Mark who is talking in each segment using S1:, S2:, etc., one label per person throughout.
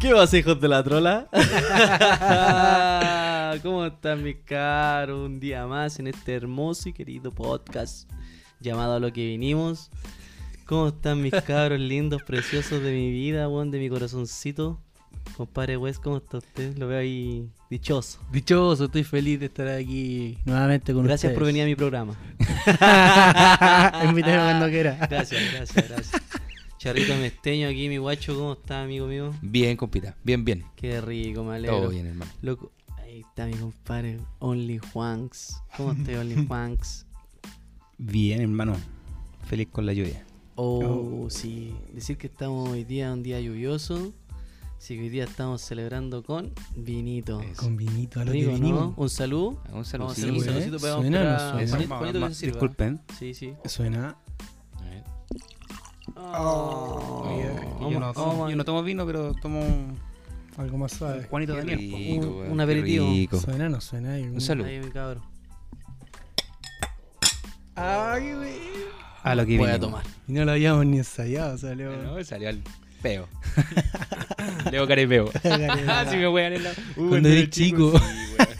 S1: ¿Qué vas, hijos de la trola? ¿Cómo están, mis caros? Un día más en este hermoso y querido podcast llamado A lo que vinimos. ¿Cómo están, mis cabros lindos, preciosos de mi vida, weón, de mi corazoncito? Compadre Wes, ¿cómo está usted? Lo veo ahí dichoso.
S2: Dichoso, estoy feliz de estar aquí nuevamente con
S1: Gracias por venir
S2: ustedes.
S1: a mi programa.
S2: Invítame cuando quiera.
S1: Gracias, gracias, gracias. Charrito Mesteño aquí, mi guacho, ¿cómo está, amigo mío?
S3: Bien, compita. Bien, bien.
S1: Qué rico, me alegro.
S3: Todo bien, hermano.
S1: Loco, ahí está mi compadre, Only Juanks. ¿Cómo está Only Juanks?
S3: Bien, hermano. Feliz con la lluvia.
S1: Oh, sí. Decir que estamos hoy día un día lluvioso. Así que hoy día estamos celebrando con vinito.
S2: Con vinito, a lo
S1: Rico,
S2: que
S1: ¿no?
S2: vinimos.
S1: Un saludo.
S3: Un
S1: Vamos a
S3: saludo.
S1: hacer un
S2: sí, güey.
S1: saludito para
S2: Suena,
S1: para-
S2: no suena.
S1: bonito- bonito que se sirva.
S3: Disculpen.
S1: Sí, sí.
S2: Suena.
S1: Oh,
S3: Oh, yo, no,
S1: oh,
S3: yo no tomo vino, pero tomo un
S2: Algo más suave.
S3: Juanito Daniel. po.
S1: Un- un aperitivo.
S3: qué rico.
S2: Suena, no suena.
S3: Un saludo.
S1: Ahí, mi cabrón.
S2: Ay, güey.
S3: A lo que
S1: Voy a
S3: vinimos.
S1: tomar.
S2: Y no lo habíamos ni ensayado, salió.
S3: No, salió al peo. Leo Carepeo. Así me voy a la... Uh,
S2: Cuando eres chico.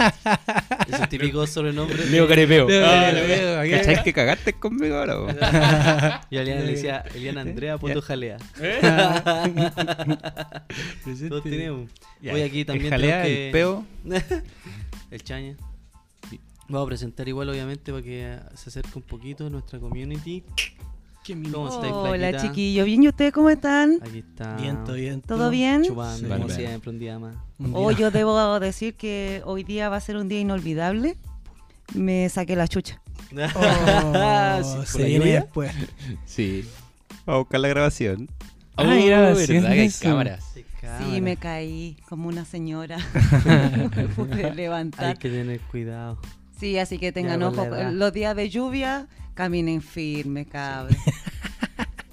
S1: Esos típicos sobrenombres.
S3: Leo Carepeo.
S2: Leo
S3: Ah,
S2: Carepeo,
S3: la-
S2: ¿qué?
S3: ¿Cachai que cagaste conmigo ahora? po?
S1: Y a Eliana le decía,
S2: ¿Eh?
S1: Eliana Andrea, pon tu jalea. Todos tenemos.
S3: Ya,
S1: Hoy aquí también
S3: el jalea,
S1: tenemos que-
S3: el peo.
S1: El chaña. Vamos a presentar igual, obviamente, para que se acerque un poquito nuestra community. ¿Cómo estáis,
S4: Hola
S1: flaquita?
S4: chiquillos, bien y ustedes cómo están?
S1: Aquí está.
S2: Viento, Oh, viento.
S4: ¿Todo bien?
S1: Chupando,
S2: Sí.
S1: como
S3: Bárbaro.
S1: siempre, un día más.
S2: Un día.
S4: Hoy yo debo decir que hoy día va a ser un día inolvidable. Me saqué la chucha.
S2: Oh,
S1: Sí, por
S2: se
S1: la
S2: viene
S1: lluvia.
S2: después.
S3: Sí. Vamos a buscar la grabación.
S2: Ah,
S3: Oh,
S2: grabación
S3: ¿verdad que hay
S2: eso.
S3: cámaras?
S4: Sí, me caí como una señora. No me pude
S1: Hay
S4: levantar.
S1: que tener cuidado.
S4: Sí, así que tengan
S1: Ya, con la
S4: ojo.
S1: edad.
S4: Los días de lluvia, caminen firme, cabrón.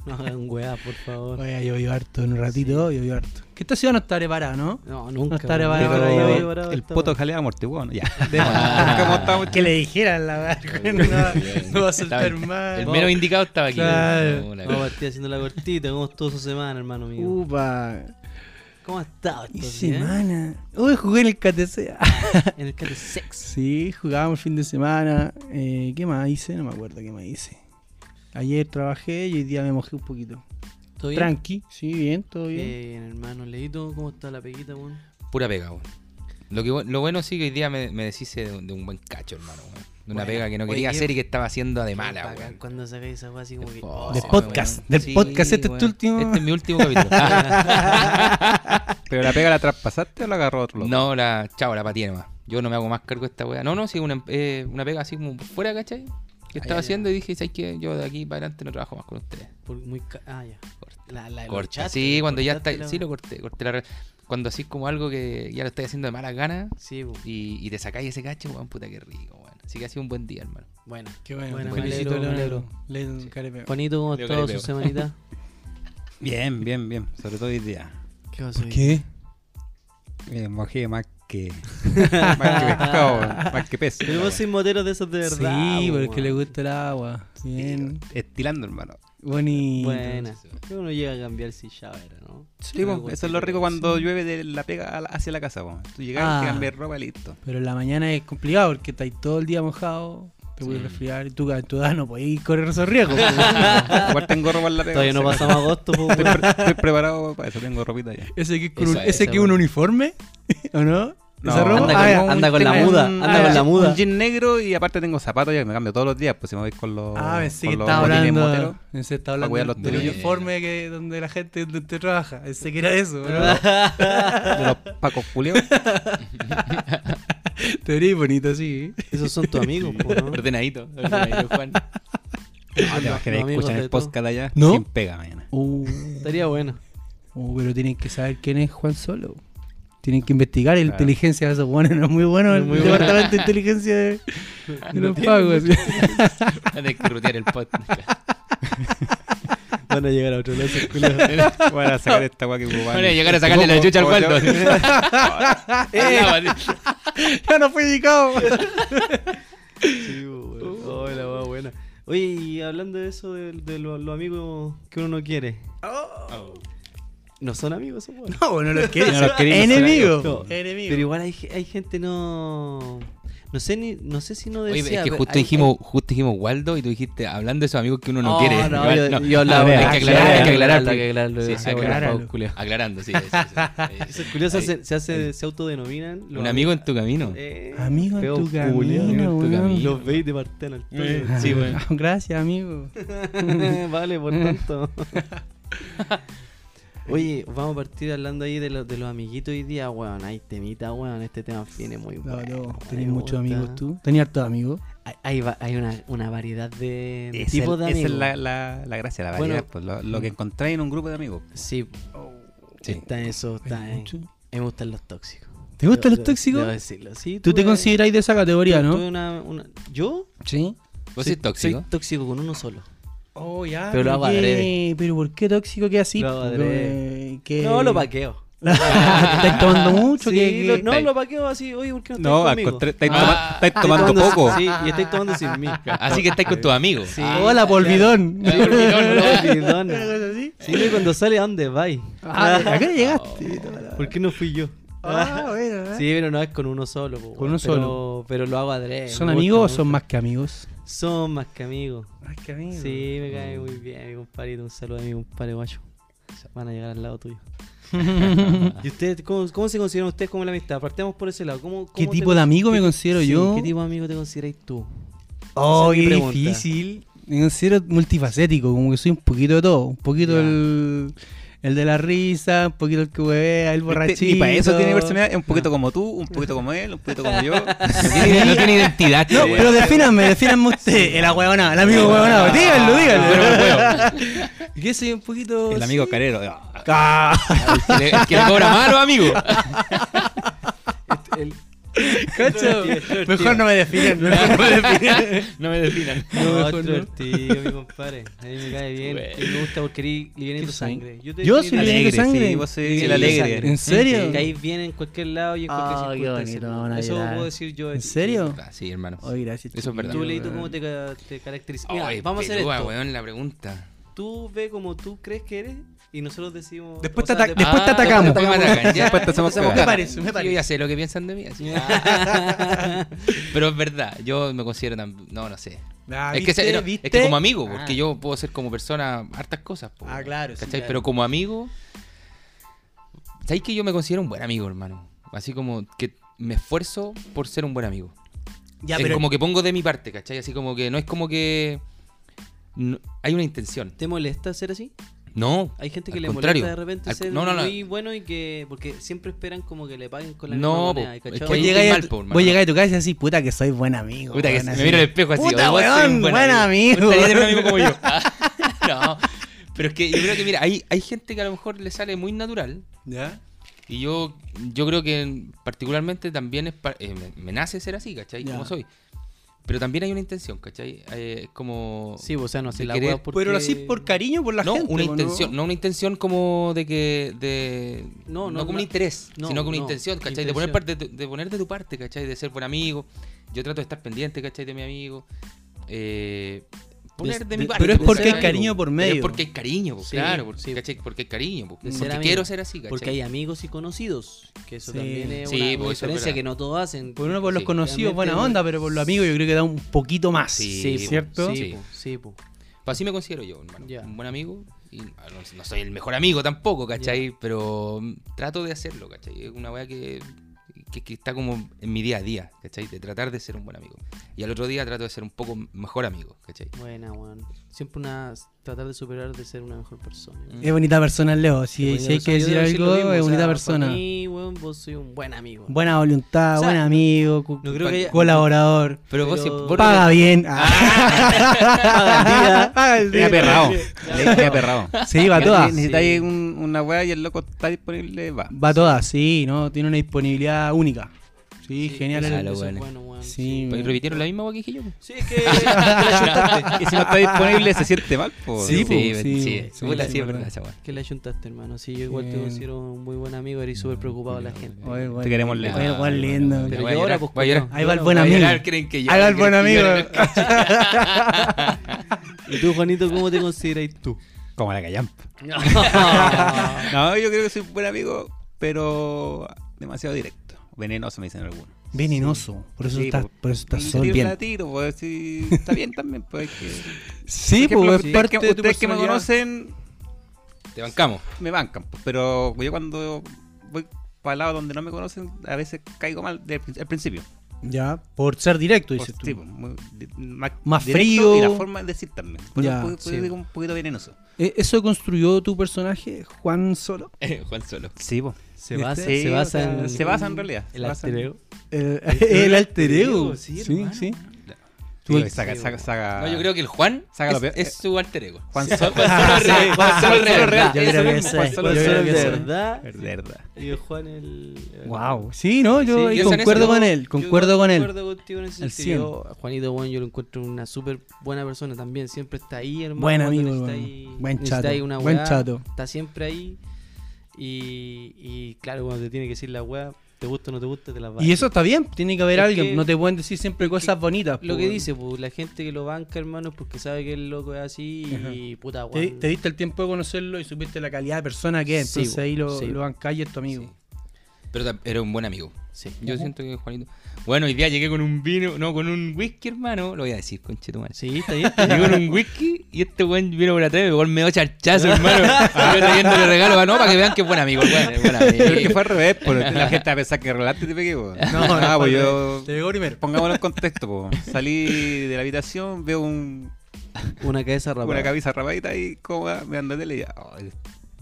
S1: No hagan weá, por favor.
S2: Oye, llovió harto en un ratito, llovió harto. Que esta ciudad no está preparada, ¿no?
S1: No, nunca.
S2: No estaré
S1: weón.
S2: Para, para,
S1: Pero
S2: para,
S1: yo parado
S3: el
S1: estaba.
S3: poto jalea amortiguado. Ya. Ah,
S1: Ah.
S2: Que le dijeran la verdad. No, no va a soltar más. Oh,
S3: El menos indicado estaba aquí.
S2: Claro.
S3: Oh. No, la-
S1: Vamos a partir haciendo la cortita. ¿Cómo estuvo su semana, hermano mío?
S2: Upa.
S1: ¿Cómo has estado
S2: Uh, Y
S1: estos días?
S2: semana. Hoy jugué en el KTC.
S1: En el Cali Sex.
S2: sí, jugábamos el fin de semana. Eh, ¿Qué más hice? No me acuerdo qué más hice. Ayer trabajé y hoy día me mojé un poquito.
S1: ¿Todo bien? Eh,
S2: Tranqui. Sí, bien, todo bien.
S1: Bien, hermano. Leito, ¿cómo está la peguita, weón?
S3: Pura pega, weón. Lo, que, bu- lo bueno sí que hoy día me, me deshice de un, de un buen cacho, hermano, weón. De una
S1: Bueno,
S3: pega que no
S1: oye,
S3: quería
S1: qué-
S3: hacer y que estaba haciendo de
S1: Qué
S3: mala,
S1: bacán
S3: weón.
S1: Cuando sacáis esa weá así como que. oh,
S3: Oh,
S2: Del
S3: sí,
S2: podcast,
S3: weón.
S2: del podcast, este es tu
S3: weón.
S2: último.
S3: Este es mi último Ah, capítulo.
S5: ¿Pero la pega la traspasaste o la agarró otro loco?
S3: no, la chao, la patía nomás. Yo no me hago más cargo de esta weá. No, no, sí, una, eh, una pega así como fuera, ¿cachai? Que estaba haciendo y dije, ¿sabes qué? Yo de aquí para adelante no trabajo más con ustedes.
S1: por muy ca- ah, ya. La, la, lo
S3: Corta,
S1: echaste,
S3: sí, cuando ya
S1: cortaste
S3: está.
S1: la-
S3: Sí, lo corté, corté la re- Cuando así como algo que ya lo estáis haciendo de malas ganas
S1: Sí, bu-
S3: y, y te sacáis ese cacho, weón, puta que rico, weón. Así que ha sido un buen día, hermano.
S1: bueno.
S2: Qué bueno.
S1: Bueno,
S2: te
S1: me
S2: felicito,
S1: alegro, me
S2: Leonardo. Leonardo Carepeo.
S1: Juanito, ¿cómo ha
S3: Leo
S1: estado su
S3: Caripeo.
S1: semanita?
S5: Bien, bien, bien. Sobre todo hoy día.
S1: ¿Qué pasó?
S2: ¿Qué?
S5: Me mojé más que. más que pescado, más que pez.
S1: Pero vos sois motero de esos de verdad.
S2: Sí,
S1: bu,
S2: porque
S1: weón.
S2: le gusta el agua. Bien.
S5: Estilando, hermano.
S2: Bonito.
S1: Buena. Que uno llega a cambiar si ya era, ¿no?
S5: Sí, po, eso es lo rico cuando llueve de la pega a la- hacia la casa, po. Tú llegas,
S2: Ah.
S5: te cambias ropa y listo.
S2: Pero en la mañana es complicado porque estáis todo el día mojado, te puedes resfriar y tú a tu edad no podés correr esos riesgos. pues.
S5: Igual tengo ropa en la pega.
S1: Todavía no
S5: o sea,
S1: pasamos agosto, po,
S5: Estoy,
S1: weón.
S5: pre- estoy preparado para eso, tengo ropita ya.
S2: ese que es, con un-
S3: Esa es,
S2: ese
S3: esa
S2: que es un
S3: es.
S2: uniforme, ¿o no?
S5: No,
S2: Esa ropa.
S1: anda
S2: Ah,
S1: con-
S2: ya.
S1: anda con la
S5: Tengo
S1: muda,
S5: un-
S1: anda
S5: ah,
S1: con la muda.
S5: Un jean negro y aparte tengo zapatos ya que me cambio todos los días, pues si me voy con los.
S2: Ah, pensé que
S5: con los
S2: estaba
S5: botines
S2: hablando,
S5: moteros.
S2: pensé que estaba
S5: Para cuidar
S2: hablando
S5: los
S2: del
S3: tenis.
S2: uniforme que, donde la gente donde usted trabaja. Pensé que era eso, ¿no?
S5: de los pacos culiados.
S2: Te verías bonito así. ¿eh?
S1: Esos son tus amigos, po, ¿no?
S3: Ordenadito, ordenadito, Juan.
S1: Ah,
S5: No te imaginas
S1: Los amigos
S5: escuchan
S1: de
S5: el
S1: todo.
S5: podcast allá
S2: ¿No?
S5: sin pega mañana.
S2: Uh,
S1: Estaría bueno.
S2: uh, pero tienen que saber quién es Juan Solo. Tienen que investigar la
S5: Claro.
S2: inteligencia de esos buenos. No es muy bueno el
S1: muy bueno.
S2: departamento de inteligencia de, de los pagos.
S3: Tienes que rutear el podcast.
S1: Van a llegar a otro lado.
S5: Para sacar esta guay que ocupaban.
S3: Bueno, llegar a sacarle la chucha al cuento.
S2: ya no fue indicado.
S1: Sí,
S3: Uh.
S1: weón. Oh, la weá buena. Oye,
S3: Oh.
S2: Oh.
S1: y hablando de eso, de, de lo- los amigos que uno no quiere. No son amigos, son buenos.
S2: No, no lo querés.
S5: No los querés, no
S2: enemigo.
S1: No,
S2: enemigo.
S1: Pero igual hay, ge- hay gente no. No sé, ni, no sé si no
S3: Oye,
S1: decía.
S3: es que
S1: pero
S3: justo
S1: hay-
S3: dijimos, justo dijimos Waldo y tú dijiste, hablando de esos amigos que uno no
S1: Oh,
S3: quiere.
S1: no,
S3: Igual,
S1: yo,
S3: no. Ah,
S1: yo hablaba-
S5: ver,
S1: hay que
S5: aclara-
S1: aclarar, hay que
S3: aclara-
S1: aclarar, hay que aclararlo,
S3: Sí,
S1: decía,
S3: aclara-
S1: por favor,
S2: acláralo.
S1: culiao.
S3: Aclarando, sí. sí, sí, sí.
S1: Esos culiaos
S3: Ahí.
S1: se, hacen- se, hace- se autodenominan. los
S3: Un amigo en tu camino.
S1: Eh,
S2: Amigo en
S1: feo
S2: tu
S1: culiao.
S3: en
S2: camino,
S3: tu
S2: weón.
S3: camino.
S1: Los veis de Martel al toque.
S3: Sí, bueno.
S2: Gracias, amigo.
S1: vale, por tanto. Oye, vamos a partir hablando ahí de, los de los amiguitos hoy día, weón. Hay temita, weón. Este tema viene muy
S2: No,
S1: bueno.
S2: no,
S1: weón,
S2: tenés
S1: me
S2: muchos
S1: gusta.
S2: amigos tú. Tenías hartos amigos.
S1: Hay, hay va- hay una, una variedad de, de
S5: Esa
S1: tipos de
S5: es- esa
S1: amigos.
S5: es la, la- la gracia, la
S1: Bueno.
S5: variedad. pues, lo, lo que encontráis en un grupo de amigos.
S1: Sí,
S3: Sí.
S1: está eso, está
S2: Hay
S1: en-
S2: mucho.
S1: Me gustan los tóxicos.
S2: ¿Te gustan
S1: Debo-
S2: los
S1: debo-
S2: tóxicos?
S1: debo decirlo, sí.
S2: Tú eh, te
S1: tuve-
S2: consideráis de esa categoría,
S1: tuve
S2: ¿no?
S1: una- una- ¿Yo?
S5: Sí.
S3: ¿Vos
S1: Soy-
S3: sos tóxico?
S1: Soy tóxico con uno solo.
S2: Oh, ya.
S1: Pero lo hago
S2: qué-
S1: adrede.
S2: Pero ¿por qué tóxico que así?
S1: Lo hago adrede.
S2: Eh, que-
S1: No, lo paqueo.
S2: ¿Te estás tomando mucho?
S1: Sí,
S2: que,
S1: lo-
S2: que-
S1: no,
S3: Ahí.
S1: lo paqueo así. Oye, ¿por qué no estás
S5: No, al
S1: conmigo?
S5: contrario, estáis
S3: Ah.
S5: toma- estáis tomando
S1: Estoy
S5: poco.
S1: Sí, y estoy tomando sin mí.
S3: Así que estáis con tus amigos.
S1: Sí.
S3: Ah,
S2: Hola, polvidón.
S3: ya, olvidón, no.
S1: Olvidón.
S2: Una cosa así.
S1: Sí, y cuando sale, ¿a dónde vais?
S2: Ah, ¿A qué
S1: Oh,
S2: llegaste?
S1: ¿Por qué no fui yo?
S2: Ah, bueno.
S1: Sí, pero no es con uno solo. po,
S2: Con
S1: weón,
S2: uno
S1: pero-
S2: solo.
S1: Pero lo hago adrede.
S2: ¿Son
S1: me gusta,
S2: amigos o
S1: me
S2: son
S1: gusta.
S2: más Mm. que amigos?
S1: Son más que amigos.
S2: Más que amigos.
S1: Sí, me cae muy bien, mi compadrito. Un saludo a mi compadre guacho. Van a llegar al lado tuyo. ¿Y ustedes, cómo, cómo se consideran ustedes como la amistad? Partamos por ese lado. ¿Cómo,
S2: ¿Qué
S1: cómo te
S2: tipo de
S1: con-
S2: amigo me
S1: qué-
S2: considero
S1: sí,
S2: yo?
S1: ¿Qué tipo de amigo te consideráis tú? Esa
S2: Oh,
S1: es mi
S2: qué
S1: pregunta.
S2: difícil. Me considero multifacético, como que soy un poquito de todo. Un poquito
S1: Ya.
S2: el, el de la risa, un poquito el que huevea, el
S1: Este,
S2: borrachito.
S5: Este,
S2: Ah.
S5: Y para eso tiene personalidad. Es un poquito como tú, un poquito como él, un poquito como yo.
S3: No tiene, no tiene identidad.
S2: No,
S3: güey.
S2: pero defínanme, defínanme usted, el ahueonado, el amigo ahueonado. Díganlo,
S3: Ah,
S2: díganlo. Que soy un poquito...
S5: El amigo carero.
S2: Ah,
S3: Que le- que le cobra malo, amigo.
S1: El-
S2: cacho. Mejor no me definan. mejor no me definan.
S3: No me definan.
S1: No,
S2: mejor
S1: es
S2: no.
S1: divertido, mi compadre. A mí me cae bien. Y me gusta porque eres livianito
S2: ¿Qué soy?
S1: sangre. te-
S2: Yo
S1: te-
S2: soy
S1: te-
S2: livianito
S5: Alegre,
S2: sangre.
S5: sí, vos sois
S1: Sí,
S5: el
S1: sangre.
S5: alegre.
S2: ¿En serio?
S1: te Caes bien en cualquier lado y en cualquier
S2: Ah, qué
S1: circunstancia.
S2: bonito, no van a
S1: Eso
S2: llorar.
S1: puedo decir yo. de
S2: ¿En
S1: ti.
S2: serio?
S3: Ah, Sí, hermano.
S2: Ay, gracias.
S3: Eso es verdad.
S1: Tú, Leito, ¿cómo te, ca- te caracterizas? Mira,
S3: Ay,
S1: vamos a hacer
S3: peluda,
S1: esto.
S3: weón, la pregunta.
S1: Tú ve como tú crees que eres y nosotros decimos...
S2: Después
S1: o
S2: te
S1: sea,
S2: ataca- Después te atacamos.
S3: Ah, Después me atacan, ya.
S5: Después te hacemos
S3: Empezamos
S5: cagar.
S3: a-
S2: Me parece, me
S3: Sí,
S2: parece.
S3: Yo ya sé lo que piensan de mí. así. Pero es verdad, yo me considero tan. No, no sé.
S2: Ah,
S3: es, que, se-
S2: ¿viste?
S3: no, es
S2: ¿viste?
S3: que como amigo,
S2: Ah.
S3: porque yo puedo ser como persona hartas cosas. po,
S2: Ah, claro, sí,
S3: ¿cachai?
S2: claro.
S3: Pero como amigo. ¿Sabéis que yo me considero un buen amigo, hermano? Así como que me esfuerzo por ser un buen amigo.
S2: Ya,
S3: es
S2: pero...
S3: como que pongo de mi parte, ¿cachai? Así como que no es como que. no- hay una intención.
S1: ¿Te molesta ser así?
S3: No.
S1: Hay gente que
S3: Al
S1: le
S3: contrario.
S1: molesta de repente
S3: Al-
S1: ser
S3: no, no, no.
S1: muy bueno y que... Porque siempre esperan como que le paguen con la
S3: No,
S1: misma moneda,
S3: po, es
S1: ¿cachai?
S3: que
S2: Vos
S3: ahí-
S2: llegáis,
S3: mal,
S2: a
S3: po,
S2: tu,
S3: hermano.
S2: vos llegáis a tu casa y decís, puta que soy buen amigo.
S3: Puta, que
S2: weón",
S3: se-
S2: así.
S3: me miro al espejo así.
S2: Puta,
S3: "Oh, soy un
S2: weón, buen amigo.
S3: Me gustaría tener un amigo como yo. no. Pero es que yo creo que, mira, hay, hay gente que a lo mejor le sale muy natural.
S2: ¿Ya?
S3: Y yo, yo creo que particularmente también es par- eh, me, me nace ser así, ¿cachai?
S2: Ya.
S3: Como soy. Pero también hay una intención, ¿cachai? Eh, es como...
S1: Sí, pues, o sea, no hace
S3: de
S1: la
S3: querer-
S1: hueá porque...
S2: Pero lo hacís por cariño, por la
S3: no,
S2: gente.
S3: una
S2: ¿no?
S3: intención, no una intención como de que... De,
S1: No, no,
S3: no, como
S1: no.
S3: un interés,
S1: No,
S3: sino como una
S1: no,
S3: intención, ¿cachai? De,
S1: intención.
S3: poner parte, de, de poner de tu parte, ¿cachai? De ser buen amigo. Yo trato de estar pendiente, ¿cachai? De mi amigo. Eh, poner de,
S1: de-
S3: mi
S1: pero
S3: parte.
S1: es porque
S3: ¿cachai?
S1: hay cariño
S2: por
S3: Pero
S2: medio.
S3: es porque hay cariño, po,
S1: Sí,
S3: claro. Porque,
S1: sí.
S3: ¿cachai? Porque hay cariño, po,
S1: De ser
S3: porque
S1: amigo.
S3: quiero ser así, ¿cachai?
S1: Porque hay amigos y conocidos, que eso
S2: Sí.
S1: también es
S3: Sí,
S1: una, una
S3: pues, eso es
S1: diferencia
S3: verdad.
S1: que no todos hacen.
S2: Por uno por los
S3: Sí,
S2: conocidos, buena
S1: realmente-
S2: onda, pero por los amigos yo creo que da un poquito más.
S3: Sí,
S1: po,
S2: ¿cierto?
S1: Sí,
S3: Sí.
S1: po, sí, po.
S3: Pues así me considero yo, hermano.
S1: Ya.
S3: Un buen amigo. Y ah, no, no soy el mejor amigo tampoco, ¿cachai? Pero mm, trato de hacerlo, ¿cachai? Es una weá que, que, que está como en mi día a día, ¿cachai? De tratar de ser un buen amigo. Y al otro día trato de ser un poco mejor amigo, ¿cachai?
S1: Buena, weón. Siempre una tratar de superar de ser una mejor persona.
S3: Mm.
S2: Es bonita persona, Leo.
S1: Sí,
S2: Si, Eh, si
S1: yo
S2: hay que
S1: soy- yo
S2: decir
S1: debo lo
S2: algo,
S1: mismo,
S2: es
S1: o sea,
S2: bonita
S1: para
S2: persona.
S1: mí, weón, vos soy un buen amigo.
S2: Buena voluntad,
S1: O sea,
S2: buen amigo, cu-
S1: no creo que haya-
S2: colaborador.
S3: Pero, vos,
S1: Pero-
S3: si- vos
S2: Paga bien. Paga Ah, el
S5: Le
S2: día.
S5: ha perrado. Le ha perrado.
S2: Ah, Sí, va a todas.
S5: Necesitáis un- una weá y el loco está disponible. Va.
S2: Va a todas, sí, ¿no? Tiene una disponibilidad única. Sí,
S1: Sí,
S2: genial.
S1: eso-
S3: Ah,
S2: el-
S3: lo
S1: eso es
S3: bueno.
S1: bueno, weón,
S2: Sí.
S3: Pues, ¿Repitieron la misma weá que dije yo?
S1: Sí, es que. te la chuntaste.
S5: Y si no está disponible, se siente mal. po.
S2: Sí, po,
S3: sí,
S2: sí,
S3: sí,
S2: sí,
S3: puta,
S2: sí,
S3: sí, es
S2: verdad.
S3: verdad esa weá.
S1: Que la chuntaste, hermano. Sí, yo igual te
S2: Bien.
S1: considero un muy buen amigo.
S3: Mm,
S1: Eres súper preocupado de la gente.
S2: Oye, bueno.
S5: Te queremos
S2: Oye,
S5: leer.
S2: bueno,
S3: Ah,
S2: lindo.
S3: bueno,
S1: Pero
S3: voy a
S1: llora,
S3: llorar,
S1: pues,
S3: voy a llorar.
S1: culiao.
S2: Ahí va el buen
S3: Voy a
S2: amigo.
S3: llorar, creen que yo.
S2: Ahí va el buen amigo.
S1: ¿Y tú, Ah. Juanito, cómo te consideras tú?
S5: Como la callampa.
S1: No.
S5: No, yo creo que soy un buen amigo, pero demasiado directo. Venenoso me dicen algunos.
S2: Venenoso. Por eso
S5: Sí,
S2: estás
S5: po.
S2: por eso estás
S5: Y
S2: solo.
S5: tiro
S2: Bien.
S5: la tiro, pues, sí, está bien también. Pues, que...
S2: Sí,
S5: Por ejemplo,
S2: pues es
S5: ustedes
S2: parte
S5: que-
S2: de tu
S5: ustedes que me
S2: personalidad.
S5: conocen
S3: Te bancamos.
S5: me bancan, pues, pero yo cuando voy para lados donde no me conocen, a veces caigo mal del prin- al principio.
S2: Ya, por ser directo,
S5: Pues,
S2: dices tú.
S5: sí, pues, muy di- más,
S2: Más
S5: directo Y
S2: frío.
S5: la forma de decir también. Por
S2: Ya,
S5: un, poquito,
S2: sí.
S5: un poquito venenoso.
S2: ¿E- ¿Eso construyó tu personaje, Juan Solo?
S3: eh, Juan Solo.
S5: Sí, pues.
S1: Se basa,
S5: Sí,
S1: se
S5: o
S1: basa
S5: sea,
S1: en.
S5: se basa en realidad,
S1: El
S5: se basa en-
S1: alter ego.
S2: Eh, El, el alter ego.
S1: Sí,
S2: Sí,
S1: hermano.
S2: sí.
S5: saca, saca, saca.
S3: No, yo creo que el Juan
S5: Saca lo
S3: es,
S5: peor.
S3: es su alter ego.
S5: Juan Sol.
S3: Juan Solo real. Juan Solo real.
S5: real.
S2: Yo creo que
S5: Eso mismo,
S2: ese-
S5: Juan Solo
S1: Juan
S2: yo
S5: real.
S1: Solo
S2: creo
S1: el
S2: que
S1: de
S2: ese-
S1: verdad.
S5: Verdad.
S1: Y el Juan el. el-
S2: Wow. Sí, no, yo
S3: Sí,
S2: ahí
S3: yo en
S2: concuerdo
S3: eso-
S2: con él, concuerdo
S1: igual
S2: con él.
S1: Concuerdo contigo en ese
S2: Al
S1: sentido. Yo, Juanito Juan, yo lo encuentro una súper buena persona también. Siempre está ahí, hermano.
S2: Buen
S1: cuando
S2: amigo,
S1: necesitáis-
S2: hermano. Buen
S1: necesitáis
S2: chato,
S1: una
S2: buen
S1: weá,
S2: chato.
S1: Está siempre ahí. Y, y claro, cuando te tiene que decir la weá, te gusta o no te gusta, te la va a
S2: Y
S1: decir.
S2: eso está bien, pues, tiene que haber
S1: Es
S2: alguien,
S1: que-
S2: no te pueden decir siempre cosas bonitas.
S1: Lo
S2: po,
S1: que
S2: weón.
S1: dice, pues, la gente que lo banca, hermano, es porque sabe que el loco es así y puta
S2: Te,
S1: Juan.
S2: te diste el tiempo de conocerlo y supiste la calidad de persona que es,
S1: Sí,
S2: entonces
S1: po,
S2: ahí lo,
S1: sí,
S2: lo
S1: po.
S2: bancás y es tu amigo.
S3: Pero ta- era un buen amigo.
S1: Sí.
S3: Yo siento que Juanito. Bueno, hoy día llegué con un vino, no, con un whisky, hermano. Lo voy a decir, conchetumal.
S1: Sí, está bien. está bien.
S3: Llegué con un whisky y este weón vino por atrás y me pegó el medio charchazo, hermano. Yo trayéndole regalo para no, para que vean que es buen amigo, el weón, es buen
S5: Yo creo que
S3: amigo.
S5: fue al revés, por la gente va a pensar que relaste y te pegué, po. Ah, pues yo.
S2: Te pegó primero.
S5: Pongámoslo en contexto, po. Salí de la habitación, veo un,
S1: Una cabeza rapada.
S5: una camisa rapadita y coma, me ando tele y ya. oh,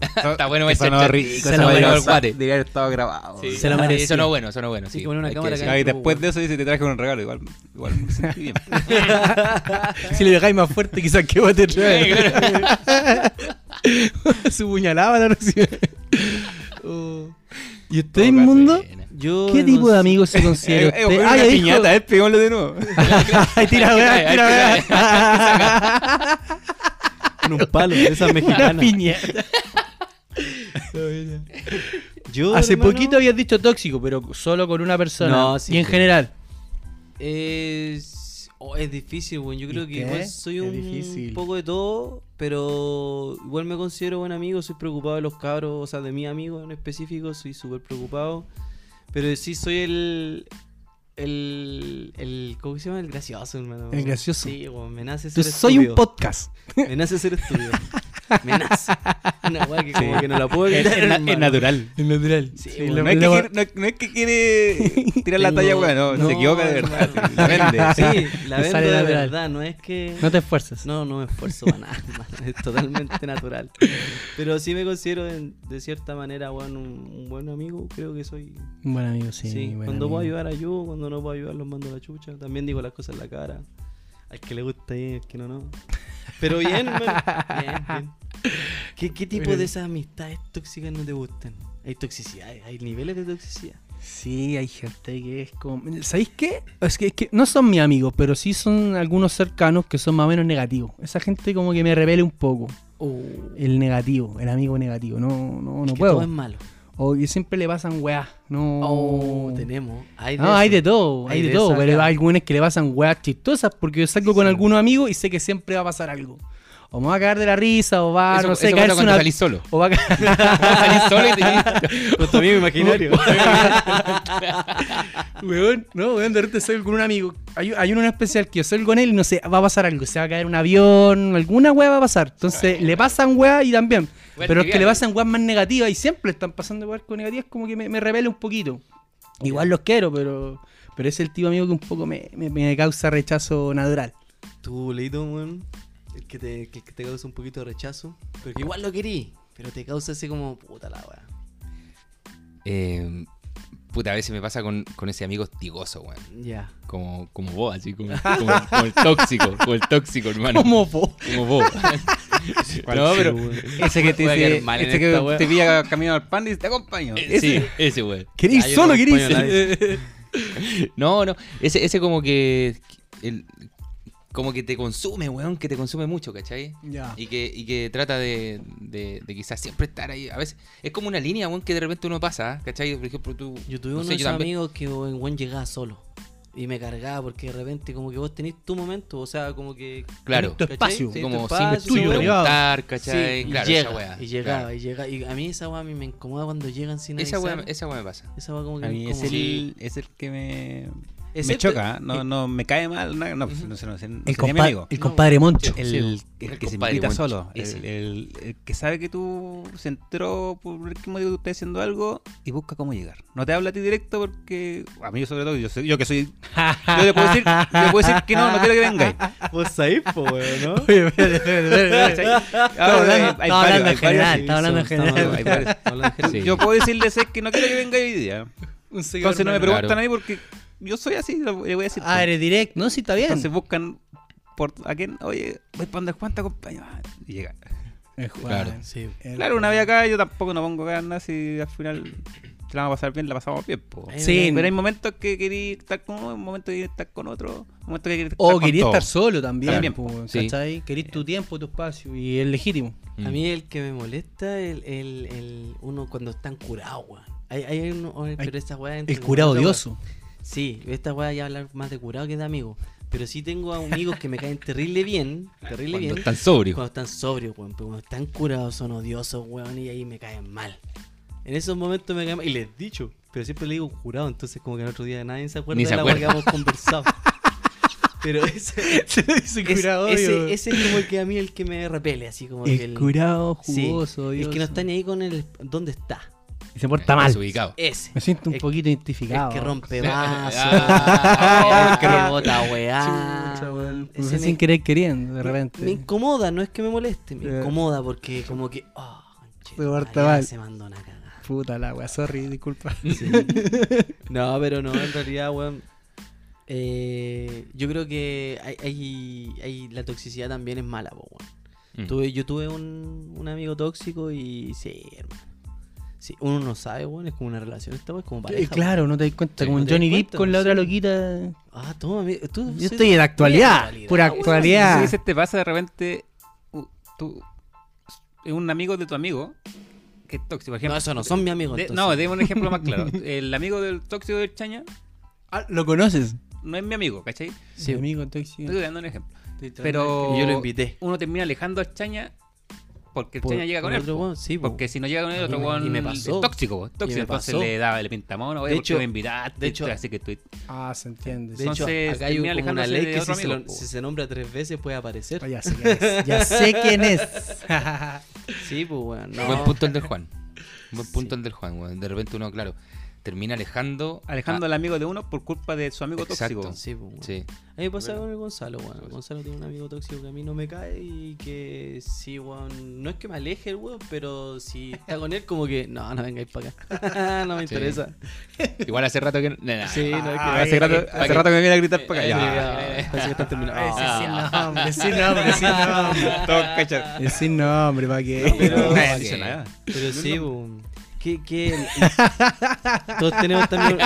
S3: Está bueno
S5: que
S3: ese
S5: sonó
S3: chat.
S5: rico,
S3: Se
S5: esa
S3: lo
S5: vaina
S3: bailó el
S5: sa-
S3: guate.
S5: Debería haber estado grabado.
S3: Sí.
S1: Se lo
S3: Sí,
S1: merecía.
S3: Eso no es bueno, eso no es bueno.
S1: Sí,
S3: Sí,
S1: con una
S3: hay que
S1: cámara
S3: decirlo.
S5: Ya, y
S1: po,
S5: después
S1: weón.
S5: de eso dice, te traje un regalo, igual, igual me sentí bien. Eh,
S2: Si le dejáis más fuerte, quizás que va a Su puñalada la recibe. Oh. ¿Y usted,
S5: Todo caso,
S2: Inmundo?
S3: Buena.
S1: Yo
S2: ¿Qué
S1: no
S2: tipo de
S1: sé.
S2: amigo se considera
S5: Eh, eh,
S2: usted?
S5: una
S2: ya dijo.
S5: piñata, eh, pegámoslo de nuevo.
S2: Ay, tira,
S3: Ay,
S2: weá,
S3: ay,
S2: tira, weá.
S1: Con un palo, esa
S2: Una
S1: mexicana.
S2: piñata.
S1: Yo,
S2: Hace
S1: hermano,
S2: poquito habías dicho tóxico, pero solo con una persona.
S1: No, sí,
S2: y en
S1: sí.
S2: general.
S1: Es, oh, es difícil, weón. Yo creo que
S2: ¿Viste?
S1: igual soy
S2: Es
S1: un
S2: difícil.
S1: poco de todo, pero igual me considero buen amigo. Soy preocupado de los cabros, o sea, de mi amigo en específico. Soy súper preocupado. Pero sí soy el. El, el. ¿Cómo se llama? El gracioso, hermano.
S2: El gracioso.
S1: Sí, weón, me nace ser
S2: Entonces, soy un
S1: estúpido.
S2: podcast.
S1: Me nace ser estúpido. me nace. Una weá que como que no la puedo
S5: Es,
S1: evitar.
S5: es na- es
S1: hermano.
S5: natural.
S2: Es natural.
S1: Sí,
S2: Sí,
S1: weón.
S2: lo-
S5: No es, que
S2: lo-
S5: quiere, no, es- no es que quiere tirar la
S1: Tengo-
S5: talla, weón, no, se equivoca de
S1: hermano.
S5: verdad. La vende.
S1: Sí, la
S2: Me
S1: vendo
S2: sale
S1: de
S2: natural.
S1: verdad, no es que...
S2: no te esfuerzas.
S1: No, no me esfuerzo para nada, hermano, es totalmente natural. Pero sí me considero en- de cierta manera bueno, un, un buen amigo, creo que soy.
S2: Un buen amigo, sí.
S1: Sí,
S2: buen
S1: cuando puedo
S2: amigo.
S1: ayudar ayudo, cuando no puedo ayudar los mando a la chucha. También digo las cosas en la cara. Al que le gusta bien, al que no, no. Pero bien, hermano, bien, bien. ¿Qué, qué tipo de esas amistades tóxicas no te gustan? Hay toxicidad, hay niveles de toxicidad.
S2: Sí, hay gente que es como. ¿Sabéis qué? Es que, es que no son mis amigos, pero sí son algunos cercanos que son más o menos negativos. Esa gente como que me revele un poco. El negativo, el amigo negativo. No, no, no
S1: que
S2: puedo.
S1: todo es malo.
S2: O que siempre le pasan weas. No.
S1: Oh, tenemos. Hay de
S2: No, hay
S1: eso.
S2: de todo, hay,
S1: Hay
S2: de,
S1: de
S2: todo,
S1: esa
S2: pero
S1: gama.
S2: hay algunos que le pasan weas chistosas porque yo salgo con algunos amigos y sé que siempre va a pasar algo. O me va a caer de la risa, o va,
S3: Eso-
S2: no sé,
S3: eso pasa
S2: caerse
S3: cuando
S2: una...
S3: salís solo.
S2: O va a caer...
S3: Salís solo y te-
S1: Con tu amigo imaginario.
S2: Weón, no, weón, de repente salgo con un amigo. Hay, hay uno en especial que yo salgo con él y no sé, va a pasar algo. Se va a caer un avión, alguna wea va a pasar. Entonces, le pasan weas y también.
S3: Weas
S2: Pero es que le
S3: triviales.
S2: pasan weas más negativas y siempre están pasando weas con negativas, como que me, me revela un poquito. Igual los quiero, pero... Pero es el tipo de amigo que un poco me- me- me causa rechazo natural.
S1: Tu leído, weón. El que, te, el que te causa un poquito de rechazo. Pero que igual lo querí. Pero te causa así como puta la weá.
S3: Eh, Puta, a veces me pasa con, con ese amigo hostigoso, weón.
S1: Ya.
S3: Como, como vos, así como, como- como el tóxico, como el tóxico, hermano.
S2: Como vos.
S3: Como vos. no, pero.
S5: Ese que te
S3: Voy a
S5: dice,
S3: quedar mal en
S5: ese este que
S3: esta, weón.
S5: te pilla camino al pan y dice, te acompaño.
S3: eh, Sí, ese weón.
S2: Querís
S1: Ya, yo
S2: solo,
S1: no
S2: querís.
S1: acompaño a
S3: No, no. Ese, ese como que. el- como que te consume, weón, que te consume mucho, ¿cachai?
S2: Ya.
S3: Y que, y que trata de, de, de quizás siempre estar ahí. A veces es como una línea, weón, que de repente uno pasa, ¿eh? ¿cachai? Por ejemplo, tú.
S1: Yo tuve
S3: no
S1: uno
S3: sé,
S1: de esos
S3: también-
S1: amigos que weón weón, llegaba solo. Y me cargaba porque de repente como que vos tenés tu momento, o sea, como que...
S3: Claro.
S2: Tu espacio.
S1: Sí,
S3: como
S1: tu
S3: sin
S1: espacio,
S2: tuyo,
S3: sin
S1: weón.
S2: ¿no?
S3: preguntar,
S1: Sí,
S3: ¿cachai?
S1: y
S3: claro,
S1: llega,
S3: esa weá.
S1: y llegaba,
S3: claro.
S1: y llegaba. Y a mí esa weá a mí me incomoda cuando llegan sin avisar.
S3: Esa weá, esa weá me pasa.
S1: Esa weá como que
S5: A
S1: me
S5: mí es
S1: incomoda.
S5: el, es el que me, me
S3: este?
S1: Excepto-
S5: choca. ¿eh? No, no, me cae mal. No, no, no, sé, no, sé, no
S2: El,
S5: sería mi
S2: compa-
S5: amigo.
S2: el compadre Moncho.
S5: El,
S1: Sí,
S5: el
S3: el
S5: que se
S3: compadre
S5: invita
S3: Moncho,
S5: solo. El,
S3: ese.
S5: el- el que sabe que tú se entró por qué motivo usted haciendo algo y busca cómo llegar. No te habla a ti directo porque, a mí sobre todo, yo, soy- yo que soy... Yo le puedo decir, yo le puedo decir que no, no quiero que vengáis.
S1: Vos sabés, po, weón, ¿no?
S2: Oye, espérate, espérate, espérate, espérate.
S5: Ah,
S2: Estaba hablando-
S5: hay- hay
S2: estaba hablando en
S5: varios, hay varios.
S2: general, estaba hablando en
S1: Estamos-
S2: general.
S5: Hay varios.
S2: ¿eh?
S1: estamos hablando en general.
S5: Yo puedo decirles que no quiero que vengáis hoy día. Entonces no me
S3: hermano.
S5: preguntan a mí porque yo soy así, lo- le voy a decir.
S2: Ah, eres directo. No, sí, está bien.
S5: Entonces buscan por a quién, oye, voy para donde Juan te acompaña. Y llega.
S2: Es Juan.
S3: Claro.
S1: Sí.
S2: El-
S5: Claro, una vez acá yo tampoco no pongo ganas y al final te la vamos a pasar bien, la pasamos bien. po.
S1: Ahí
S2: Sí.
S5: Pero hay momentos que quería estar con uno, momentos que quería estar con otro, momentos que quería estar
S2: O
S5: con
S2: querías
S5: todos.
S2: Oh, estar solo también.
S5: También,
S2: po,
S3: sí.
S2: ¿cachai? Querís tu tiempo, tu espacio. Y es legítimo.
S1: A mí el que me molesta el, el, el uno cuando están curados, weón. Hay, hay uno, oh, pero esta weá entre
S2: El curado
S1: nosotros,
S2: odioso.
S1: weón. Sí, esta weá ya hablar más de curado que de amigos. Pero sí tengo amigos que me caen terrible bien, terrible
S3: Cuando
S1: bien.
S3: están sobrios.
S1: Cuando están sobrios, weón. Pero cuando están curados son odiosos, weón, y ahí me caen mal. En esos momentos me caen mal. Y les he dicho, pero siempre le digo curado, entonces como que el otro día nadie se acuerda
S3: Ni
S1: de
S3: se
S1: la weá que
S3: acuerda.
S1: hemos conversado. pero ese,
S2: Se dice
S1: es- ese, ese es como el que a mí el que me repele, así como que
S2: El
S1: el-
S2: curado
S1: Sí,
S2: jugoso,
S1: el
S2: odioso.
S1: que no está ni ahí con el dónde está.
S2: Y se porta mal.
S3: Desubicado.
S1: Ese.
S2: Me siento un
S1: El-
S2: poquito
S1: El
S2: identificado.
S1: que rompe
S3: Ah,
S1: vasos, el que rebota weá.
S2: Ah. Chucha, weón.
S1: Ah, Ese
S2: Fue
S1: me-
S2: sin querer queriendo, de repente.
S1: Me incomoda, no es que me moleste, me
S2: Ya.
S1: incomoda porque como que. Oh, conche,
S2: Te porta
S1: madre,
S2: mal.
S1: Se mandó una cagada.
S2: Puta la wea, sorry, disculpa. Eh,
S1: No, pero no, en realidad, weón. eh, yo creo que hay, hay- hay- la toxicidad también es mala, po, weón.
S3: Mm.
S1: Tuve, yo tuve un, un amigo tóxico y sí, hermano. Sí, uno no sabe, weón, es como una relación esta, weón, es como pareja.
S2: Eh, claro, no te das cuenta.
S3: Sí,
S2: como
S1: no
S2: en
S1: te das
S2: Johnny Depp
S1: cuenta,
S2: con la otra
S1: sí.
S2: loquita.
S1: weón. Ah, toma, amigo, tú.
S2: Yo
S1: sí,
S2: estoy en la actualidad. Pura
S1: weón.
S2: actualidad.
S5: Sí, se te pasa de repente u- tú, es un amigo de tu amigo que es tóxico, por ejemplo.
S1: No, eso no son mis amigos.
S5: De-
S1: entonces.
S5: no, demos un ejemplo más claro. El amigo del tóxico del Chaña
S2: Ah, ¿Lo conoces?
S5: no es mi amigo, ¿cachai?
S1: Sí.
S2: Mi amigo tóxico.
S5: Estoy dando un ejemplo.
S1: Y
S5: Pero
S1: yo lo invité.
S5: uno termina alejando al Chaña porque el
S1: Por-
S5: Chaña llega con
S1: por
S5: él.
S1: otro
S5: po.
S1: weón, sí, po.
S5: porque si no llega con él,
S1: A
S5: otro
S1: mí me-
S5: weón
S1: y me
S5: es
S1: pasó.
S5: tóxico, po, tóxico.
S1: me
S5: entonces
S1: pasó.
S5: le daba el pintamono, oye,
S1: De
S5: ¿por qué
S1: hecho-
S5: me invitaste?
S1: de hecho-
S5: así que estoy...
S2: Ah, se entiende.
S1: De hecho,
S5: Entonces,
S1: acá hay un-
S5: termina
S1: como una
S5: alejándose
S1: ley
S5: de
S1: que si
S5: otro
S1: se,
S5: amigo,
S1: lo-
S5: po.
S1: si se nombra tres veces puede aparecer.
S2: Ah, ya sé quién es. Ya sé quién es.
S1: Sí, pues, weón. No.
S3: Buen punto el del Juan. Buen punto el del Juan, weón. De repente uno, claro, termina alejando.
S5: Alejando al amigo de uno por culpa de su amigo
S3: Exacto.
S5: tóxico.
S1: Sí, pues, weón.
S3: a- Sí.
S1: A mí me pasa con el Gonzalo, weón. El Gonzalo tiene un amigo tóxico que a mí no me cae y que sí, weón. No es que me aleje el weón, pero si está con él, como que no, no vengáis para acá. no me
S3: Sí.
S1: interesa.
S3: Igual hace rato que. no- no, no.
S1: Sí, no es que.
S5: Ah, hace, rato, hace
S3: pa' que-
S5: rato que me viene a gritar para
S1: Eh,
S5: acá. Ya. Ah,
S1: eh, parece que está terminado.
S2: Sin nombre, sin nombre, sin nombre.
S5: Todos cachan.
S2: Es sin nombre, ¿para qué?
S1: pero-
S5: No,
S3: Nadie
S5: no
S3: dice
S5: dice
S3: nada.
S5: nada.
S1: Pero sí, boom. ¿Qué, qué? todos tenemos también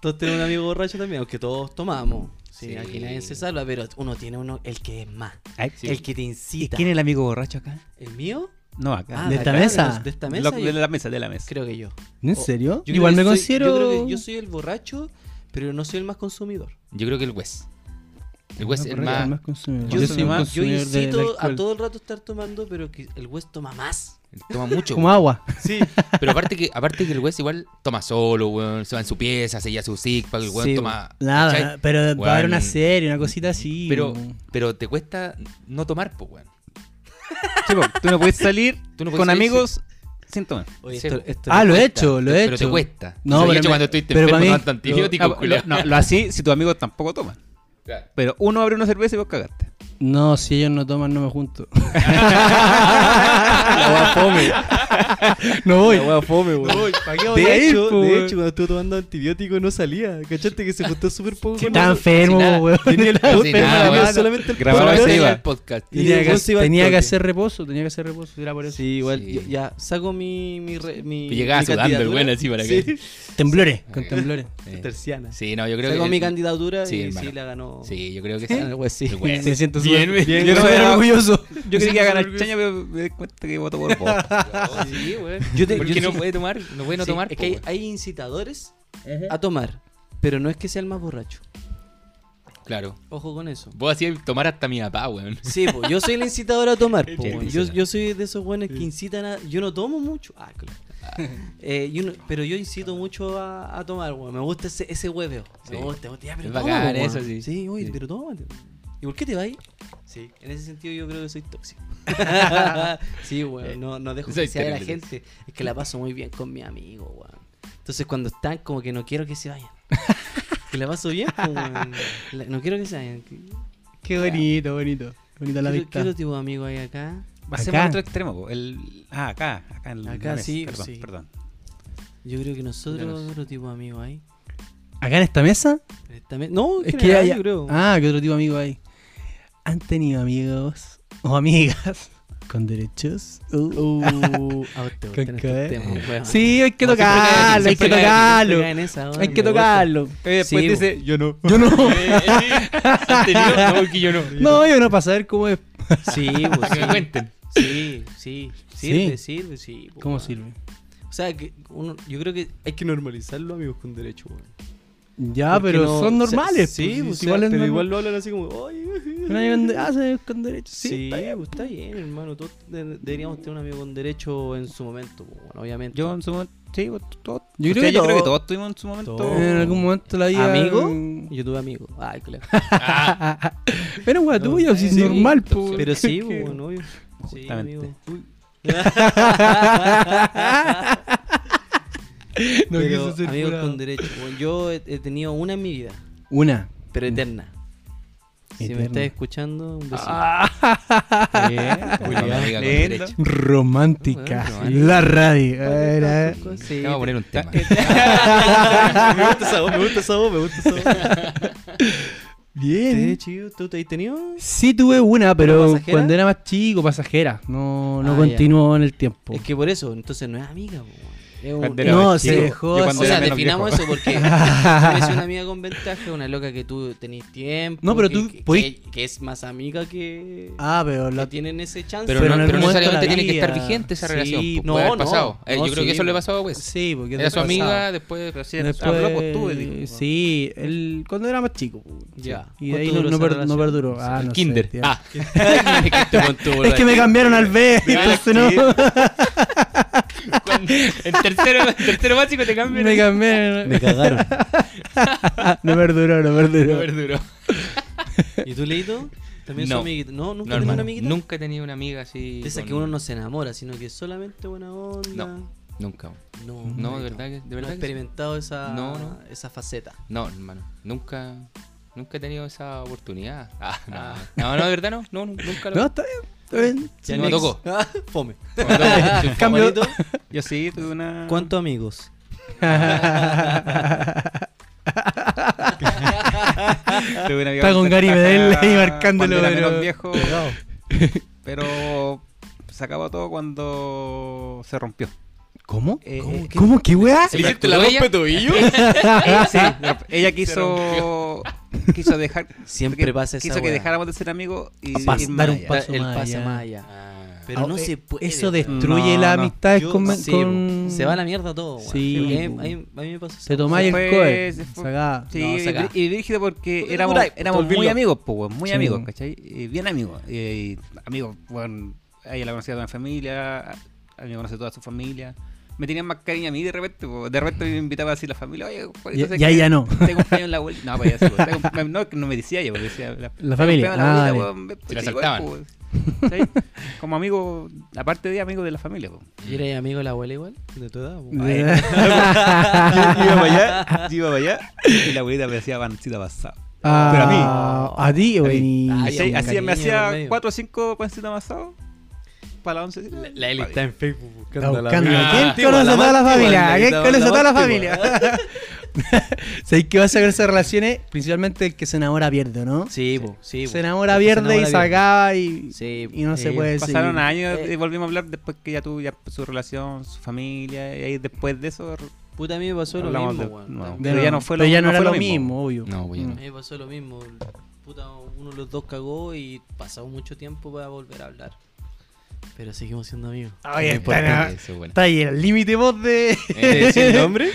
S1: todos tenemos un amigo borracho también, aunque todos tomamos. Sí,
S3: Sí.
S1: aquí nadie se salva, pero uno tiene uno, el que es más,
S3: Sí.
S1: el que te incita.
S5: es el amigo borracho acá?
S1: ¿El mío?
S5: No, acá.
S1: Ah,
S2: ¿De esta
S1: acá,
S2: mesa?
S1: los- De esta mesa.
S5: Lo-
S1: yo-
S5: de la mesa, de la mesa.
S1: Creo que yo.
S2: ¿En serio?
S1: Yo
S2: Igual me
S1: creo que soy-
S2: considero.
S1: Yo creo que yo soy el borracho, pero no soy el más consumidor.
S3: Yo creo que el Wes. El Wes es el
S2: Correcto,
S3: más.
S2: consumidor.
S1: Yo,
S5: Yo soy
S1: yo
S5: más-
S2: consumidor de- de
S1: incito a
S2: alcohol.
S1: todo el rato estar tomando, pero que el West toma más.
S3: Toma mucho.
S2: Como agua.
S1: Sí.
S3: Pero aparte que, aparte que el Wes igual toma solo, weón. Se va en su pieza, se lleva su zig, el weón
S1: Sí,
S3: toma.
S2: Nada,
S3: ¿cachai?
S2: nada, pero va a haber una
S3: Weón,
S2: serie, una cosita así.
S3: Pero,
S2: weón.
S3: pero te cuesta no tomar, pues, weón.
S5: Chico, tú no puedes salir
S3: Tú no puedes
S5: con
S3: salir,
S5: amigos sin tomar.
S1: Oye,
S3: Sí,
S1: esto,
S3: bo.
S1: esto
S2: ah,
S1: le
S2: lo he
S1: cuesta.
S2: hecho, lo he
S3: pero
S2: hecho.
S3: te cuesta.
S2: No,
S3: No,
S2: pero
S3: de hecho,
S2: me-
S3: cuando estuviste
S2: pero para
S3: enfermo,
S2: mí-
S3: tomando antibióticos,
S5: Ah,
S3: culiao.
S5: no, no, lo así si tus amigos tampoco toman.
S3: Claro.
S5: Pero uno abre una cerveza y vos cagaste.
S2: No, si ellos no toman, no me junto. no voy. ¿Para qué voy a
S1: Ah, De
S2: ir,
S1: hecho,
S2: po,
S1: de
S2: weón?
S1: hecho, cuando estuvo tomando antibiótico no salía. ¿Cachaste que se juntó súper poco? con
S2: Estaba
S1: nosotros?
S2: enfermo,
S3: nada.
S2: weón.
S1: Tenía el
S3: Sin
S1: puto enfermo
S3: nada,
S1: en la
S3: weón.
S1: mano, solamente el
S5: Grababa
S1: puto
S5: ese
S1: enfermo.
S5: iba.
S3: el podcast.
S1: Y
S2: Tenía,
S1: de
S2: que,
S1: vos iba al
S2: tenía que
S1: toque.
S2: hacer reposo, tenía que hacer reposo. Era por eso.
S1: Sí, igual,
S3: Sí.
S1: Ya, ya, saco mi. mi, re- mi
S3: Y llegaba
S1: mi
S3: sudando el
S1: candidatura.
S3: weón así para
S1: Sí.
S3: que-
S2: Temblores, con
S3: Ok.
S2: temblores.
S3: Sí.
S1: Terciana.
S3: Sí, no, yo creo
S1: Sacó
S3: que.
S1: mi candidatura
S3: Sí,
S1: y
S3: hermano.
S1: sí la ganó.
S3: Sí, yo creo que
S1: Ah,
S3: sí.
S1: pues sí.
S3: El Wes.
S2: Me siento
S3: Bien,
S2: súper-
S3: bien.
S2: Yo
S5: Yo
S2: soy
S5: soy-
S2: orgulloso.
S5: Yo creí que iba a ganar el
S2: orgulloso.
S5: chaña, pero me di cuenta que voto por vos.
S3: Sí, weón.
S1: Yo te-
S3: Porque
S1: yo
S3: no
S1: sí-
S3: puede tomar, no puede no
S1: Sí,
S3: tomar.
S1: Es
S3: po,
S1: que hay,
S3: weón.
S1: hay incitadores a tomar, pero no es que sea el más borracho.
S3: Claro.
S1: Ojo con eso.
S3: Vos hacías tomar hasta mi papá, weón.
S1: Sí, po, yo soy el incitador a tomar. po,
S3: Sí,
S1: weón.
S3: sí,
S1: yo,
S3: sí.
S1: yo soy de esos buenos que incitan a. Yo no tomo mucho. Ah, claro. Eh, yo no- pero yo incito mucho a, a tomar, weón. Me gusta ese, ese hueveo. Me
S3: Sí.
S1: gusta, me gusta. Ya, pero
S3: Es
S1: toma, po,
S3: bacán
S1: weón.
S3: eso, sí.
S1: Sí, oye,
S3: Sí.
S1: pero tómate. ¿Y por qué te vas ahí? Sí. En ese sentido, yo creo que soy tóxico. sí, weón. No, no dejo que
S3: Eh, Soy
S1: se vaya la
S3: terrible
S1: gente. Es que la paso muy bien con mi amigo, weón. Entonces, cuando están, como que no quiero que se vayan. que la paso bien, po, weón. La- No quiero que se vayan.
S2: Qué bonito, bonito. Bonita la
S1: Quiero,
S2: vista.
S1: quiero tu amigo ahí acá.
S5: Pasemos al
S2: Acá.
S5: otro extremo. po, El, ah, acá. Acá, en la
S1: Acá
S5: mesa,
S1: sí,
S5: Perdón,
S1: sí.
S5: perdón.
S1: Yo creo que nosotros,
S3: Cuéntanos.
S1: otro tipo de amigo ahí.
S2: ¿Acá en esta mesa?
S1: En esta me- No, en
S2: Es que
S1: general,
S2: hay-
S1: yo creo.
S2: Ah, que otro tipo de amigo hay. ¿Han tenido amigos o amigas con derechos? Uh.
S1: Uh, a vos te
S2: ¿Qué
S1: gustan
S2: cae?
S1: estos temas, weón.
S2: Sí, hay que
S1: Como siempre caen,
S2: tocarlo, hay
S1: siempre
S2: que
S1: caen-
S2: tocarlo.
S1: siempre caen esa, weón,
S2: Hay que
S1: me gusta.
S2: tocarlo.
S3: Eh,
S1: después Sí, dice,
S5: yo no.
S2: Yo no.
S3: no, porque yo no.
S2: No, yo no para saber cómo es.
S1: Sí, pues,
S3: Para que me
S1: sí.
S3: cuenten.
S1: Sí, sí. Sirve,
S2: Sí.
S1: sirve, sí. pues,
S2: ¿Cómo
S1: weón.
S2: sirve?
S1: O sea, que uno, yo creo que hay que normalizarlo, amigos con derecho, weón.
S2: Ya,
S1: Porque
S2: pero
S1: no-
S2: son
S1: o sea,
S2: normales.
S1: Sí,
S2: pues,
S1: pues,
S2: igual es
S1: pero
S2: normal.
S1: igual lo hablan así como, "Ay,
S2: Un amigo con de- ah, sí, con derechos. Sí,
S1: Sí,
S2: está bien.
S1: pues, está bien, hermano. Todos de- deberíamos tener un amigo con derecho en su momento, pues, bueno, obviamente.
S5: Yo en su momento. Sí, pues, todos.
S2: Yo
S5: o
S2: creo
S5: sea,
S2: que
S5: yo creo que
S2: todo-
S5: todos tuvimos en su momento.
S1: todo.
S2: En algún momento la vida.
S1: ¿Amigo?
S2: mm,
S1: Yo tuve amigos. Ay, claro.
S2: Pero weá,
S1: No,
S2: tuya, si es
S1: sí,
S2: normal, po.
S1: Pero sí, pues,
S2: ¿Qué- qué?
S1: bueno, obvio. Sí,
S5: Justamente.
S1: amigo.
S2: No
S1: Pero
S2: quiso ser
S1: amigos
S2: jurado.
S1: con derecho. Bueno, yo he, he tenido una en mi vida,
S2: Una.
S1: pero eterna. Si me
S2: Mm. Eterna. Ah,
S1: estás escuchando, un besito.
S3: Uy, no, amiga, con
S5: pues, Lindo.
S3: derecho.
S2: Romántica.
S3: Bueno, bueno,
S2: la radio. A ver, a ver.
S1: Sí.
S3: Te Vamos a poner un tema.
S1: me gusta esa voz, me gusta esa voz, me gusta esa voz.
S2: Bien.
S1: ¿Te- chico, ¿Tú te has tenido?
S2: Sí tuve una, pero
S1: pasajera?
S2: cuando era más chico, pasajera. No, no
S1: Ah,
S2: continuó en el tiempo.
S1: Es que por eso, entonces no es amiga, po, weón. Es un-
S5: Cuando
S1: es
S5: era
S2: No,
S5: más
S2: se
S5: chico,
S2: dejó
S5: yo
S2: así.
S5: cuando
S1: o
S5: era
S1: sea,
S5: menos
S1: definamos
S5: viejo.
S1: eso porque es una amiga con ventaja, una loca que tú tenés tiempo.
S2: No, pero
S1: que-
S2: tú
S1: que,
S2: podís-
S1: que- que es más amiga que.
S2: Ah, pero
S1: que
S2: la...
S1: tienen ese chance.
S3: Pero,
S2: Pero en
S3: no,
S2: algún
S3: pero no
S2: momento
S3: necesariamente
S2: la
S3: tiene que estar
S2: vida-
S3: vigente esa
S1: Sí,
S3: relación. pues,
S1: no,
S3: puede haber
S1: no,
S3: pasado. Eh,
S1: no,
S3: yo creo que
S1: sí,
S3: eso le
S1: po.
S3: pasó a Wes.
S2: Sí, porque
S3: Era
S2: después-
S3: su amiga, Ah, después.
S5: Pero sí,
S2: Después,
S5: habló, pues, tú, dijo.
S2: sí, el, cuando era más chico. pues,
S1: Ya.
S2: Y de
S1: ¿Cuánto
S2: ahí no,
S1: duró
S2: no
S1: esa
S2: per- no
S1: relación?
S2: perduró. Ah, no sé,
S3: Kinder.
S2: tío.
S3: ah. Es que este weón tuvo
S2: es que me
S3: la-
S2: cambiaron al B. entonces no.
S3: Cuando- En tercero, en tercero básico te cambian.
S2: Me cambiaron.
S1: Me cagaron.
S2: No perduró, no
S3: No,
S2: perduró.
S3: verduro.
S1: ¿Y tú, Leito? También
S3: No.
S1: son amiguitos. No, nunca
S3: No,
S1: tenés una
S3: hermano,
S1: amiguita.
S3: nunca he tenido una amiga así.
S1: Piensa
S3: con-
S1: que uno no se enamora, sino que es solamente buena onda.
S3: No. Nunca.
S1: No,
S3: No, de verdad que. De
S1: No he
S3: verdad que sí.
S1: experimentado esa,
S3: No, no.
S1: esa faceta.
S3: No, hermano. Nunca. Nunca he tenido esa oportunidad. Ah, no. no, no, de verdad no. No, nunca lo.
S2: No, está bien. Está bien.
S3: No
S1: next.
S3: tocó.
S1: Ah, Fome.
S3: Cuando-
S2: Cambio.
S1: Juanito,
S5: Yo sí, tuve una.
S1: ¿Cuántos amigos?
S5: Tuve una amiga
S2: Está con Gary Medel
S5: ventaja
S2: ahí marcándolo,
S5: cuando era
S2: pero-
S5: menos viejo. Pero se acabó todo cuando se rompió.
S2: ¿Cómo?
S5: Eh,
S2: ¿Cómo?
S5: eh,
S2: ¿Cómo? ¿Qué weá?
S3: ¿Le hiciste la bomba tobillo?
S5: Sí, ella quiso quiso dejar
S1: Siempre
S5: que-
S1: pasa esa
S5: quiso que
S1: weá.
S5: dejáramos de ser amigos y
S2: Pas-
S5: ir más
S2: dar un
S5: allá.
S2: paso
S1: el
S2: más
S1: pase
S2: allá.
S1: más allá. Pero
S2: Ah,
S1: no
S2: eh,
S1: se puede.
S2: Eso
S1: weón.
S2: destruye
S5: No,
S2: las
S5: no.
S2: amistades
S1: Yo-
S2: con,
S1: sí,
S2: con-
S1: po. Se va a la mierda todo, weón.
S2: Sí,
S1: A mí-
S2: po.
S1: a mí, a mí me pasó esa
S2: Te
S1: weá.
S2: tomáis
S5: Se
S2: el
S5: fue,
S2: coe.
S5: se fue.
S2: Sacá.
S5: Sí,
S1: No,
S5: y
S1: saca.
S5: vir- y Virgida porque
S1: Porque
S5: éramos,
S1: duráis,
S5: éramos
S1: todo el
S5: muy
S1: mundo.
S5: amigos, pues, weón, muy
S2: Sí.
S5: amigos, ¿cachai? Eh, bien amigos. Eh, amigos, bueno, ella la conocía toda mi familia, a a mí me conocía toda su familia. Me tenían más cariño a mí de repente, po. de repente me invitaba así la familia, oye, Juanito,
S2: Ya-
S5: ¿sabes
S2: ya-
S5: qué?
S2: ya no.
S5: Tengo un en la vuelta. No, pues ya sí, po. Tengo un- no, que no me decía yo, me decía la,
S2: La familia.
S5: tengo un cumpleaños
S2: Ah,
S5: en
S2: vale.
S5: la weón, pues,
S3: Se la
S5: sí, igual,
S3: saltaban.
S5: po, weón. ¿Cachai? Como amigo, aparte de amigo de la familia, po.
S1: ¿Y eres amigo de la abuela igual? De tu edad, po.
S5: Yo iba para allá, yo iba para allá, y la abuelita me hacía pancita pasada.
S2: Ah,
S5: Pero a mí.
S2: A ti, güey.
S1: Ah,
S5: Hacía-
S1: ya, un
S5: hacía- me
S1: cariño por
S5: hacía
S1: medio.
S5: 4 o 5 pancitos amasados para la 11. La,
S1: Eli en Facebook
S2: Está
S1: la-
S2: buscando.
S3: Ah,
S2: ¿Quién
S1: antigua,
S2: conoce
S1: la
S2: a toda la
S1: más
S2: familia?
S1: antigua,
S2: ¿Quién
S1: la-
S2: conoce
S1: la
S2: a toda la
S1: más
S2: familia? ¿Sabéis que vas a ver esas relaciones? Principalmente el que se enamora pierde, ¿no?
S1: Sí, po, sí, po.
S2: Se enamora
S1: Se
S2: pierde y
S1: enamora pierde.
S2: sacaba y,
S1: Sí,
S2: y no se
S1: sí.
S2: puede
S5: Pasaron
S2: seguir.
S5: años
S1: Eh.
S5: y volvimos a hablar después que ya tuvo ya su relación, su familia, y ahí después de eso r-
S1: Puta, a mí me pasó lo
S5: hablamos
S1: mismo,
S5: de-
S1: weón.
S5: no.
S1: También.
S5: Pero ya no fue lo-
S2: pero ya no
S5: no
S2: era
S5: fue
S2: lo
S5: lo
S2: mismo,
S5: mismo.
S2: obvio.
S3: No, güey,
S2: Mm.
S3: no.
S1: A mí me pasó lo mismo. Puta, uno de los dos cagó y pasó mucho tiempo para volver a hablar. Pero seguimos siendo amigos.
S2: Oye,
S3: Es
S2: está,
S3: importante
S2: na-
S3: eso, bueno.
S2: está ahí el límite vos de...
S3: Eh, ¿sí el
S2: nombre?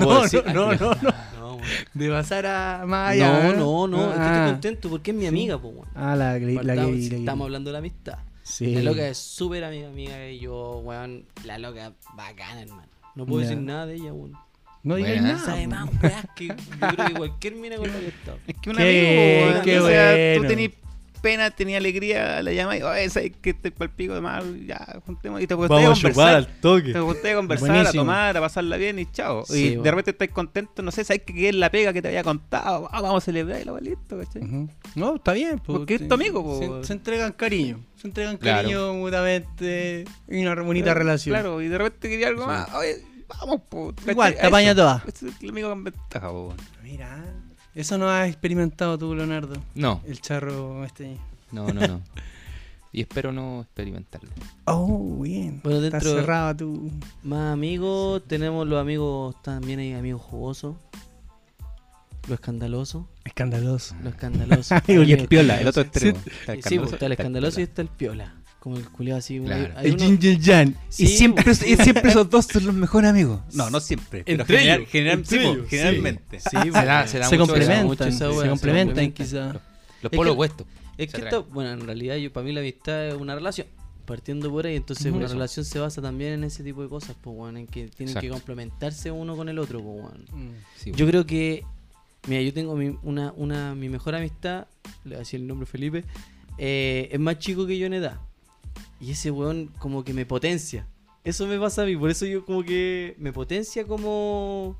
S2: No,
S3: puedo
S2: no,
S3: decir?
S2: no, no, no.
S1: No,
S2: De pasar a más allá.
S1: No,
S2: ¿eh?
S1: no, no. es que
S2: Ah.
S1: estoy contento porque es mi amiga, po, weón.
S2: Ah, la, que- la, que-
S1: Partamos, si
S2: la que-
S1: Estamos hablando de la amistad.
S2: Sí.
S1: La loca es súper amiga mía y yo, weón, la loca bacana, hermano. No puedo
S2: Ya.
S1: decir nada de ella, weón.
S2: No digas
S3: Buena.
S2: nada. pues.
S1: Sabe más, weón, que yo creo que cualquier mina con la que he estado.
S5: Es que un
S2: Qué
S5: amigo,
S2: bueno,
S5: weón,
S2: qué
S5: o sea,
S2: bueno.
S5: tú tenías pena, tenías alegría, la llamas y, oye, ¿sabes que estoy pa'l pico de mal? Ya, juntemos. Y te acosté a conversar. Te
S2: toque.
S5: acosté a conversar,
S2: Buenísimo.
S5: a tomar, a pasarla bien y chao.
S1: Sí,
S5: y
S1: bueno.
S5: de repente estás contento, no sé, ¿sabes qué es la pega que te había contado? Ah, vamos a celebrar y la va listo, ¿cachai?
S2: No, está bien. po.
S5: Porque es tu amigo, po.
S1: pues.
S2: Se, se entregan cariño. Se entregan
S3: Claro.
S2: cariño mutuamente. Y una bonita
S1: Eh,
S5: Claro,
S2: relación.
S5: Eh, Claro, y de repente quería algo más. Oye, vamos, po. ¿cachai?
S2: Igual,
S5: A
S2: te apaña
S5: eso.
S2: toda.
S5: Ese es el amigo con ventaja, po. weón.
S2: Mira. Eso no has experimentado tú, Leonardo.
S3: No,
S2: El charro este.
S3: no, no, no. Y espero no experimentarlo.
S2: Oh, bien.
S1: Bueno,
S2: Está
S1: dentro-
S2: cerrado tu.
S1: Más amigos, tenemos los amigos, también hay amigos jugosos. Lo escandaloso,
S2: Escandaloso.
S1: lo escandaloso.
S2: Amigo,
S1: Hay
S2: el
S1: amigos
S5: Piola, el otro
S1: escandalosos.
S5: extremo.
S1: Sí, sí, pues, está el escandaloso y está el piola. Como el culiado así. güey.
S3: Claro.
S1: Hay
S2: El
S1: uno-
S2: Jin Jin Jan.
S1: Sí, pues, sí.
S5: esos dos son los mejores amigos. No, no siempre. pero
S1: Entre
S5: general-
S1: ellos,
S5: general-
S1: entre
S5: sí, po,
S1: ellos, sí.
S5: generalmente.
S1: Sí,
S3: Se
S1: pues,
S3: da,
S1: güey.
S3: se da
S2: Se
S3: mucho eso.
S2: complementan.
S1: mucho esa
S2: Se
S1: wea, se
S2: complementan,
S1: complementan.
S2: quizás.
S3: Los
S1: que-
S3: polos opuestos.
S1: Es
S3: se
S1: que
S3: atraen.
S1: esto, bueno, en realidad yo para mí la amistad es una relación. Partiendo por ahí, entonces
S2: Ujú.
S1: una
S2: Eso.
S1: relación se basa también en ese tipo de cosas, pues, weón, en que tienen que
S3: Exacto.
S1: complementarse uno con el otro, pues, weón.
S2: Mm.
S3: Sí,
S1: Yo creo que, mira, yo tengo mi, una, una, mi mejor amistad, le voy a decir el nombre Felipe, eh, es más chico que yo en edad. Y ese weón como que me potencia. Eso me pasa a mí, por eso yo como que me potencia como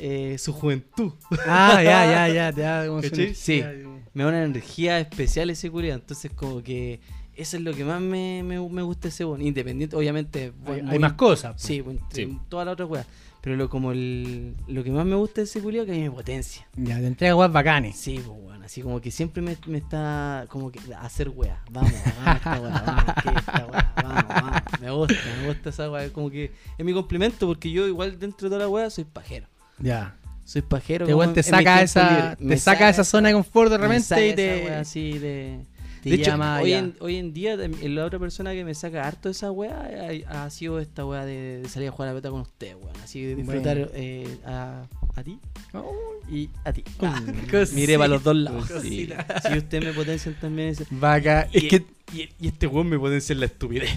S1: eh, su juventud.
S2: Ah, ya, ya, ya. Te da como su
S1: ¿Cachai?
S2: energía,
S1: Sí.
S2: como-
S1: me da una energía especial ese culiao. Entonces, como que eso es lo que más me, me, me gusta ese weón. Independiente, obviamente.
S2: Hay,
S1: buen- muy-
S2: hay más cosas. po.
S1: Sí, bueno, entre
S3: Sí.
S1: todas las otras weas. Pero lo, como el, lo que más me gusta de ese culiao es que a mí me potencia.
S2: Ya, te entrega guas bacanes.
S1: Sí, pues, weón. Así como que siempre me, me está como que a hacer weas. Vamos, vamos, esta wea, vamos, que esta wea, vamos, vamos. Me gusta, me gusta esa wea. Como que es mi complemento porque yo, igual, dentro de toda la wea, soy pajero.
S2: Ya.
S1: Soy pajero.
S2: Te,
S1: como
S2: weón, te
S1: en- en mi
S2: saca
S1: tiempo
S2: esa,
S1: libre.
S2: te
S1: Me
S2: saca esa zona de confort de repente y te.
S1: así de.
S2: te
S1: de hecho,
S2: llama
S1: hoy
S2: ya.
S1: en, hoy en día em, la otra persona que me saca harto de esa weá eh, ha, ha sido esta weá de, de salir a jugar a la pelota con usted, weón. Así de disfrutar
S2: Bueno.
S1: eh, a, a ti
S2: Oh,
S1: y a ti. Ah,
S2: cosita,
S1: Miré para los dos lados. Si
S2: cosita.
S1: ustedes me potencian también ese-
S2: Vaca. Es
S1: y,
S2: que.
S1: y- y este weón me potencia en la estupidez.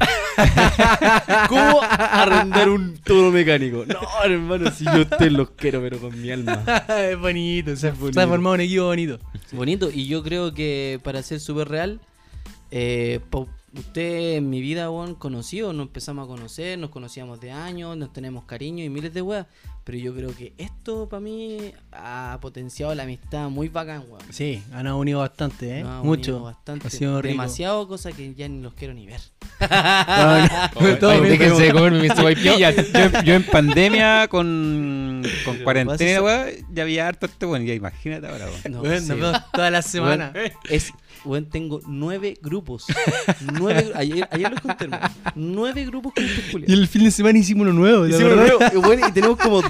S1: ¿Cómo arrendar un toro mecánico? No, hermano, si yo a ustedes los quiero, pero con mi alma.
S2: es bonito. Se, se ha formado un equipo bonito.
S1: Bonito, y yo creo que para ser súper real, eh, pa- usted en mi vida, weón, conocido, nos empezamos a conocer, nos conocíamos de años, nos tenemos cariño y miles de weas, pero yo creo que esto para mí ha potenciado la amistad muy bacán, weón.
S2: Sí, han unido bastante, ¿eh?
S1: Nos ha unido
S2: Mucho.
S1: bastante,
S2: Ha sido rico.
S1: demasiado, cosa que ya ni los quiero ni ver.
S2: Bueno,
S3: Todo
S2: todo bien.
S3: déjense de comer mis sopaipillas.
S5: yo, yo en pandemia, con, con
S1: pasa-
S5: cuarentena, weón, ya había harto este weón. Ya imagínate ahora, weón.
S1: No
S2: Bueno,
S1: sé,
S2: nos vemos toda la semana.
S1: Weón, es, weón, tengo nueve grupos. Nueve, gru- ayer, ayer los conté, hermano. Nueve grupos con este Julián.
S2: Y el fin de semana hicimos uno nuevo. la
S1: Hicimos
S2: verdad.
S1: lo mismo, y bueno, y tenemos como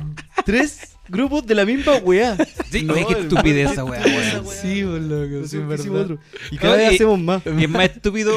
S1: tres grupos de la misma weá.
S5: Sí, oye, qué estupidez esa weá, weón.
S2: Sí, por loco. Sí,
S1: Nosotros hicimos
S2: verdad.
S1: otro. Y
S5: No,
S1: cada vez
S5: y-
S1: hacemos más.
S5: Y es más estúpido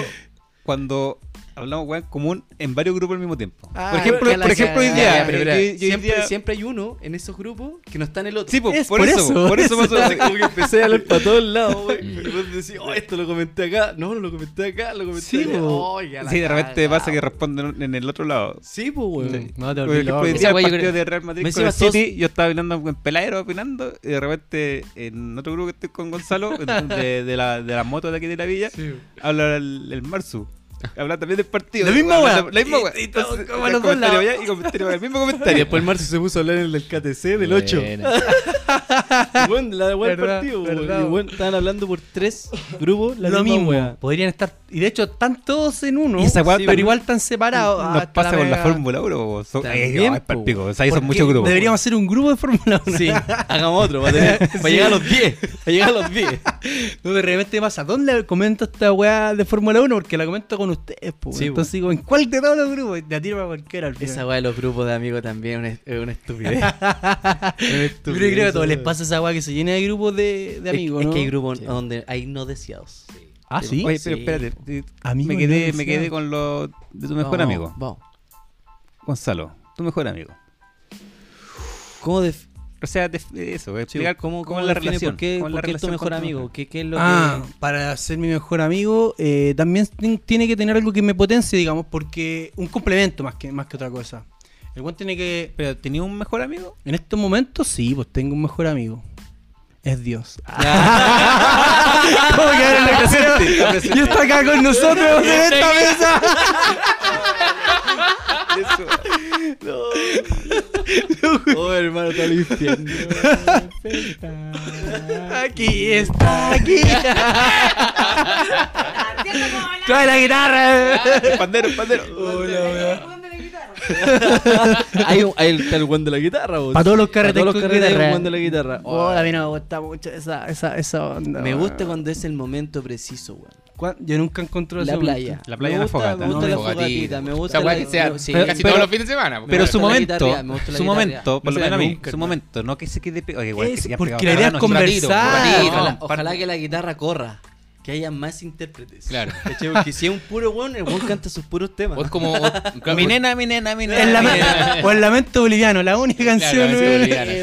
S5: cuando hablamos weón en común en varios grupos al mismo tiempo.
S2: Ah,
S5: por ejemplo,
S2: que la
S5: por ejemplo hoy
S2: cagada.
S5: día.
S2: Ya, pero
S5: yo-
S2: espera,
S5: yo hoy
S1: siempre,
S5: día-
S1: siempre hay uno en esos grupos que no está en el otro.
S5: Sí, po,
S2: Es
S5: por,
S2: por
S5: eso,
S2: eso,
S5: Por
S2: por
S5: eso pasó así como que
S1: Empecé a hablar para todos lados, güey. Y vos decís, oh, esto lo comenté acá. No, no lo comenté acá, lo comenté
S2: Sí,
S1: allá.
S2: po.
S1: Ay, a la
S5: Sí, de repente
S1: cagada,
S5: pasa que responden en el otro lado.
S1: Sí, pues, güey.
S2: Sí. No te
S5: Por
S2: olvides.
S5: ejemplo,
S2: loco.
S5: hoy
S3: Esa
S5: día el
S3: wea yo
S5: partido
S3: creo-
S5: de Real Madrid
S1: Me
S5: con el
S1: encima
S5: City, yo estaba hablando con Peladero opinando, y de repente en otro grupo que estoy con Gonzalo, de, de la, de las motos de aquí de la villa, habla el, el Marzu. Habla también del partido.
S2: La misma
S5: Habla-
S2: wea.
S5: La misma wea.
S2: Y- y todos
S5: Entonces,
S2: como a los dos
S5: comentario
S2: lados.
S5: allá y comentario acá, el mismo comentario.
S1: Después el Marcio se puso a hablar en el del KTC del 8.
S3: Buena.
S1: Bueno, la del
S2: Verdad,
S1: partido, güey.
S2: verdad.
S1: Y bueno, estaban hablando por tres grupos. La
S2: lo
S1: misma
S2: mismo.
S1: weá.
S2: Podrían estar. Y de hecho, están todos en uno.
S5: Y esa weá
S2: pero
S5: también
S2: igual están separados.
S5: Nos
S2: hasta
S5: pasa con la
S2: mega.
S5: Fórmula 1. po, Son,
S1: También,
S5: eh, no, es
S1: po.
S5: pal pico, o sea, ahí son
S2: Porque
S5: muchos grupos.
S2: Deberíamos hacer un grupo de Fórmula 1.
S1: Sí, hagamos otro, va a, tener- va a llegar a los 10. Va a llegar a los 10.
S2: No, de repente pasa. ¿Dónde comento esta weá de Fórmula 1? Porque la comento con ustedes, po.
S1: Sí,
S2: Entonces digo, ¿en cuál de todos los grupos? Y La tiro para cualquiera al final.
S1: Esa weá de los grupos de amigos también es una, es una estupidez.
S2: Yo creo que a todos les pasa esa weá que se llena de grupos de, de amigos,
S1: es,
S2: ¿no?
S1: que hay grupos
S2: Sí.
S1: donde hay no deseados.
S2: Ah, sí.
S5: Oye, pero
S1: Sí.
S5: espérate. eh,
S2: Amigos
S5: me
S2: no
S5: quedé, me
S2: deseados.
S5: quedé con lo de tu mejor
S1: Vamos,
S5: amigo.
S1: Vamos.
S5: Gonzalo, tu mejor amigo.
S1: ¿Cómo def-
S5: O sea, def- eso, eh, explicar
S1: ¿Cómo, cómo
S5: cómo, es la
S1: define
S5: relación.
S1: ¿Por qué,
S5: cómo es la
S1: por qué es tu
S5: relación
S1: mejor
S5: con tu
S1: amigo?
S5: mujer.
S1: ¿Qué, qué es lo
S2: ah,
S1: que...?
S2: para ser mi mejor amigo, eh, también ten- tiene que tener algo que me potencie, digamos, porque un complemento más que, más que otra cosa. El buen tiene que.
S5: ¿Pero tenía un mejor amigo?
S2: En estos momentos, sí, pues tengo un mejor amigo. Es Dios. ¿Cómo quedaron los presentes? Y está acá con nosotros en esta mesa.
S1: Oh, hermano, está al infierno.
S2: Aquí está, aquí. Trae la guitarra.
S5: El pandero, el pandero.
S1: Hay, un- hay el, está el weón de la guitarra, vos.
S2: Pa' todos los
S1: Para
S2: carretes
S1: todos los
S2: con
S1: carretes hay
S2: guitarra.
S1: un weón de la guitarra. Oh,
S2: Hola, a mí no me gusta mucho esa, esa, esa onda.
S1: me
S2: weón.
S1: gusta cuando es el momento preciso, weón.
S2: ¿Cuán- Yo nunca encontré
S1: La
S2: ese
S1: playa.
S2: momento.
S5: La playa
S1: Me
S5: en la
S1: gusta-
S5: fogata.
S1: Me gusta
S2: No,
S1: la
S2: me
S1: fogatita, me gusta
S3: Esa weá
S1: la-
S3: que sea
S1: no, sí.
S3: casi
S5: pero-
S3: todos los fines de semana. po.
S5: Pero
S1: gusta
S5: su
S1: la
S5: momento,
S1: guitarra, me gusta la
S5: su
S1: guitarra.
S5: momento, por
S1: Me
S5: lo menos a mí,
S1: gusta
S5: su
S1: la
S5: momento, no que se quede pe- Oye, igual que
S2: Es
S5: se queda
S2: porque
S5: pegado
S2: la
S5: a
S2: idea es
S5: mano,
S2: conversar.
S3: ratito, un ratito.
S1: Ojalá,
S5: No,
S1: ojalá
S5: parte-
S1: que la guitarra corra. Que haya más intérpretes.
S3: Claro.
S1: ¿Cachai? Porque si es un puro weón, el weón canta sus puros temas.
S3: Vos como. vos- claro,
S5: Mi
S3: vos-
S5: nena, mi nena, mi nena.
S2: El
S5: mi
S2: lame-
S5: nena.
S2: o el lamento boliviano, la única
S3: claro,
S2: canción.
S3: se
S2: weón.
S3: olvidaron, sí,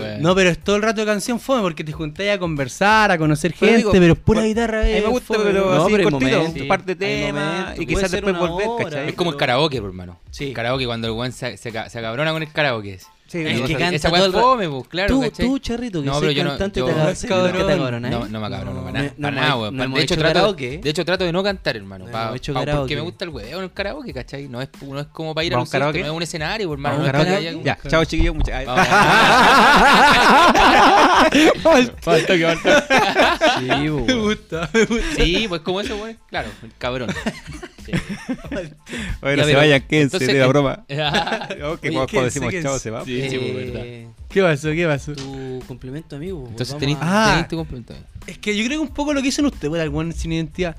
S3: weón.
S2: No, pero es todo el rato de canción fome porque te juntáis a conversar, a conocer
S5: Pero
S2: gente,
S5: digo,
S2: pero es pura
S5: por-
S2: guitarra.
S5: A mí
S2: eh,
S5: me gusta,
S2: fome,
S5: pero
S2: weón.
S1: No,
S5: así
S1: pero hay
S5: cortito,
S1: momentos,
S5: un par de
S1: hay
S5: temas
S1: momentos.
S5: y
S1: Puede
S5: quizás
S1: ser
S5: después
S1: una
S5: volver,
S1: hora.
S5: ¿cachai?
S3: Es como el karaoke, po, hermano.
S1: Sí.
S3: El karaoke, cuando el weón se, se, ca- se acabrona con el karaoke.
S5: Sí,
S1: El
S5: no,
S1: que
S5: no,
S1: canta
S3: Esa weá
S1: todo
S3: es
S1: el ra-
S3: fome, pues, claro.
S1: tú,
S3: ¿cachai?
S1: tú, Charrito, que
S3: No,
S1: soy
S3: pero yo no-
S1: cantante,
S3: yo-
S1: te
S3: No
S2: es
S1: agarras
S2: cabrón.
S1: que te acabaron, ¿eh?
S3: No, no me acabro, no,
S1: No,
S3: para nada.
S1: no
S3: para
S1: hemos
S3: nada,
S1: hecho-
S3: weón.
S1: no hemos
S3: de, hecho,
S1: hecho
S3: trato,
S1: karaoke.
S3: de hecho, trato de no cantar, hermano.
S1: No
S3: pa-
S1: hemos hecho
S3: pa-
S1: karaoke.
S3: porque me gusta el hueveo en el karaoke, ¿cachai? No es, no es como para ir
S5: ¿Vamos
S3: a un
S5: a karaoke?
S3: sistema, es un escenario, hermano.
S5: ¿Vamos
S3: no
S5: a
S3: es para que
S5: karaoke?
S3: haya un-
S5: Ya, chao chiquillos, muchas
S3: Vamos, vamos.
S5: Falta que falta.
S1: Sí, bo,
S2: Me
S1: weón.
S2: gusta, me gusta.
S3: Sí, pues como eso, weón. Claro, el cabrón. Sí.
S5: Oye,
S3: Ya,
S5: no se
S3: pero,
S5: vayan, quédense,
S3: entonces,
S5: de la
S3: eh,
S5: broma.
S3: sí,
S5: Oh, que
S2: Oye,
S5: cuando
S2: quédense,
S5: decimos
S2: quédense.
S5: chao se va.
S3: sí, pues,
S1: Eh,
S3: verdad.
S2: ¿Qué pasó? ¿Qué pasó?
S1: Tu complemento, amigo.
S3: Entonces
S1: vamos
S3: tenéis
S1: a-
S2: Ah.
S3: tenéis tu complemento.
S2: Es que yo creo que un poco lo que dicen ustedes, puta, el weón sin identidad.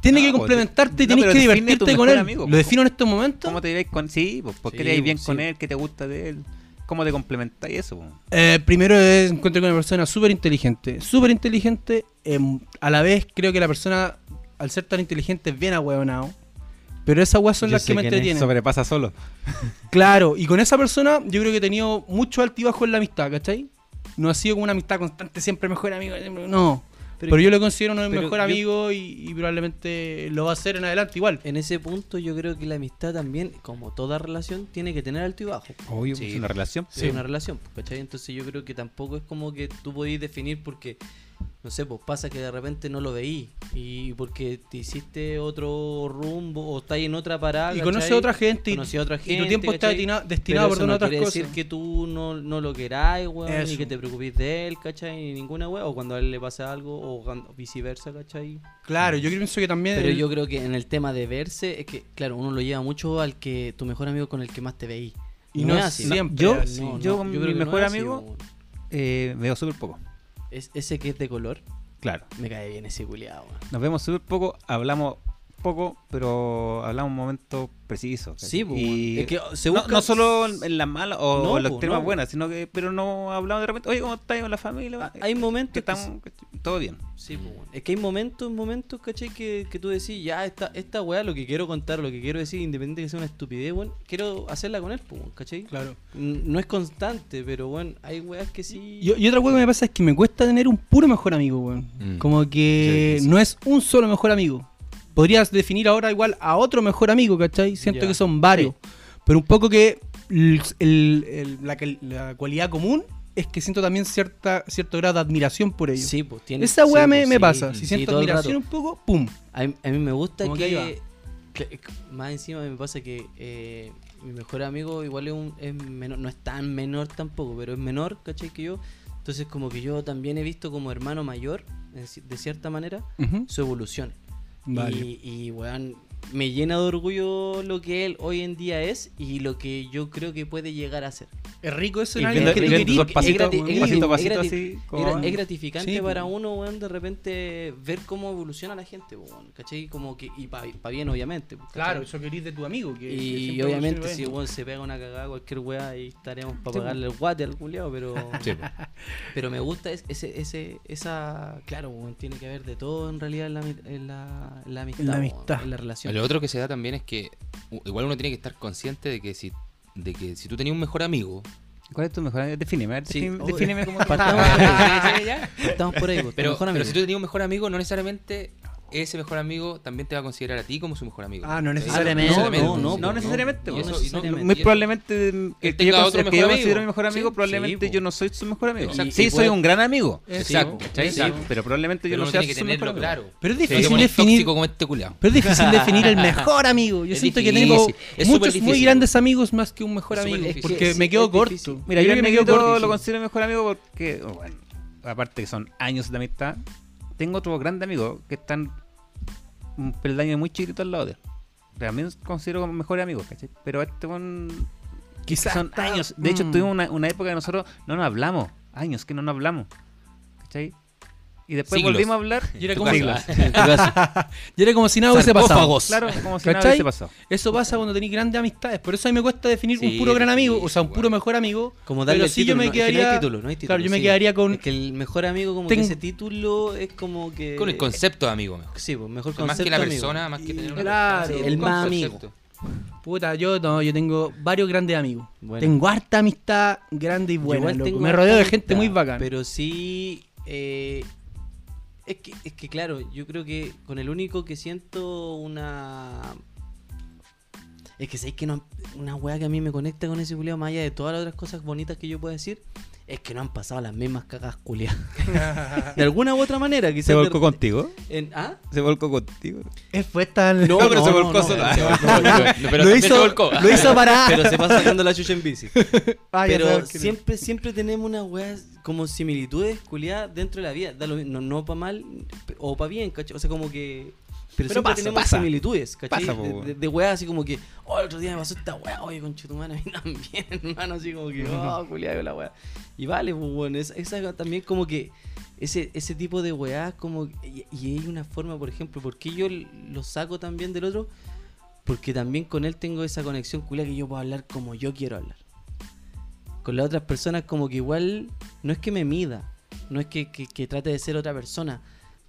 S2: Tienes
S5: No,
S2: que
S5: pues,
S2: complementarte y
S5: no,
S2: tenés
S5: pero
S2: que
S5: define
S2: divertirte
S5: tu
S2: con
S5: mejor
S2: él.
S5: amigo,
S2: Lo
S5: pues,
S2: defino en este estos momentos.
S5: ¿Cómo te lleváis con sí? Pues, ¿Por
S1: Sí,
S5: qué te lleváis bien
S1: pues,
S5: con
S1: sí.
S5: él? ¿Qué te gusta de él? ¿Cómo te complementáis eso? pues? po?
S2: Eh, primero es encuentro con una persona súper inteligente. Súper inteligente. em, a la vez creo que la persona, al ser tan inteligente, es bien ahueonado. Pero esas weas son
S1: Yo
S2: las
S1: sé
S2: que me
S1: quién es.
S2: entretienen.
S5: Eh, Sobrepasa solo.
S2: Claro, y con esa persona yo creo que he tenido mucho altibajo en la amistad, ¿cachai? No ha sido como una amistad constante, siempre mejor amigo, siempre- no. Pero,
S1: Pero-
S2: yo lo considero uno de mis
S1: pero
S2: mejores
S1: yo-
S2: amigos y, y probablemente lo va a hacer en adelante igual.
S1: En ese punto yo creo que la amistad también, como toda relación, tiene que tener alto y bajo.
S5: Obvio, pues,
S1: Sí.
S5: es una relación.
S1: Es una relación, pues, ¿cachai? Entonces yo creo que tampoco es como que tú podís definir porque, no sé, pues pasa que de repente no lo veí y porque te hiciste otro rumbo o estáis en otra parada.
S2: Y conoce
S1: Ah, ¿cachai?
S2: otra gente y,
S1: Conocí a otra
S2: y
S1: gente.
S2: tu tiempo está
S1: ¿cachai?
S2: destinado,
S1: Pero
S2: destinado
S1: eso
S2: perdón,
S1: no
S2: a otras
S1: quiere
S2: cosas.
S1: decir que tú no, no lo queráis, weón, ni
S2: Eso.
S1: que te preocupes de él, ¿cachai? Ni ninguna weón, o cuando a él le pasa algo, o cuando- viceversa, ¿cachai?
S2: Claro, yo pienso que también...
S1: Pero
S2: el-
S1: yo creo que en el tema de verse, es que, claro, uno lo lleva mucho al que tu mejor amigo con el que más te veí.
S2: Y no
S1: es
S2: es
S1: así.
S2: siempre
S5: yo-
S2: así.
S1: No, no,
S5: yo con
S1: creo
S5: mi
S1: que no
S5: mejor
S1: es así,
S5: amigo-
S1: weón.
S5: Eh, veo súper poco.
S1: Es, ese que es de color,
S5: Claro.
S1: me cae bien ese culiado.
S5: Nos vemos súper poco, hablamos poco, pero hablamos un momento preciso. ¿cachai?
S1: Sí, pues,
S5: Y-
S1: es que se
S5: no,
S1: busca...
S5: no solo en en las malas o
S1: No,
S5: en los
S1: pues,
S5: temas
S1: no, pues.
S5: buenas, sino que pero no hablamos de repente, oye, ¿cómo estás con la familia?
S1: Hay momentos
S5: Ah, que
S1: que
S5: estamos todo bien.
S1: Sí, pues, bueno. Es que hay momentos, momentos, ¿cachai? Que, que tú decís, ya, esta, esta weá, lo que quiero contar, lo que quiero decir, independiente que sea una estupidez, bueno, quiero hacerla con él, pues, bueno, ¿cachai?
S2: Claro.
S1: N- No es constante, pero bueno, hay weas que sí.
S2: Y, y otra cosa que me pasa es que me cuesta tener un puro mejor amigo, weón.
S3: Mm.
S2: Como que
S3: Sí, sí.
S2: no es un solo mejor amigo. Podrías definir ahora igual a otro mejor amigo, ¿cachai? Siento
S1: Ya.
S2: que son varios. Pero un poco que el- el- el- la, cal- la cualidad común es que siento también cierta, cierto grado de admiración por ellos.
S1: Sí, pues, tiene-
S2: Esa weá
S1: sí,
S2: me,
S1: pues,
S2: me
S1: sí,
S2: pasa. Si
S1: sí,
S2: siento
S1: todo el
S2: admiración un
S1: rato.
S2: poco, ¡pum!
S1: A, mí- a mí me gusta
S2: Como que ahí
S1: que, que- Más encima me pasa que eh, mi mejor amigo igual es, un, es menor, no es tan menor tampoco, pero es menor, ¿cachai? Que yo. Entonces como que yo también he visto como hermano mayor, en ci- de cierta manera,
S2: Ujú.
S1: su evolución.
S2: Vale.
S1: Y, y, weón, me llena de orgullo lo que él hoy en día es y lo que yo creo que puede llegar a ser.
S2: Es rico eso
S5: Y
S2: en
S5: viendo,
S2: alguien que
S5: y
S2: te
S5: viendo
S2: querí-
S5: esos
S1: es
S5: pasitos,
S1: grati- es
S5: un pasito a
S1: grati-
S5: pasito
S1: es
S5: así.
S1: Era-
S5: como-
S1: es gratificante
S2: Sí,
S1: para
S2: po.
S1: uno, weón, de repente ver cómo evoluciona la gente, po, weón, ¿cachai? Como que, y para bien, obviamente. po, ¿cachai?
S2: Claro, eso querís de tu amigo. Que, que
S1: Y,
S2: siempre
S1: obviamente,
S2: evoluciona.
S1: si weón se pega una cagada, cualquier weá, ahí estaremos para
S5: Sí,
S1: pagarle el guate al culiao, pero.
S3: Sí, pues.
S1: Pero me gusta es- ese, ese, esa. Claro, weón, tiene que haber de todo en realidad en la, mi- en la, en la amistad.
S2: En la
S1: weón,
S2: amistad.
S1: en la relación.
S3: Lo otro que se da también es que u- igual uno tiene que estar consciente de que si, de que si tú tenías un mejor amigo,
S5: ¿Cuál es tu mejor amigo? Defíneme, a ver,
S3: Sí.
S5: defíneme,
S1: Oh,
S5: defíneme como tu
S1: partamos
S5: mejor amigo.
S1: Estamos por ahí, pues, tu
S3: Pero,
S1: mejor
S3: pero
S1: amigo.
S3: si tú tenías un mejor amigo, no necesariamente ese mejor amigo también te va a considerar a ti como su mejor amigo.
S2: Ah, no
S3: Sí.
S2: necesariamente.
S3: Ah,
S1: No, no,
S5: no necesariamente,
S3: Y
S5: no
S3: eso- y no-
S1: necesariamente.
S3: y
S5: Muy
S3: eso-
S5: probablemente mm, el que yo,
S3: tenga
S5: cons-
S3: otro
S5: el que
S3: mejor
S5: yo
S3: amigo.
S5: considero mi mejor amigo,
S3: Sí,
S5: probablemente
S3: sí,
S5: yo no soy su mejor amigo.
S3: Exacto.
S5: Sí,
S3: Y
S5: soy
S3: puede-
S5: un gran amigo.
S3: Exacto.
S5: ¿cachai?
S3: Sí, po.
S5: Pero probablemente yo
S3: Pero
S5: no
S3: uno
S5: sea
S3: tiene que
S5: su mejor
S3: tenerlo
S5: amigo.
S3: claro.
S2: Pero es
S3: Sí.
S2: difícil
S3: Te pones
S2: definir-
S3: tóxico como este culiao.
S2: Pero es difícil definir el mejor amigo. Yo
S3: Es
S2: siento que
S3: difícil,
S2: tengo
S3: es
S2: muchos
S3: superdifícil.
S2: muy grandes amigos más que un mejor
S3: Es
S2: amigo.
S3: superdifícil.
S2: Porque
S1: Sí,
S2: me
S1: sí,
S2: quedo
S1: es
S2: corto.
S1: difícil.
S5: Mira,
S2: Creo
S5: yo, el
S2: que me
S5: negrito
S2: quedo corto.
S5: lo considero mejor amigo porque, oh, bueno, aparte que son años de amistad, tengo otros grandes amigos que están un peldaño muy chiquito al lado de él. También los considero como mejores amigos, ¿cachai? Pero este buen-
S2: Quizás
S5: son
S2: está-
S5: años. De hecho,
S2: mm.
S5: tuvimos una, una época que nosotros no nos hablamos. Años que no nos hablamos, ¿cachai? Y después
S3: Siglos.
S5: volvimos a hablar.
S2: Y era
S3: Tu
S2: como,
S3: caso,
S2: siglas.
S3: ah.
S1: En tu caso.
S2: Y era como si nada hubiese pasado.
S3: Sarcófagos.
S5: Claro, como si nada
S2: ¿Cachai?
S5: hubiese pasado.
S2: Eso pasa cuando tenéis grandes amistades. Por eso a mí me cuesta definir
S3: Sí,
S2: un puro gran amigo,
S3: difícil,
S2: o sea, un puro
S3: weón.
S2: mejor amigo.
S1: Como darle
S2: pero
S1: el
S2: sí yo
S1: título,
S2: me
S1: no, es que
S2: quedaría.
S1: no hay título, no hay título.
S2: claro, yo me
S1: sí.
S2: quedaría con.
S1: Es que el mejor amigo, como
S2: Tengo-
S1: que ese título es como que.
S3: Con el concepto de amigo mejor.
S1: Sí, pues mejor concepto.
S3: Más que la
S1: amigo.
S3: persona, más que tener una
S2: Claro,
S3: persona,
S1: el
S3: un
S1: más
S3: concepto.
S1: amigo.
S2: Puta, yo no, yo tengo varios grandes amigos.
S1: Bueno.
S2: Tengo harta amistad grande y
S1: Yo
S2: buena.
S1: igual
S2: loco.
S1: tengo
S2: Me rodeo de
S1: harta
S2: gente
S1: amistad,
S2: muy bacana.
S1: Pero sí. eh, es, que, es que, claro, yo creo que con el único que siento una. Es que sabéis que no. Una weá que a mí me conecta con ese culiao, más allá de todas las otras cosas bonitas que yo puedo decir, es que no han pasado las mismas cagas culiadas. de alguna u otra manera, quizás. de-
S5: contigo?
S1: en- ¿Ah?
S5: ¿Se volcó contigo?
S2: Es fue tan.
S1: No, pero se volcó solo.
S3: Se volcó, se volcó. No, pero
S2: lo,
S3: también se
S2: hizo,
S3: volcó.
S2: lo hizo para.
S1: Pero se pasa sacando la chucha en bici.
S2: Ah, ya
S1: pero
S2: sabes que-
S1: siempre, siempre tenemos unas weas como similitudes culiadas dentro de la vida. Da lo mi- no, para mal pe- o para bien, ¿cachai? O sea, como que. Pero, siempre
S5: pasa,
S1: tenemos
S5: pasa.
S1: similitudes, ¿cachai?
S5: Pasa, po,
S1: De-
S5: weón.
S1: de, de weas así como que, oh, el otro día me pasó esta wea, oye, con chutumana, a mí también, hermano, así como que, oh, culiado la wea. Y vale, pues, bueno, esa, esa también como que. Ese, ese tipo de weas, como. Y, y hay una forma, por ejemplo, porque yo l- lo saco también del otro? Porque también con él tengo esa conexión culia que yo puedo hablar como yo quiero hablar. Con las otras personas como que igual no es que me mida, no es que, que- que trate de ser otra persona.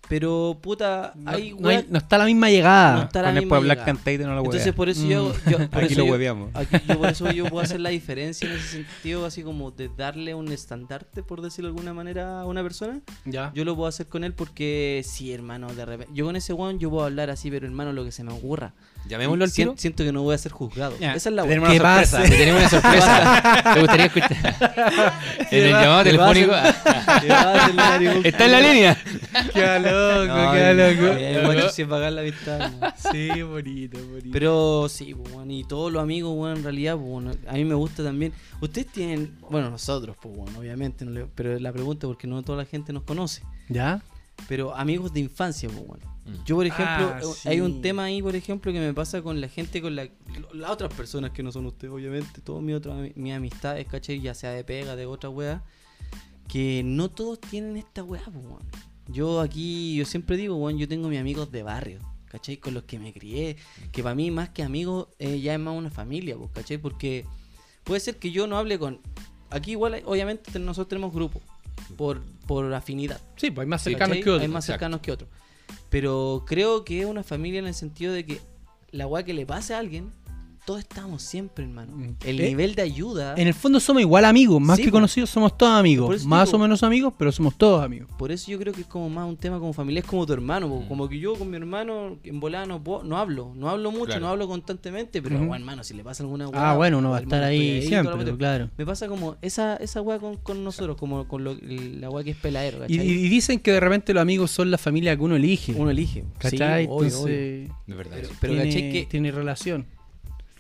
S1: Pero puta,
S2: No,
S1: hay
S2: no hay-
S1: weas-
S2: no está la misma llegada.
S1: No está la
S5: Con el
S1: misma
S5: puedo hablar
S1: llegada.
S5: cantante no lo voy
S1: Entonces por eso yo, yo- por
S5: Aquí
S1: eso
S5: lo
S1: yo-
S5: hueveamos.
S1: aquí yo por eso yo puedo hacer la diferencia en ese sentido, así como de darle un estandarte, por decirlo de alguna manera, a una persona.
S2: Ya.
S1: Yo lo puedo hacer con él porque sí, hermano, de repente. Yo con ese one yo puedo hablar así, pero hermano, lo que se me ocurra.
S3: Llamémoslo al
S1: Sien-
S3: tiro.
S1: Siento que no voy a ser juzgado.
S5: Ya.
S1: Esa es la
S5: Tenemos
S1: wea.
S5: una
S2: ¿Qué
S5: sorpresa.
S2: pasa?
S3: Te tenemos una sorpresa. ¿Te gustaría escuchar? En el llamado
S1: Te vas a-
S3: telefónico.
S1: te vas a hacer la nariz.
S3: Está en la línea.
S2: Qué loco,
S1: No,
S2: qué
S1: no,
S2: loco.
S1: eh, guacho, sin pagar la vista. no.
S2: Sí, bonito, bonito.
S1: Pero sí, pues, weón, y todos los amigos, weón, en realidad, pues, weón, a mí me gusta también. Ustedes tienen, bueno, nosotros, pues, weón, obviamente, no le- pero la pregunta es porque no toda la gente nos conoce.
S2: ¿Ya?
S1: Pero amigos de infancia, pues, weón.
S3: Mm.
S1: Yo, por ejemplo,
S2: Ah,
S1: eh,
S2: sí.
S1: hay un tema ahí, por ejemplo, que me pasa con la gente, con la- lo- las otras personas que no son ustedes, obviamente, todas mis otras ami- mis amistades, ¿cachai? Ya sea de pega, de otra weá, que no todos tienen esta weá, pues, weón. Yo aquí, yo siempre digo, weón, yo tengo mis amigos de barrio, ¿cachai? Con los que me crié, que para mí más que amigos eh, ya es más una familia, pues, ¿cachai? Porque puede ser que yo no hable con... Aquí igual, hay- obviamente, ten- nosotros tenemos grupos por, por afinidad.
S2: Sí, pues hay más
S3: Sí,
S2: cercanos
S1: ¿cachai?
S2: que
S1: Hay
S2: otros.
S1: más
S3: exacto.
S1: cercanos que otros. Pero creo que es una familia en el sentido de que la weá que le pase a alguien, todos estamos siempre, hermano.
S2: Mm.
S1: El
S2: Eh,
S1: nivel de ayuda,
S2: En el fondo somos igual amigos, más
S1: Sí,
S2: que
S1: po.
S2: conocidos, somos todos
S1: Por
S2: amigos.
S1: eso
S2: Más
S1: digo-
S2: o menos amigos, pero somos todos amigos.
S1: por eso yo creo que es como más un tema como familia, es como tu hermano.
S2: Mm.
S1: po. Como que yo con mi hermano en volada no, puedo- no hablo, no hablo mucho,
S3: Claro.
S1: no hablo constantemente, pero
S2: Ujú.
S1: bueno, hermano, si le pasa alguna weá.
S2: Ah, bueno, uno va a
S1: hermano,
S2: estar
S1: estoy
S2: ahí
S1: toda
S2: siempre, pues,
S1: la cuestión.
S2: claro.
S1: Me pasa como esa, esa weá con, con nosotros, como con lo- la weá que es peladero,
S2: Y,
S1: ¿cachai?
S2: y dicen que de repente los amigos son la familia que uno elige.
S1: Uno elige.
S2: ¿Cachai?
S1: Sí, obvio, obvio.
S2: Entonces,
S3: De verdad.
S1: Pero,
S3: eso.
S1: pero
S2: tiene,
S1: ¿cachai? Que
S2: tiene relación.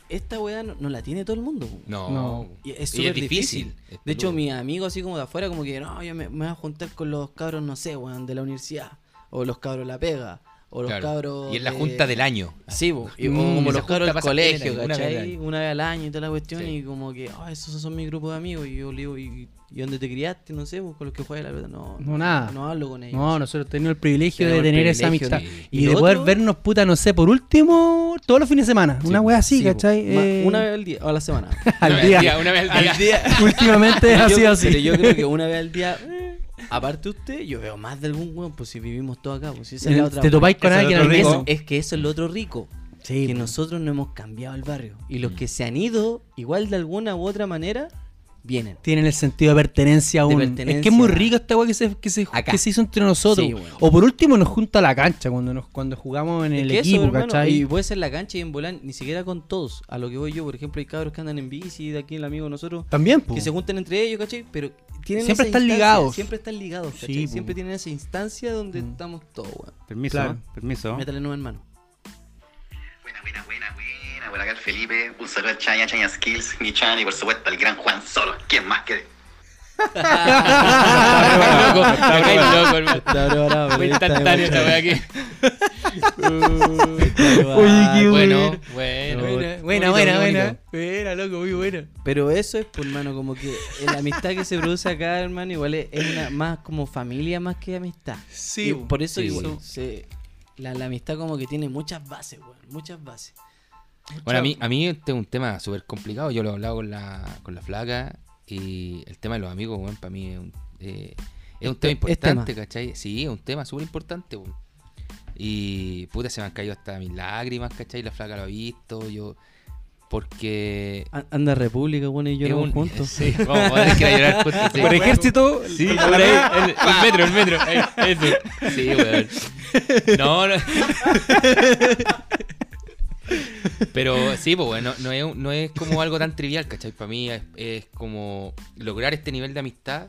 S1: esta weá no, no la tiene todo el mundo. po.
S3: No.
S2: No.
S1: Y es
S3: Y
S1: súper difícil.
S3: es
S1: De hecho,
S3: peludo.
S1: mis amigos así como de afuera, como que, no, yo me, me voy a juntar con los cabros, no sé, weón, de la universidad. O los cabros La Pega. O los
S3: Claro.
S1: cabros...
S3: Y es la
S1: de-
S3: junta del año.
S1: Sí, po, y
S2: Mm.
S1: como
S3: Esa
S1: los cabros
S3: junta
S1: del
S3: pasa
S1: colegio,
S3: pena, una vez al
S1: ¿cachai?
S3: año.
S1: Una vez al año y toda la cuestión.
S3: Sí.
S1: Y como que, ah, esos son mis grupos de amigos. Y yo le digo, ¿y, y dónde te criaste? No sé, pues, con los que juegas la pelota. No,
S2: No, nada.
S1: No hablo con ellos.
S2: No, nosotros tenemos el privilegio
S1: Tenemos
S2: de
S1: el
S2: tener esa
S1: privilegio
S2: amistad.
S3: de-
S1: y
S2: Y,
S1: lo
S2: de poder
S1: otro-
S2: vernos, puta, no sé, por último, todos los fines de semana. una wea así,
S1: Sí, po.
S2: ¿cachai?
S1: Ma-
S2: Eh,
S1: Una vez al día, o a la semana.
S3: Una
S2: al
S3: vez
S2: día.
S3: Una vez al día.
S2: Últimamente es
S1: Pero
S2: así,
S1: yo-
S2: así.
S1: Pero yo creo que una vez al día, eh, aparte usted, yo veo más de algún weón, pues si vivimos todos acá, pues si esa es la otra
S2: Te
S1: weá.
S2: topáis con
S5: Eso es
S2: alguien
S5: otro
S2: al
S1: Porque
S5: rico.
S1: eso-
S2: mes.
S1: es que eso es lo otro rico.
S2: Sí,
S1: que
S2: po. Mm.
S1: nosotros no hemos cambiado el barrio. Y los que se han ido, igual de alguna u otra manera, vienen.
S2: Tienen el sentido de pertenencia aún. Es que
S1: pertenencia.
S2: es muy rico esta weá que se, que, se,
S1: Acá.
S2: que se hizo entre nosotros.
S1: Sí, bueno.
S2: O por último nos junta a la cancha cuando nos cuando jugamos en el
S1: Que eso,
S2: equipo,
S1: hermano,
S2: ¿cachai?
S1: Y puede ser la cancha y en volán, ni siquiera con todos. A lo que voy yo, por ejemplo, hay cabros que andan en bici, de aquí el amigo de nosotros,
S2: También, po.
S1: que se juntan entre ellos, ¿cachai? Pero tienen
S2: Siempre
S1: esa
S2: están
S1: instancia,
S2: ligados.
S1: Siempre están ligados, ¿cachai?
S2: Sí, po. Mm.
S1: siempre tienen esa instancia donde estamos todos, weón.
S5: Permiso,
S2: Claro.
S5: ¿eh? permiso.
S1: Métale nomás, hermano.
S6: Buena, buena, buena, buena. Por acá el Felipe. Un saludo al Chaya, Chaya Skills, mi Chan y por supuesto al gran Juan Solo. ¿Quién más que.?
S3: loco, me caí loco, hermano. Fue instantáneo esta wea
S1: Oye,
S3: aquí.
S2: qué
S3: Bueno, bueno.
S1: Buena,
S2: Buena,
S1: buena,
S2: buena, buena.
S1: buena.
S2: Buena, loco, muy buena.
S1: Pero eso es, pues, hermano, como que la amistad que se produce acá, hermano, igual es, es una, más como familia más que amistad.
S2: Sí,
S1: Y
S2: po.
S1: por eso
S3: sí,
S1: igual
S3: bueno.
S1: se- la, la amistad como que tiene muchas bases, weón, muchas bases.
S3: Bueno, a mí, a mí este es un tema súper complicado. Yo lo he hablado con la, con la flaca. Y el tema de los amigos, weón, para mí es un, eh, es un tema
S1: te- es tema.
S3: importante, ¿cachai? Sí, es un tema súper importante, weón. Y puta, se me han caído hasta mis lágrimas, ¿cachai? La flaca lo ha visto, yo. Porque.
S1: An- Anda República, bueno, y yo
S3: es
S1: no
S3: un-
S1: Ah, juntos.
S3: Sí, vamos, vamos a tener que ir a llorar juntos. sí.
S5: Por ejército,
S3: Sí, por ahí, el, el metro, el metro. ahí, eso. Sí, weón. No, no. Pero sí, pues bueno, no es, un- no es como algo tan trivial, ¿cachai? Para mí es, es como lograr este nivel de amistad,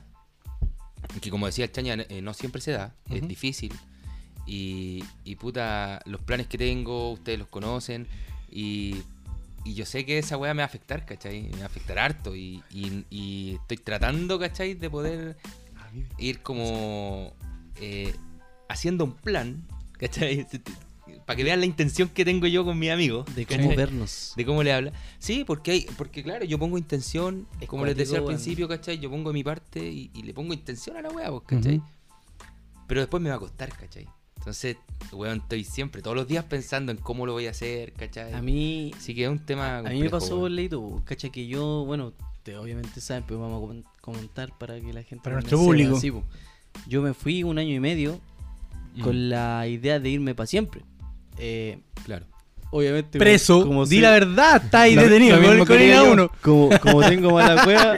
S3: que como decía el Chaña, eh, no siempre se da, es difícil. Y, y puta, los planes que tengo, ustedes los conocen. Y, y yo sé que esa weá me va a afectar, ¿cachai? Me va a afectar harto. Y, y- y estoy tratando, ¿cachai? De poder ir como eh, haciendo un plan, ¿cachai? Para que vean la intención que tengo yo con mi amigo.
S1: De cómo
S3: ¿cachai?
S1: vernos.
S3: De cómo le habla. Sí, porque hay, porque claro, yo pongo intención,
S1: Es
S3: como les decía al
S1: cuático, weón.
S3: principio, ¿cachai? Yo pongo de mi parte y, y le pongo intención a la weá, pues, ¿cachai?
S2: Ujú.
S3: Pero después me va a costar, ¿cachai? Entonces, weón, estoy siempre, todos los días pensando en cómo lo voy a hacer, ¿cachai?
S1: A mí,
S3: Así que es un tema.
S1: a mí me
S3: complejo,
S1: pasó
S3: weón.
S1: por leito, cacha que yo, bueno, te obviamente saben, pero vamos a com- comentar para que la gente
S2: Para
S1: también
S2: nuestro
S1: sepa,
S2: público.
S1: sí, po. yo me fui un año y medio
S3: Mm,
S1: con la idea de irme para siempre. Eh,
S3: Claro.
S1: obviamente
S2: Preso,
S1: como
S2: di
S1: soy-
S2: la verdad, está ahí
S1: Lo-
S2: detenido
S1: lo
S2: con,
S1: mismo
S2: con
S1: quería yo.
S2: el A1.
S1: Como, como tengo mala cueva.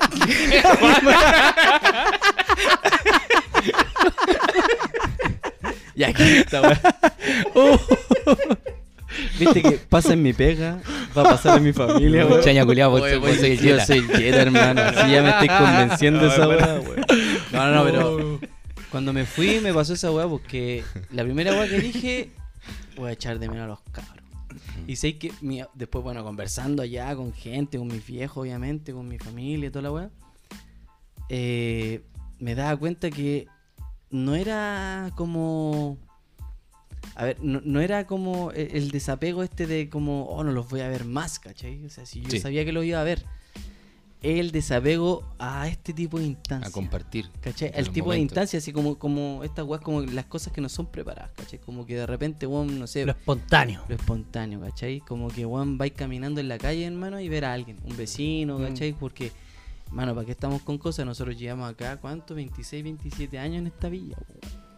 S1: y aquí está, weón.
S2: Oh.
S1: Viste que pasa en mi pega, va a pasar en mi familia, weón.
S3: Chaña culiao, por
S1: Oye,
S3: ser- por
S1: weón,
S3: ser el
S1: yo
S3: Yela.
S1: soy el Ah, Jetta, hermano. Sí, ya me estoy convenciendo de esa weá, weón. No, no, no, pero
S2: Oh.
S1: cuando me fui me pasó esa weá porque la primera weá que dije, voy a echar de menos a los cabros. Y sé que mi- después, bueno, conversando allá con gente, con mis viejos, obviamente, con mi familia y toda la weá, eh, me daba cuenta que no era como... A ver, no, no era como el, el desapego este de como, oh, no los voy a ver más, ¿cachai? O sea, si yo
S3: Sí.
S1: sabía que los iba a ver. El desapego a este tipo de
S3: A
S1: instancias.
S3: compartir.
S1: ¿Cachai?
S3: entre
S1: El
S3: los
S1: tipo de
S3: momentos.
S1: instancia, así como, como estas weas, como las cosas que no son preparadas, ¿cachai? Como que de repente, weón, no sé,
S2: Lo
S1: lo,
S2: espontáneo.
S1: espontáneo, ¿cachai? Como que weón vais caminando en la calle, hermano, y ver a alguien, un vecino,
S2: Mm.
S1: ¿cachai? Porque, hermano, ¿para qué estamos con cosas? Nosotros llevamos acá, ¿cuánto? 26, 27 años en esta villa, weón.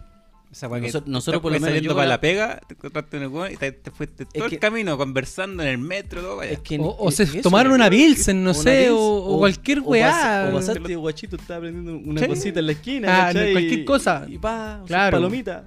S5: Esa weá que
S1: Nosotros-
S5: te-
S1: nosotros
S5: te
S1: por lo
S5: fue
S1: menos
S5: saliendo
S1: yo
S5: para
S1: la-
S5: la pega, te encontraste en el weón y te, te fuiste todo
S1: que-
S5: el camino conversando en el metro, todo, vaya.
S1: Es que-
S2: O, o
S1: eh,
S2: se
S1: eso,
S2: tomaron
S1: weón.
S2: una Pilsen, no
S1: O
S2: sé,
S1: nariz,
S2: o, o cualquier
S1: o
S2: weá.
S1: pas- O pasaste, guachito, estaba aprendiendo una
S2: Sí.
S1: cosita en la esquina.
S2: Ah,
S1: ¿cachai?
S2: cualquier cosa.
S1: Y pa,
S2: Claro.
S1: claro. palomita.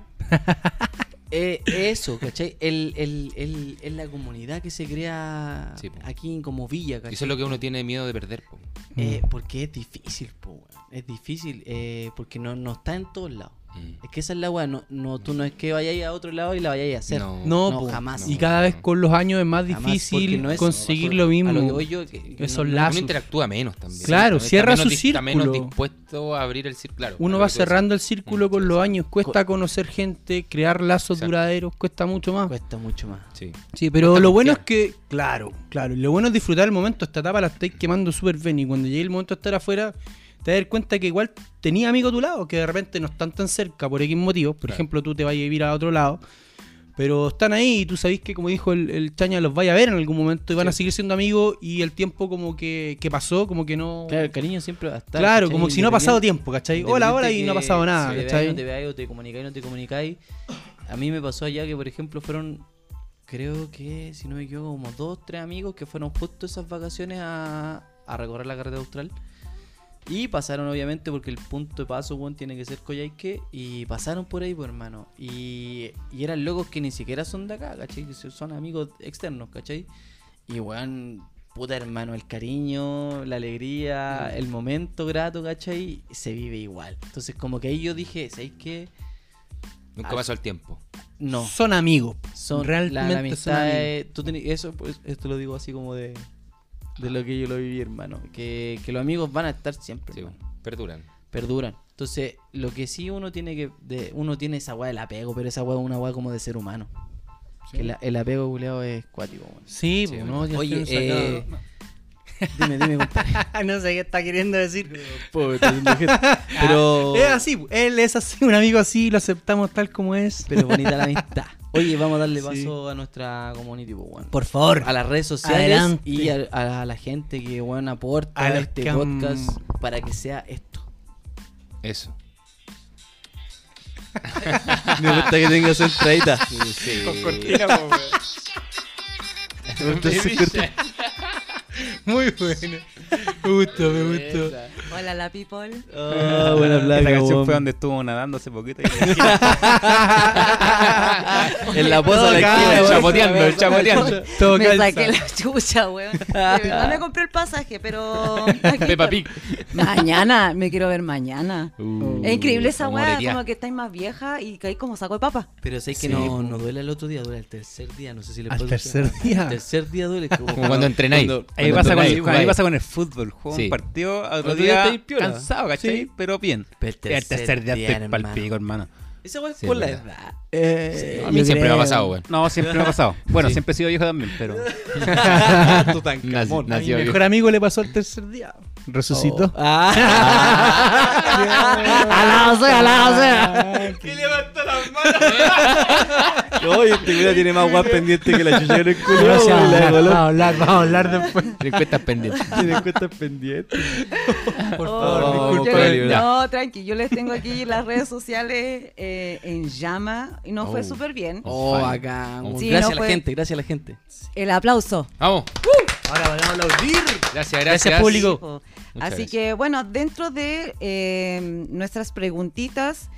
S1: Eh, eso, ¿cachai? El, el, el, es la comunidad que se crea
S3: Sí, po.
S1: aquí en como villa, ¿cachai?
S3: Eso es lo que uno tiene miedo de perder. po.
S2: Mm.
S1: Eh, porque es difícil, po, weón. Es difícil, eh, porque no, no está en todos lados.
S3: Mm.
S1: Es que esa es la weá, no, no, tú no es que vayáis a otro lado y la vayáis a hacer.
S3: No.
S2: no,
S1: no,
S2: po.
S1: jamás.
S2: Y cada vez con los años es más
S1: Jamás, porque
S2: difícil
S1: no es-
S2: conseguir
S1: no,
S2: lo mismo.
S1: a lo que voy yo, que- que
S2: Esos
S1: no- no-
S2: lazos.
S3: Uno interactúa menos también.
S2: Claro,
S3: Está
S2: cierra
S3: menos
S2: su
S3: dis- está menos
S2: círculo.
S3: dispuesto a abrir el círculo. Claro,
S2: Uno
S3: a lo
S2: va
S3: que tú decías.
S2: cerrando el círculo
S3: Mm,
S2: con
S3: sí,
S2: los
S3: sí.
S2: años, cuesta conocer gente, crear lazos
S3: Exacto.
S2: duraderos, cuesta mucho más.
S1: Cuesta mucho más.
S3: Sí.
S2: Sí, pero
S3: Cuesta
S2: lo bueno es
S3: confiar.
S2: que, claro, claro, y lo bueno es disfrutar el momento, esta etapa la estáis quemando súper bien y cuando llegue el momento de estar afuera, te das cuenta que igual tenía amigos a tu lado, que de repente no están tan cerca por X motivos, por
S3: Claro.
S2: ejemplo tú te vas a vivir a otro lado, pero están ahí y tú sabés que como dijo el, el Chaña, los vaya a ver en algún momento y van
S3: Sí.
S2: a seguir siendo amigos y el tiempo como que, que pasó, como que no...
S1: Claro, el cariño siempre va a estar.
S2: Claro,
S1: ¿cachai?
S2: como si no ha pasado
S1: Independiente-
S2: tiempo, ¿cachai? Hola, hola y
S1: Independiente
S2: no ha
S1: que
S2: pasado nada,
S1: si te veáis,
S2: ¿cachai?
S1: no te veáis o te comunicáis, no te comunicáis. A mí me pasó allá que, por ejemplo, fueron, creo que, si no me equivoco, como dos, tres amigos que fueron justo esas vacaciones a, a recorrer la carretera austral. Y pasaron, obviamente, porque el punto de paso, weón, tiene que ser Coyhaique. Y pasaron por ahí, pues, hermano. Y, y eran locos que ni siquiera son de acá, ¿cachai? Que Son amigos externos, ¿cachai? Y, weón, puta, hermano, el cariño, la alegría, el momento grato, ¿cachai? Se vive igual. Entonces, como que ahí yo dije, ¿sabéis qué? Ah,
S3: Nunca pasó el tiempo.
S1: No.
S2: Son amigos.
S1: Son,
S2: Realmente
S1: la,
S2: son
S1: la amistad
S2: amigos.
S1: es- tú teni- eso pues, esto lo digo así como de, de lo que yo lo viví, hermano. Que, que los amigos van a estar siempre,
S3: Sí,
S1: hermano
S3: perduran.
S1: perduran. Entonces, lo que sí uno tiene que. de- uno tiene esa weá del apego, pero esa weá es una weá como de ser humano. Que la- el apego culeado es cuático, weón.
S2: Sí,
S3: Sí,
S2: po,
S3: bueno.
S2: no, ya
S1: Oye,
S2: estoy sacado.
S1: eh, Dime, dime, compadre.
S2: no sé qué está queriendo decir.
S1: Pero.
S2: Es así, po. él es así, un amigo así, lo aceptamos tal como es.
S1: Pero bonita la amistad. Oye, vamos a darle
S2: Sí.
S1: paso a nuestra community, pues, weón.
S2: Por favor,
S1: A las redes sociales
S2: Adelante.
S1: y a, a la gente que, weón, aporta
S2: A
S1: a
S2: los
S1: este
S2: que han-
S1: podcast para que sea esto.
S3: Eso.
S1: Me gusta que tengas entradita.
S2: muy bueno. Me gustó, me gustó.
S4: Hola, la people.
S1: Oh, buena
S5: Esta
S1: placa,
S5: canción
S1: weón.
S5: fue donde estuvo nadando hace poquito.
S1: En la posa
S2: Todo
S1: de la
S2: acá,
S1: esquina,
S2: weón.
S3: chapoteando, el chapoteando.
S2: Todo
S4: me
S2: calza.
S4: saqué la chucha, weón. De verdad me compré el pasaje, pero. aquí
S3: Peppa
S4: estoy.
S3: Pig.
S4: Mañana, me quiero ver mañana.
S3: Uh,
S4: es increíble esa
S3: como
S4: weá,
S3: Heredia.
S4: como que estáis más vieja y caí como saco de papa.
S1: Pero sé que
S3: Sí,
S1: no,
S3: po.
S1: no duele el otro día, duele el tercer día, no sé si le
S2: Al
S1: puedo
S2: tercer día.
S1: El tercer día duele. Como,
S3: cuando entrenáis.
S5: Ahí
S3: Cuando
S5: pasa con,
S3: entrenáis,
S5: el, ahí
S3: vais.
S5: pasa con el fútbol. Juego
S3: Sí.
S5: un partido, al otro
S1: Otro día
S5: día
S1: estáis piola.
S5: cansado, ¿cachai?
S1: Sí.
S5: Pero bien.
S1: Pero el
S5: El tercer día estoy
S1: hermano.
S5: palpico, hermano.
S1: Esa weá es
S3: Sí,
S1: por
S3: es
S1: la
S3: verdad.
S1: edad.
S2: Eh,
S3: A mí
S2: yo
S3: siempre me ha
S2: creo-
S3: pasado, weón.
S5: No, siempre me ha pasado. Bueno, siempre he sido viejo también, pero...
S3: Nació,
S2: A mi
S3: nació
S2: mejor amigo le pasó el tercer día.
S1: Oh.
S2: Oh. Resucitó.
S1: Ah.
S4: Alado sea, alado sea.
S1: Oye, este culo tiene más guap pendiente que la chucha en el culo.
S2: Gracias.
S1: weón, la de
S2: Vamos
S1: color.
S2: a hablar, vamos a hablar después.
S3: bien. Cuentas pendientes.
S1: Tiene cuentas pendientes.
S2: Por
S3: favor,
S4: Oh, yo
S3: disculpa,
S4: le-
S3: Gabriela.
S4: no, tranqui, yo les tengo aquí las redes sociales eh, en llama y no
S3: Oh.
S4: fue súper bien.
S1: Oh,
S3: Fine.
S1: acá. weón.
S4: Sí,
S1: gracias
S4: no
S1: a la
S4: fue-
S1: gente, gracias a la gente.
S4: El aplauso.
S3: Vamos.
S2: Ahora vamos a aplaudir.
S3: Gracias, gracias.
S2: Gracias, público.
S4: Ojo.
S3: Muchas
S4: Así
S3: gracias.
S4: que bueno, dentro de eh, nuestras preguntitas,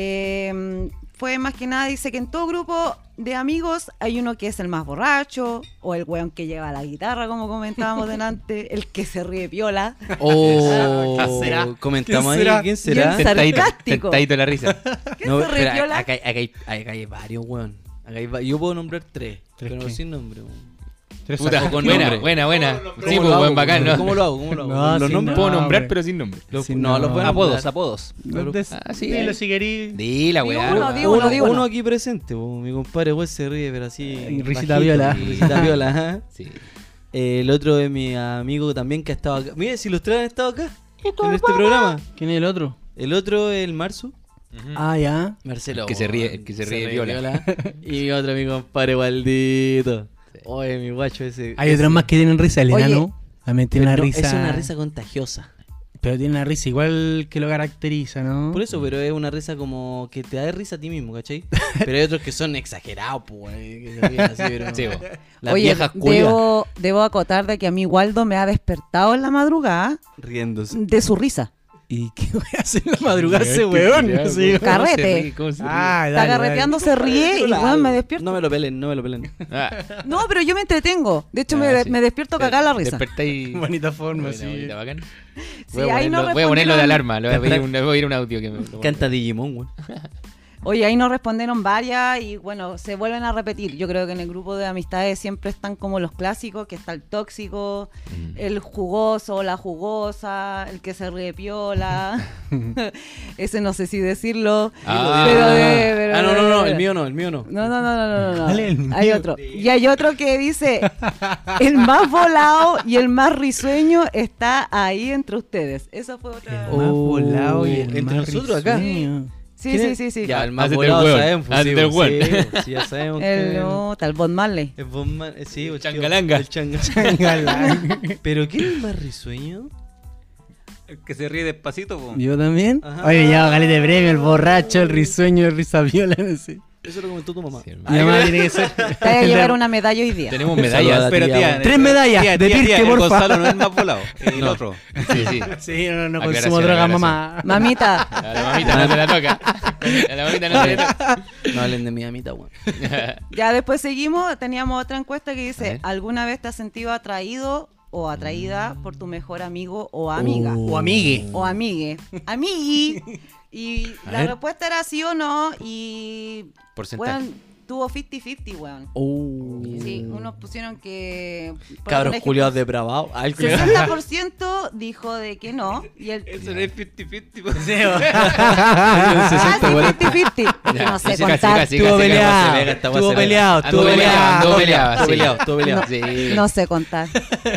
S4: eh, fue más que nada, dice que en todo grupo de amigos hay uno que es el más borracho, o el weón que lleva la guitarra, como comentábamos delante, el que se ríe viola,
S1: Oh,
S2: ¿Quién será?
S1: comentamos
S2: ¿Quién será?
S1: ahí. ¿Quién será?
S4: ¿Quién
S3: Tentadito,
S4: sarcástico.
S3: tentadito la risa.
S4: que
S1: No,
S4: se
S1: pero
S4: ríe
S1: a-
S4: viola.
S1: acá, hay- acá hay, acá hay varios, weón. Acá hay va- yo puedo nombrar tres,
S2: ¿Tres
S1: pero
S2: qué?
S1: sin nombre, weón.
S3: Puta,
S1: O con
S3: buena,
S1: nombre.
S3: buena, buena. Sí,
S1: ¿Cómo
S3: pues,
S1: lo hago?
S3: buen bacán, ¿no?
S1: ¿Cómo lo hago? ¿Cómo lo hago?
S2: No,
S1: ¿Los
S2: sí,
S1: nombres?
S3: Puedo
S2: No,
S3: nombrar,
S2: hombre.
S3: pero sin nombre.
S1: Los-
S2: Sí,
S1: no,
S2: no.
S1: los puedo
S5: apodos,
S1: nombrar.
S5: apodos.
S1: Los-
S3: Ah, sí.
S2: Dilo si querís.
S3: Dila,
S4: Di
S3: weá.
S4: uno, di
S1: uno,
S4: uno, di uno.
S1: uno aquí presente, po, mi compadre weón se ríe, pero así.
S2: Y risita
S1: bajito,
S2: viola.
S1: Risita viola, ajá.
S3: Sí.
S1: Eh, El otro es mi amigo también que ha estado acá. Mire, si los tres han estado acá en este programa.
S2: ¿Quién es el otro?
S1: El otro es el Marzo.
S2: Ah, ya.
S1: Marcelo.
S3: El que se
S1: weón,
S3: ríe- el que se ríe viola.
S1: Y mi otro mi compadre Waldito. Oye, mi guacho ese.
S2: Hay
S1: ese-
S2: otros más que tienen risa. El
S4: Oye.
S2: enano también tiene una
S1: No,
S2: risa.
S1: Es una risa contagiosa.
S2: Pero tiene una risa igual que lo caracteriza, ¿no?
S1: Por eso, pero es una risa como que te da risa a ti mismo, ¿cachai? Pero hay otros que son exagerados, pues. Que se ríen así, pero...
S3: Sí, po.
S1: Las
S4: Oye,
S1: viejas culias
S4: debo, debo acotar de que a mí Waldo me ha despertado en la madrugada
S1: riéndose.
S4: de su risa.
S2: ¿Y qué voy a hacer en la madrugada ese weón? Sí.
S4: weón. Carrete.
S3: Ah.
S4: Está carreteando, se ríe y weón, me despierto.
S1: No me lo pelen, no me lo pelen.
S4: No, pero yo me entretengo. De hecho,
S3: Ah,
S4: me,
S3: sí.
S4: me despierto cagada la risa.
S3: Despertáis.
S2: Bonita forma,
S3: Buena,
S2: sí.
S3: bonita, bacán.
S4: Sí,
S3: Voy a
S4: ahí no
S3: ponerlo- voy a ponerlo de
S4: respondieron-
S3: alarma. Le voy a pedir un,
S1: Canta-
S3: le voy a pedir un audio que me lo
S1: Canta Digimon, güey.
S4: Oye, ahí nos respondieron varias y bueno, se vuelven a repetir. Yo creo que en el grupo de amistades siempre están como los clásicos, que está el tóxico,
S3: Mm.
S4: el jugoso, la jugosa, el que se ríe piola. Ese no sé si decirlo.
S3: Ah.
S4: pero de- pero
S1: Ah, no, no, no,
S4: de-
S1: el mío no, el mío no.
S4: No, no, no, no, no, no.
S2: ¿Cuál es el
S4: Hay
S2: mío?
S4: otro. Y hay otro que dice, el más volado y el más risueño está ahí entre ustedes. Eso fue
S2: El más
S4: otra...
S1: Oh,
S2: volado y el
S1: entre
S2: más
S1: nosotros acá.
S2: risueño.
S4: Sí,
S1: ¿Quién
S4: sí,
S1: es?
S4: sí, sí.
S1: Ya, el más
S3: Hazte el
S1: volado
S3: weón,
S1: sabemos. pues,
S3: hazte
S1: sí,
S3: el
S1: pues,
S3: weón.
S1: sí, pues, sí, ya sabemos
S4: El
S1: que-
S4: oh, tal Bob Marley.
S1: Es Bob Mar- eh, sí,
S3: El
S1: pues, tío,
S3: changalanga.
S1: El changalanga. Pero ¿quién es más risueño?
S5: El que se ríe despacito, po.
S2: Yo también.
S1: Ajá.
S2: Oye, ya, vale de breve, el borracho, el risueño, el risa viola, no sé.
S1: Eso lo comentó tu mamá.
S3: Sí, hermano.
S2: Mi mamá tiene que ser.
S4: Te voy a
S2: el de-
S4: llevar una medalla hoy día.
S3: Tenemos
S1: Saluda a
S3: medallas.
S1: la
S5: Pero
S1: tía,
S5: tía,
S1: bueno.
S2: Tres medallas de
S5: tía,
S2: Pirque,
S5: el
S2: porfa.
S5: Gonzalo no es más volado. El
S3: No.
S5: otro.
S3: Sí, sí.
S2: Sí, no, no
S3: Aclaración,
S2: consumo droga,
S3: aclaración.
S2: mamá.
S4: Mamita,
S3: A la mamita no se la toca. A la mamita no se la
S1: Ah,
S3: toca.
S1: No hablen de mi amita, weón.
S4: ya después seguimos. Teníamos otra encuesta que
S3: A
S4: dice:
S3: ver.
S4: ¿Alguna vez te has sentido atraído o atraída
S3: Mm.
S4: por tu mejor amigo o amiga?
S3: Uh.
S2: O amigue.
S4: O amigue. Amigui. Y
S2: A
S4: la
S2: ver.
S4: respuesta era sí o no. Y,
S3: Porcentaje.
S4: weón, tuvo 50-50, weón.
S2: Oh.
S4: Sí, unos pusieron que. por
S1: Cabros
S4: ejemplo,
S1: culiados depravados. Ah, el culiao.
S4: 60% dijo de que no. Y el
S5: Eso no es 50-50. po.
S4: Ah, sí, 50-50.
S3: Ya,
S4: No sé
S3: casi,
S4: contar.
S3: casi, casi,
S2: Estuvo
S3: casi,
S2: peleado,
S3: se pega, esta
S2: estuvo
S3: weá se pega.
S2: peleado,
S3: Ando
S2: estuvo
S3: peleado,
S2: peleado,
S3: ando peleado,
S1: estuvo
S3: sí.
S1: peleado, estuvo peleado.
S3: Sí.
S4: No sé contar.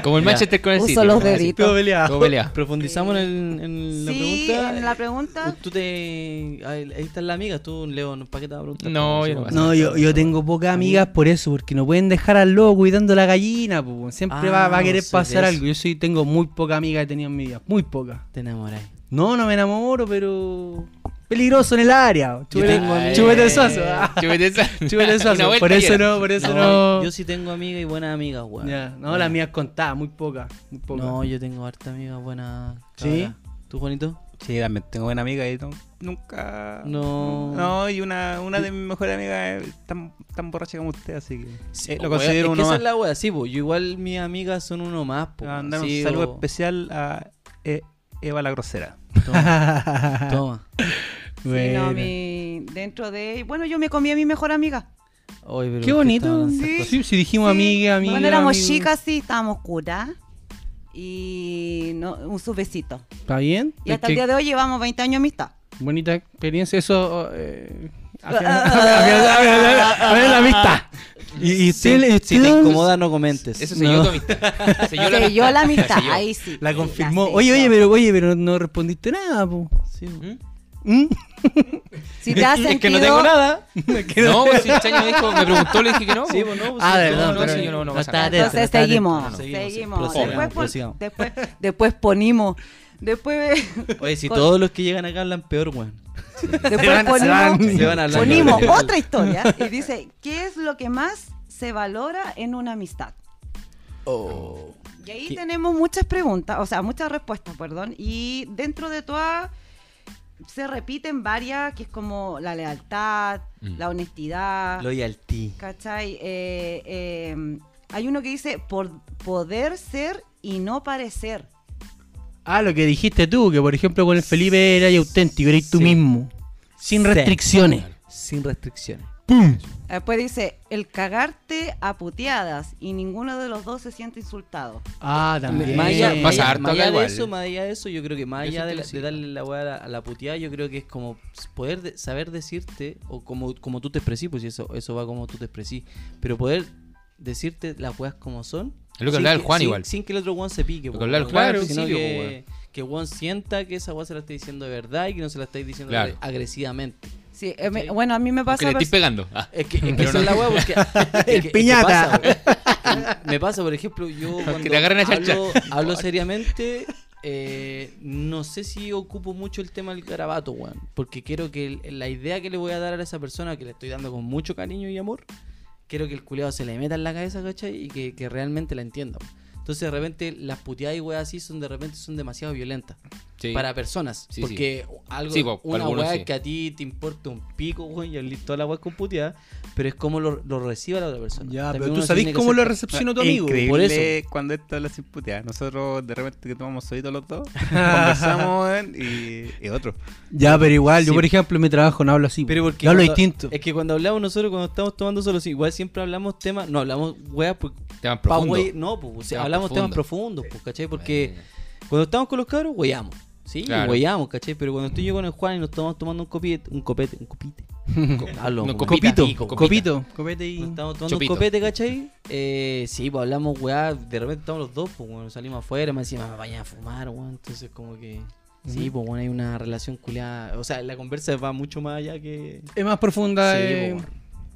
S3: Como el
S1: Ya.
S3: Manchester con el
S4: Uso
S3: City.
S4: los
S3: una wea así.
S4: deditos.
S2: Todo peleado.
S3: Todo peleado.
S1: Profundizamos en, el- en la
S4: sí,
S1: pregunta.
S4: en la pregunta.
S1: Tú te. Ahí, ahí están las amigas, tú, Leo, ¿no? ¿para qué te vas a preguntar?
S3: No,
S1: Sí,
S3: yo no
S1: bueno.
S2: No, yo, yo tengo pocas amigas por eso, porque no pueden dejar al loco cuidando la gallina, po. siempre
S1: Ah,
S2: va, va a querer
S1: sí, de
S2: pasar
S1: eso.
S2: algo. Yo soy, tengo muy poca amiga que he tenido en mi vida, muy poca.
S1: Te enamoráis.
S2: No, no me enamoro, pero peligroso en el área. Chupete,
S1: tengo amigas.
S2: chupete el suazo.
S3: Chupete el suazo.
S2: Chupete el
S3: Una
S2: suazo.
S3: vuelta
S2: Por
S3: y
S2: eso
S3: era.
S2: no, por eso
S1: No,
S2: no.
S1: Yo sí tengo amigas y buenas amigas, weón.
S2: Ya, no, las mías contadas, muy pocas, muy pocas.
S1: No, yo tengo harta amiga buena.
S2: ¿Sí?
S1: cabra. ¿Tú, Juanito?
S5: Sí, también tengo buena amiga y no- nunca.
S1: No.
S5: No, y una, una de mis mejores amigas es tan, tan borracha como usted, así que. eh, lo
S1: Wea,
S5: considero
S1: es que
S5: uno
S1: esa
S5: más.
S1: es la wea, sí, po. Yo igual mis amigas son uno más, po. oh.
S5: Mandar un
S1: Sí,
S5: saludo
S1: po.
S5: especial a E- Eva la Grosera.
S1: Toma, toma.
S4: Sí,
S2: Bueno.
S4: no, mi- dentro de. Bueno, yo me comí a mi mejor amiga.
S1: Oye, pero
S2: Qué bonito.
S1: estaban-
S4: Sí.
S2: Sí, sí, dijimos
S4: Sí,
S2: amiga, amiga.
S4: Cuando éramos
S2: amigo.
S4: chicas, sí, estábamos curadas. Y no, un subecito.
S2: ¿Está bien?
S4: Y hasta
S2: Qué
S4: el día de hoy llevamos 20 años de amistad.
S2: Bonita experiencia, eso. eh, afianza- afianza- afianza- afianza la amistad. Y, y
S1: Si,
S2: usted-
S1: si te
S2: usted-
S1: incomoda, no comentes.
S3: Eso
S1: No.
S3: selló tu amistad. Selló la
S4: Sí, yo la amistad,
S3: selló.
S4: ahí sí.
S2: La
S4: sí,
S2: confirmó.
S4: sí,
S2: Oye,
S4: sí.
S2: oye, pero oye, pero no respondiste nada, po.
S1: Sí, po.
S3: ¿Mm?
S2: ¿Mm?
S4: Si te has
S1: Es
S4: sentido,
S1: que no tengo nada.
S3: No, pues si Chaño dijo, me preguntó, le dije que no.
S1: Sí, po, no, po,
S2: Ah,
S1: Pues sí,
S2: verdad,
S1: no,
S3: no,
S1: no,
S2: pero-
S1: sí,
S3: yo no, no
S2: no
S3: pasa
S2: está
S3: nada.
S2: de-
S4: Entonces
S2: está
S4: seguimos,
S1: atento. No, no,
S4: seguimos.
S1: seguimos, sí,
S4: Después,
S1: prosigamos,
S4: pon- después, después ponimos. Después,
S1: Oye, si
S4: Con-
S1: todos los que llegan acá hablan peor, weón.
S4: después
S2: van- se
S4: ponimos,
S2: van-
S1: Se van hablando.
S4: ponimos
S1: de-
S4: Pues otra historia y dice, ¿qué es lo que más se valora en una amistad? Y ahí
S1: ¿Qué?
S4: tenemos muchas preguntas, o sea, muchas respuestas, perdón. Y dentro de todas se repiten varias, que es como la lealtad,
S3: Mm.
S4: la honestidad,
S1: Loyalty.
S4: ¿Cachai? Eh, eh, hay uno que dice por poder ser y no parecer.
S2: Ah, lo que dijiste tú, que por ejemplo con el Felipe era auténtico, eres tú
S1: Sí.
S2: mismo. Sin
S1: Sí.
S2: restricciones.
S1: Sin restricciones.
S4: Después dice el cagarte a puteadas y ninguno de los dos se siente insultado.
S2: Ah, también.
S1: Más allá,
S3: Pasa
S1: más allá-
S3: harto
S1: más allá
S3: acá
S1: de
S3: igual.
S1: eso, más allá de eso, yo creo que más
S3: Yo
S1: allá de,
S3: siento
S1: la-
S3: que sí.
S1: de darle la weá a la, a la puteada, yo creo que es como poder de- saber decirte, o como, como tú te expresís, pues eso, eso va como tú te expresís, pero poder decirte las weas como son.
S3: Es lo que
S1: sin
S3: hablaba el Juan
S1: sin-
S3: igual.
S1: Sin que el otro Juan se pique.
S3: Lo que
S1: po,
S3: hablaba el
S1: weón,
S3: Juan pues, al
S1: sino
S3: principio, po,
S1: que, que Juan sienta que esa wea se la está diciendo de verdad y que no se la estáis diciendo
S3: Claro.
S1: agresivamente.
S4: Sí, eh, me- bueno, a mí me
S3: Aunque
S4: pasa...
S3: le estoy
S4: pers-
S3: pegando. Ah.
S1: Es que, es que
S3: Pero
S1: esa es la
S3: no.
S1: weá, porque. es que- es que
S2: piñata.
S1: pasa, weón. me pasa, por ejemplo, yo cuando
S3: te agarren a chancha.
S1: hablo, hablo seriamente, eh, no sé si ocupo mucho el tema del garabato, weón. Porque quiero que el- la idea que le voy a dar a esa persona, que le estoy dando con mucho cariño y amor, quiero que el culeado se le meta en la cabeza, ¿cachai? Y que, que realmente la entienda. weón. Entonces, de repente, las puteadas y weas así son de repente son demasiado violentas
S3: Sí.
S1: para personas.
S3: Sí, sí.
S1: porque algo,
S3: Sí, po, para
S1: una
S3: algunos
S1: weá
S3: sí.
S1: que a ti te importa un pico, weón, y al toda la weá con puteada, pero es como lo, lo reciba la otra persona.
S2: Ya,
S1: También
S2: pero tú
S1: uno
S2: sabés
S1: tiene que
S2: cómo lo
S1: ser-
S2: recepcionó tu amigo.
S5: Increíble
S1: por eso.
S5: cuando esto habla sin putear. Nosotros de repente que tomamos solitos los dos, conversamos weón, y, y otro.
S2: Ya, pero igual, yo
S1: Sí.
S2: por ejemplo en mi trabajo no hablo así.
S1: Pero
S2: po.
S1: porque
S2: Yo hablo
S1: cuando-
S2: distinto.
S1: Es que cuando hablamos nosotros, cuando estamos tomando solo, sí, igual siempre hablamos temas, no hablamos weas, porque
S3: Temas
S1: pa'
S3: profundos.
S1: wey- no, pues, o sea,
S3: Temas Eh.
S1: hablamos temas profundos, pues, ¿cachai? Porque cuando estamos con los cabros, weyamos. Sí,
S3: Claro.
S1: weyamos, ¿cachai? Pero cuando estoy yo con el Juan y nos estamos tomando un copete, un copete, un copete. Hablo,
S3: No,
S1: weón.
S3: copito. Copito.
S2: Copito. Copete y.
S1: Nos estamos tomando
S3: Chopito.
S1: un copete, ¿cachai? Eh, sí, pues hablamos, weá, de repente estamos los dos, pues, bueno, salimos afuera, me decían, "Ah, vayan a fumar, weón, entonces como que... Sí, pues, bueno, hay una relación culiada, o sea, la conversa va mucho más allá que...
S2: Es más profunda.
S1: Sí,
S2: eh,
S1: po, weón.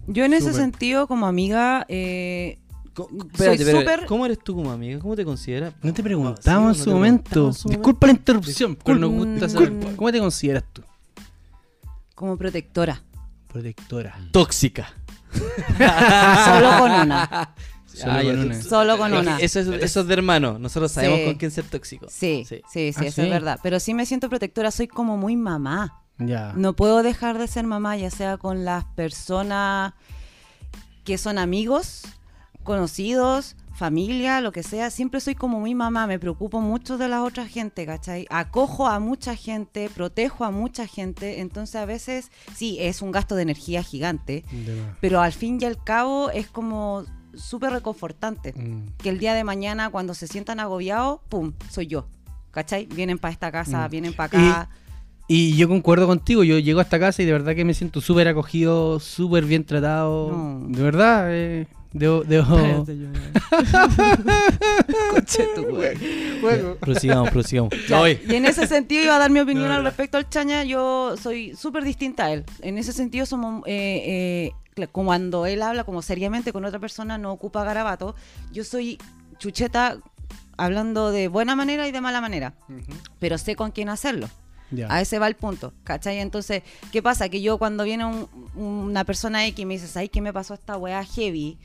S4: Yo en ese
S2: Súper.
S4: sentido, como amiga, eh,
S1: Co- co-
S4: Soy
S1: espérate, espérate,
S4: súper-
S1: ¿Cómo eres tú como amiga? ¿Cómo te consideras? Ah,
S2: No te
S1: no
S2: preguntamos
S1: te
S2: en su momento.
S1: preguntamos en su
S2: Disculpa la interrupción, pero
S4: Disculpa.
S2: nos gusta
S4: Mm.
S2: saber. ¿Cómo te consideras tú?
S4: como protectora.
S2: protectora.
S1: Tóxica.
S4: Solo con una.
S2: Solo
S1: Ah, ya,
S2: con
S1: tú-
S2: una.
S4: Solo con
S1: Lo que-
S4: una.
S1: Eso es, eso es de hermano. Nosotros sabemos
S4: Sí.
S1: con quién ser tóxico.
S4: Sí,
S1: Sí.
S4: sí, sí,
S2: Ah,
S4: eso es
S2: sí.
S4: verdad. Pero sí me siento protectora, soy como muy mamá.
S1: Mm.
S2: Ya.
S4: No puedo dejar de ser mamá, ya sea con las personas que son amigos, conocidos, familia, lo que sea. Siempre soy como muy mamá, me preocupo mucho de la otra gente, ¿cachai? Acojo a mucha gente, protejo a mucha gente. Entonces a veces, sí, es un gasto de energía gigante,
S2: De más.
S4: pero al fin y al cabo es como súper reconfortante
S2: Mm.
S4: que el día de mañana cuando se sientan agobiados, ¡pum! Soy yo. ¿Cachai? Vienen para esta casa,
S2: Mm.
S4: vienen para acá.
S2: Y yo concuerdo contigo, yo llego a esta casa y de verdad que me siento súper acogido, súper bien tratado.
S4: No.
S2: De verdad, eh, debo... debo...
S1: Ya, Prosigamos, prosigamos.
S4: Ya,
S1: Oye,
S4: y en ese sentido iba a dar mi opinión al respecto al Chaña, yo soy súper distinta a él. En ese sentido somos, eh, eh, cla- como cuando él habla como seriamente con otra persona, no ocupa garabato. Yo soy chucheta hablando de buena manera y de mala manera, pero sé con quién hacerlo.
S2: Ya.
S4: A ese va el punto, ¿cachai? Entonces, ¿qué pasa? Que yo cuando viene un- una persona X y me dice, ¿sabes qué me pasó esta weá heavy?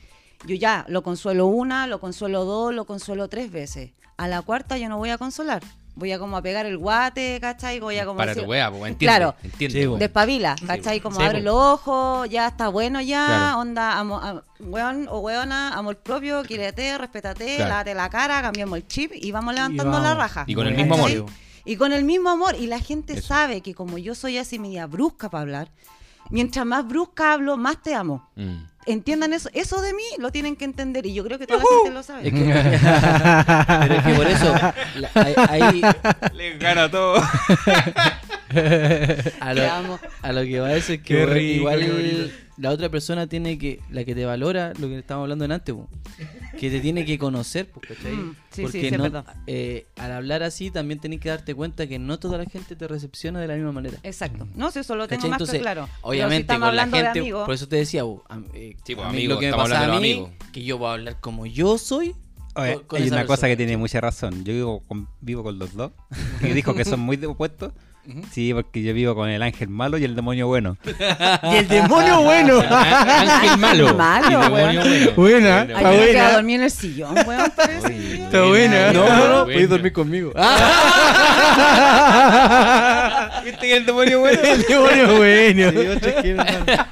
S4: Yo ya lo consuelo una, lo consuelo dos, lo consuelo tres veces. A la cuarta yo no voy a consolar. Voy a como a pegar el guate, ¿cachai? Voy a como
S3: Para tu
S4: decir,
S3: wea, pues, entiende.
S4: Claro.
S3: entiende,
S1: Sí,
S3: po.
S4: Despabila,
S3: Sí,
S4: ¿cachai?
S3: po.
S4: Como
S3: Sí,
S4: abre
S3: po.
S4: los ojos, ya está bueno ya,
S3: Claro.
S4: onda, amo, am- weón o weona, amor propio, quírete, respétate,
S3: Claro.
S4: lávate la cara, cambiamos el chip y vamos levantando la
S2: vamos.
S4: raja.
S3: Y con el mismo
S4: ¿cachai?
S3: amor.
S4: Y con el mismo amor. Y la gente
S3: Eso.
S4: sabe que como yo soy así media brusca para hablar, mientras más brusca hablo, más te amo.
S3: Mm.
S4: Entiendan eso. Eso de mí lo tienen que entender. Y yo creo que toda la gente lo sabe.
S1: Es que- pero es que por eso, la- ahí- ahí
S5: Le gana todo.
S1: a,
S4: Te
S1: lo,
S4: amo.
S1: a lo que va eso es que
S5: Qué
S1: weón,
S5: rico, qué
S1: igual
S5: bonito.
S1: la otra persona tiene que, la que te valora, lo que estábamos hablando en antes, po, que te tiene que conocer, po, ¿cachai?
S4: Mm, sí, sí,
S1: Porque
S4: sí, es
S1: no-
S4: verdad.
S1: eh, al hablar así también tenés que darte cuenta que no toda la gente te recepciona de la misma manera.
S4: Exacto. No sé, eso Eh, lo tengo
S1: ¿Cachai?
S4: más
S1: Entonces,
S4: que claro. Pero si
S1: obviamente,
S4: estamos
S1: con la
S4: hablando de
S1: gente,
S4: amigos,
S3: pues,
S1: por eso te decía, bu, a- eh,
S3: Sí, pues,
S1: a mí
S3: amigos,
S1: lo que me
S3: estamos
S1: pasa a
S3: hablando de
S1: mí,
S3: los amigos.
S1: que yo voy a hablar como yo soy,
S5: Oye,
S1: con- con
S5: hay
S1: esa
S5: una cosa
S1: persona,
S5: que tiene mucha razón. Yo vivo con, vivo con los dos. Y dijo que son muy de opuestos. Sí, porque yo vivo con el ángel malo y el demonio bueno.
S2: Y el demonio bueno.
S1: Ah,
S2: Ah,
S3: Ángel malo.
S4: malo,
S3: y demonio bueno.
S2: Buena. Está
S4: Ay, yo me quedo
S2: buena.
S4: a dormir en el sillón, weón, pues. parece.
S2: Está buena.
S1: No, no, no,
S3: Bueno.
S1: podéis dormir conmigo.
S5: ¿Viste que el demonio bueno?
S2: El demonio bueno.
S1: Sí, yo tranquilo, hermano.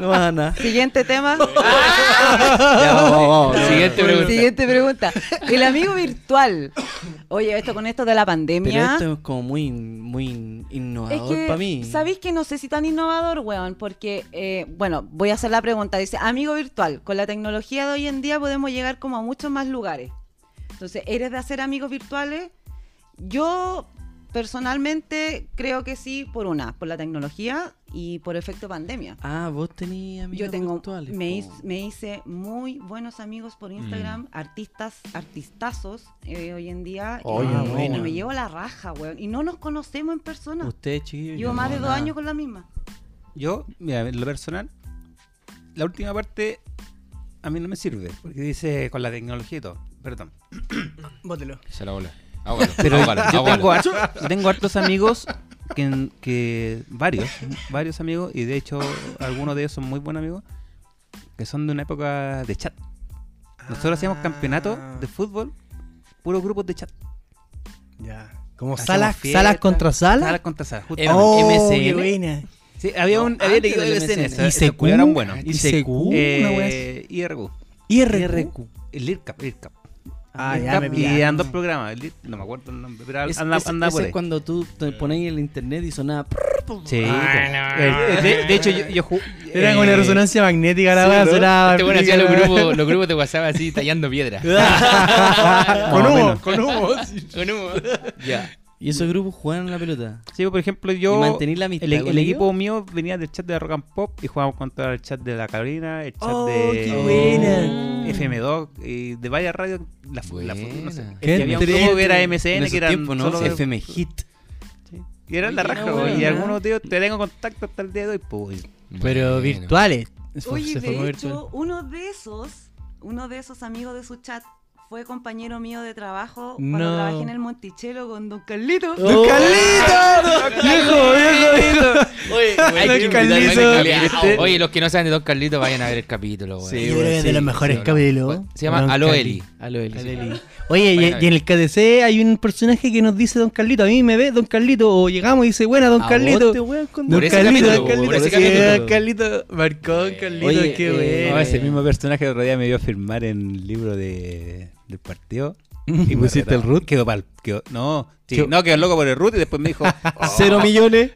S1: No pasa nada.
S4: Siguiente tema.
S1: Ya, vamos, vamos, vamos.
S3: Ah. Siguiente pregunta.
S4: Siguiente pregunta. El amigo virtual. Oye, esto con esto de la
S1: Pero
S4: pandemia.
S1: esto es como muy, muy in-
S4: Es
S1: innovador
S4: que,
S1: para mí.
S4: ¿sabéis que no sé si tan innovador, weón? Porque, eh, bueno, voy a hacer la pregunta. Dice, amigo virtual, con la tecnología de hoy en día podemos llegar como a muchos más lugares. Entonces, ¿eres de hacer amigos virtuales? Yo personalmente creo que sí, por una, por la tecnología y por efecto pandemia.
S1: Ah, vos tenías amigos
S4: Yo tengo,
S1: virtuales,
S4: me,
S1: po. Mm.
S4: hiz- me hice muy buenos amigos por Instagram, artistas, artistazos eh, hoy en día. y-
S1: Oye,
S4: y,
S1: buena.
S4: me llevo la raja, weón. Y no nos conocemos en persona.
S1: Ustedes, chiquillos.
S4: Llevo
S1: yo
S4: más
S1: no,
S4: de dos
S1: nada.
S4: años con la misma.
S5: Yo, mira, en lo personal, la última parte a mí no me sirve. Porque dice con la tecnología y todo. Perdón.
S2: Bótelo.
S3: Se la bola. Ahógalo,
S5: Pero
S3: ahógalo,
S5: yo,
S3: ahógalo.
S5: tengo harto- yo tengo hartos amigos que, que varios, varios amigos, y de hecho algunos de ellos son muy buenos amigos, que son de una época de chat.
S1: Ah.
S5: Nosotros hacíamos campeonatos de fútbol, puros grupos de chat.
S2: Ya. Como
S5: Hacemos
S2: salas,
S5: fiestas,
S2: salas contra salas.
S5: Salas contra salas, justo.
S1: Eh,
S2: Oh,
S1: MSN.
S2: qué buena.
S5: Sí, había
S1: no,
S5: un había
S1: antes
S5: leído
S1: del
S5: el
S1: MSN.
S5: SN,
S2: ¿Y
S5: esos
S2: CQ?
S5: culiados eran buenos.
S2: ¿Y CQ? Una wea así.
S5: Eh, IRQ.
S2: IRQ.
S5: El IRCAP, IRCAP.
S2: Ah,
S5: IRCAP,
S2: ya me
S5: y
S2: pillaron.
S5: eran dos programas, el IR- no me acuerdo el nombre, pero
S1: Es,
S5: anda,
S1: es-
S5: anda
S1: ese
S5: por
S1: es
S5: ahí.
S1: cuando tú te pones en el internet y sonaba. prrr, pum.
S5: Sí, pues. Eh, de, de hecho yo, yo ju-
S2: Era
S5: eh,
S2: con una resonancia magnética la verdad.
S3: Este bueno hacía los grupos, los grupos de WhatsApp así tallando piedras.
S2: Con
S5: Más o
S2: humo,
S5: menos.
S2: con humo.
S3: Con humo.
S1: Ya. Y esos grupos jugaban a la pelota.
S5: Sí, pues, por ejemplo,
S1: ¿Y
S5: yo.
S1: mantenís la amistad
S5: el, el
S1: con ellos?
S5: equipo mío venía del chat de Rock and Pop y jugábamos contra el chat de la Carolina, el chat
S2: Oh,
S5: de. mm,
S2: qué buena.
S5: FM2, y eh, de varias radios. La, fu- la fu- no sé.
S3: Buena.
S5: Y había un grupo que era MCN,
S1: En
S5: que
S1: esos
S5: era.
S1: tiempos, ¿no?
S5: solo-
S1: FM Hit.
S5: Y eran la
S1: Oye,
S5: raja,
S1: era
S5: güey, Y
S1: buena.
S5: algunos tíos te tengo contacto hasta el día de hoy. Pues,
S2: Pero
S3: Bueno.
S2: virtuales. Se fue-
S4: Oye,
S2: se
S4: de
S2: formó
S4: hecho,
S2: virtual.
S4: uno de esos, uno de esos amigos de su chat Fue compañero mío de trabajo
S2: No.
S4: cuando trabajé en el Monticello con Don Carlito. Oh.
S3: Oh.
S2: ¡Don Carlito! ¡Viejo, viejo,
S1: Oye,
S3: Hay que
S2: Don
S3: invitarlo,
S2: Carlito.
S3: Don Carlito.
S2: Este-
S3: Oye, los que no saben de Don Carlito, vayan a ver el capítulo, weón.
S1: Sí,
S2: Yo creo que es de los mejores
S3: sí,
S2: capítulos.
S3: Se llama
S2: Don
S3: Aló
S2: Carli-
S3: Eli.
S1: Aló, Eli.
S2: Eli. Oye, y,
S3: Vayan a
S2: y en el KDC hay un personaje que nos dice Don Carlito. A mí me ve Don Carlito. O llegamos y dice, buena, Don
S1: ¿A
S2: Carlito.
S1: vos te weas con
S2: Don
S3: Por ese
S2: Carlito,
S3: capítulo,
S2: Don
S3: por
S2: Carlito.
S3: ese
S2: sí,
S3: capítulo.
S2: Don Carlito. Marcón,
S3: Eh,
S2: Carlito.
S1: oye,
S2: qué
S1: eh,
S2: bueno.
S5: No, ese mismo personaje otro día me vio firmar en el libro de, del partido. Y pusiste el root. Quedó pal. Quedó, no, sí,
S2: Quedó-
S5: no, quedó loco por el root y después me dijo. oh,
S1: Cero millones.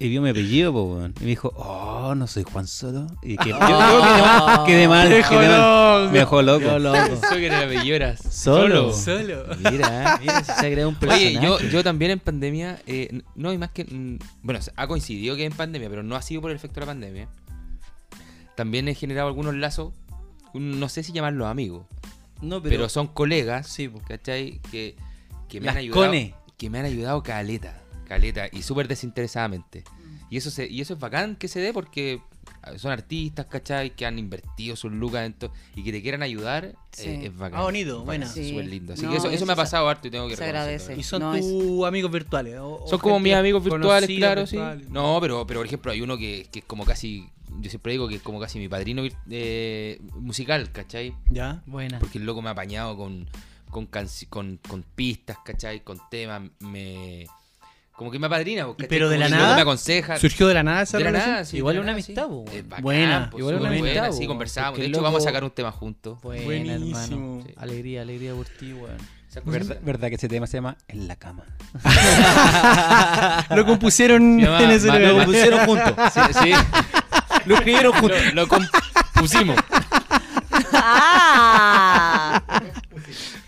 S5: Y vio mi apellido, po, weón. Y me dijo, oh, no soy Juan Soto. Y que, yo,
S1: Ah.
S5: yo quedé mal, quedé mal.
S2: Dejó
S5: quedé mal.
S2: loco.
S5: Me dejó loco.
S1: Yo loco.
S3: Pensó que era Belloras.
S1: Solo.
S2: Solo.
S1: Mira, mira, si se ha creado un
S3: Oye,
S1: personaje.
S3: yo, yo también en pandemia, eh, n- no, y más que. mm, Bueno, o sea, ha coincidido que en pandemia, pero no ha sido por el efecto de la pandemia. También he generado algunos lazos, un- no sé si llamarlos amigos,
S1: No,
S3: pero, son colegas,
S1: Sí, po.
S3: ¿cachai? Que, que me
S5: Las
S3: han ayudado.
S5: cone.
S3: Que me han ayudado caleta, caleta, y súper desinteresadamente. Y eso, se, y eso es bacán que se dé porque ah, son artistas, ¿cachai? Que han invertido sus lucas en to- y que te quieran ayudar.
S4: Sí.
S3: eh, es bacán.
S2: Ah, bonito,
S3: es bacán,
S2: buena.
S3: es Súper lindo. Así
S4: No,
S3: que eso, eso
S4: eso
S3: me ha
S4: se-
S3: pasado harto y tengo que
S4: se
S3: reconocerlo.
S4: agradece.
S2: Y son
S4: No, es-
S2: tus amigos virtuales. o- o
S3: Son como
S2: gente
S3: mis amigos virtuales,
S2: conocida,
S3: claro,
S2: virtual.
S3: sí. No, pero, pero por ejemplo hay uno que, que es como casi, yo siempre digo que es como casi mi padrino vir- eh, musical, ¿cachai?
S2: Ya.
S1: Buena.
S3: Porque el loco me ha apañado con, con, canci- con, con pistas, ¿cachai? Con temas, me... Como que me apadrina, ¿cachai?
S2: Pero de
S3: Como
S2: la
S3: que el loco
S2: nada,
S3: me aconseja.
S2: Surgió de la nada esa
S3: de la
S2: relación.
S3: nada, sí,
S1: Igual
S3: de la
S1: una
S3: nada, sí.
S1: amistad, po, weón.
S3: Es bacán,
S2: Buena,
S3: po,
S1: igual una
S3: súper buena,
S1: amistad,
S3: sí,
S1: po,
S3: conversamos.
S1: porque
S3: De
S1: el
S3: hecho, vamos a
S1: loco-
S3: sacar un tema juntos.
S1: Buena,
S2: Buenísimo.
S1: hermano.
S3: Sí.
S1: Alegría, alegría por ti, weón.
S5: ¿Verdad, verdad que ese tema se llama En la cama.
S2: Lo compusieron
S3: Mi mamá-
S2: en ese
S3: ma-
S2: lugar.
S3: lo compusieron
S2: juntos.
S3: Sí, sí. lo escribieron juntos. Lo, compusimos.
S4: ¡Ah!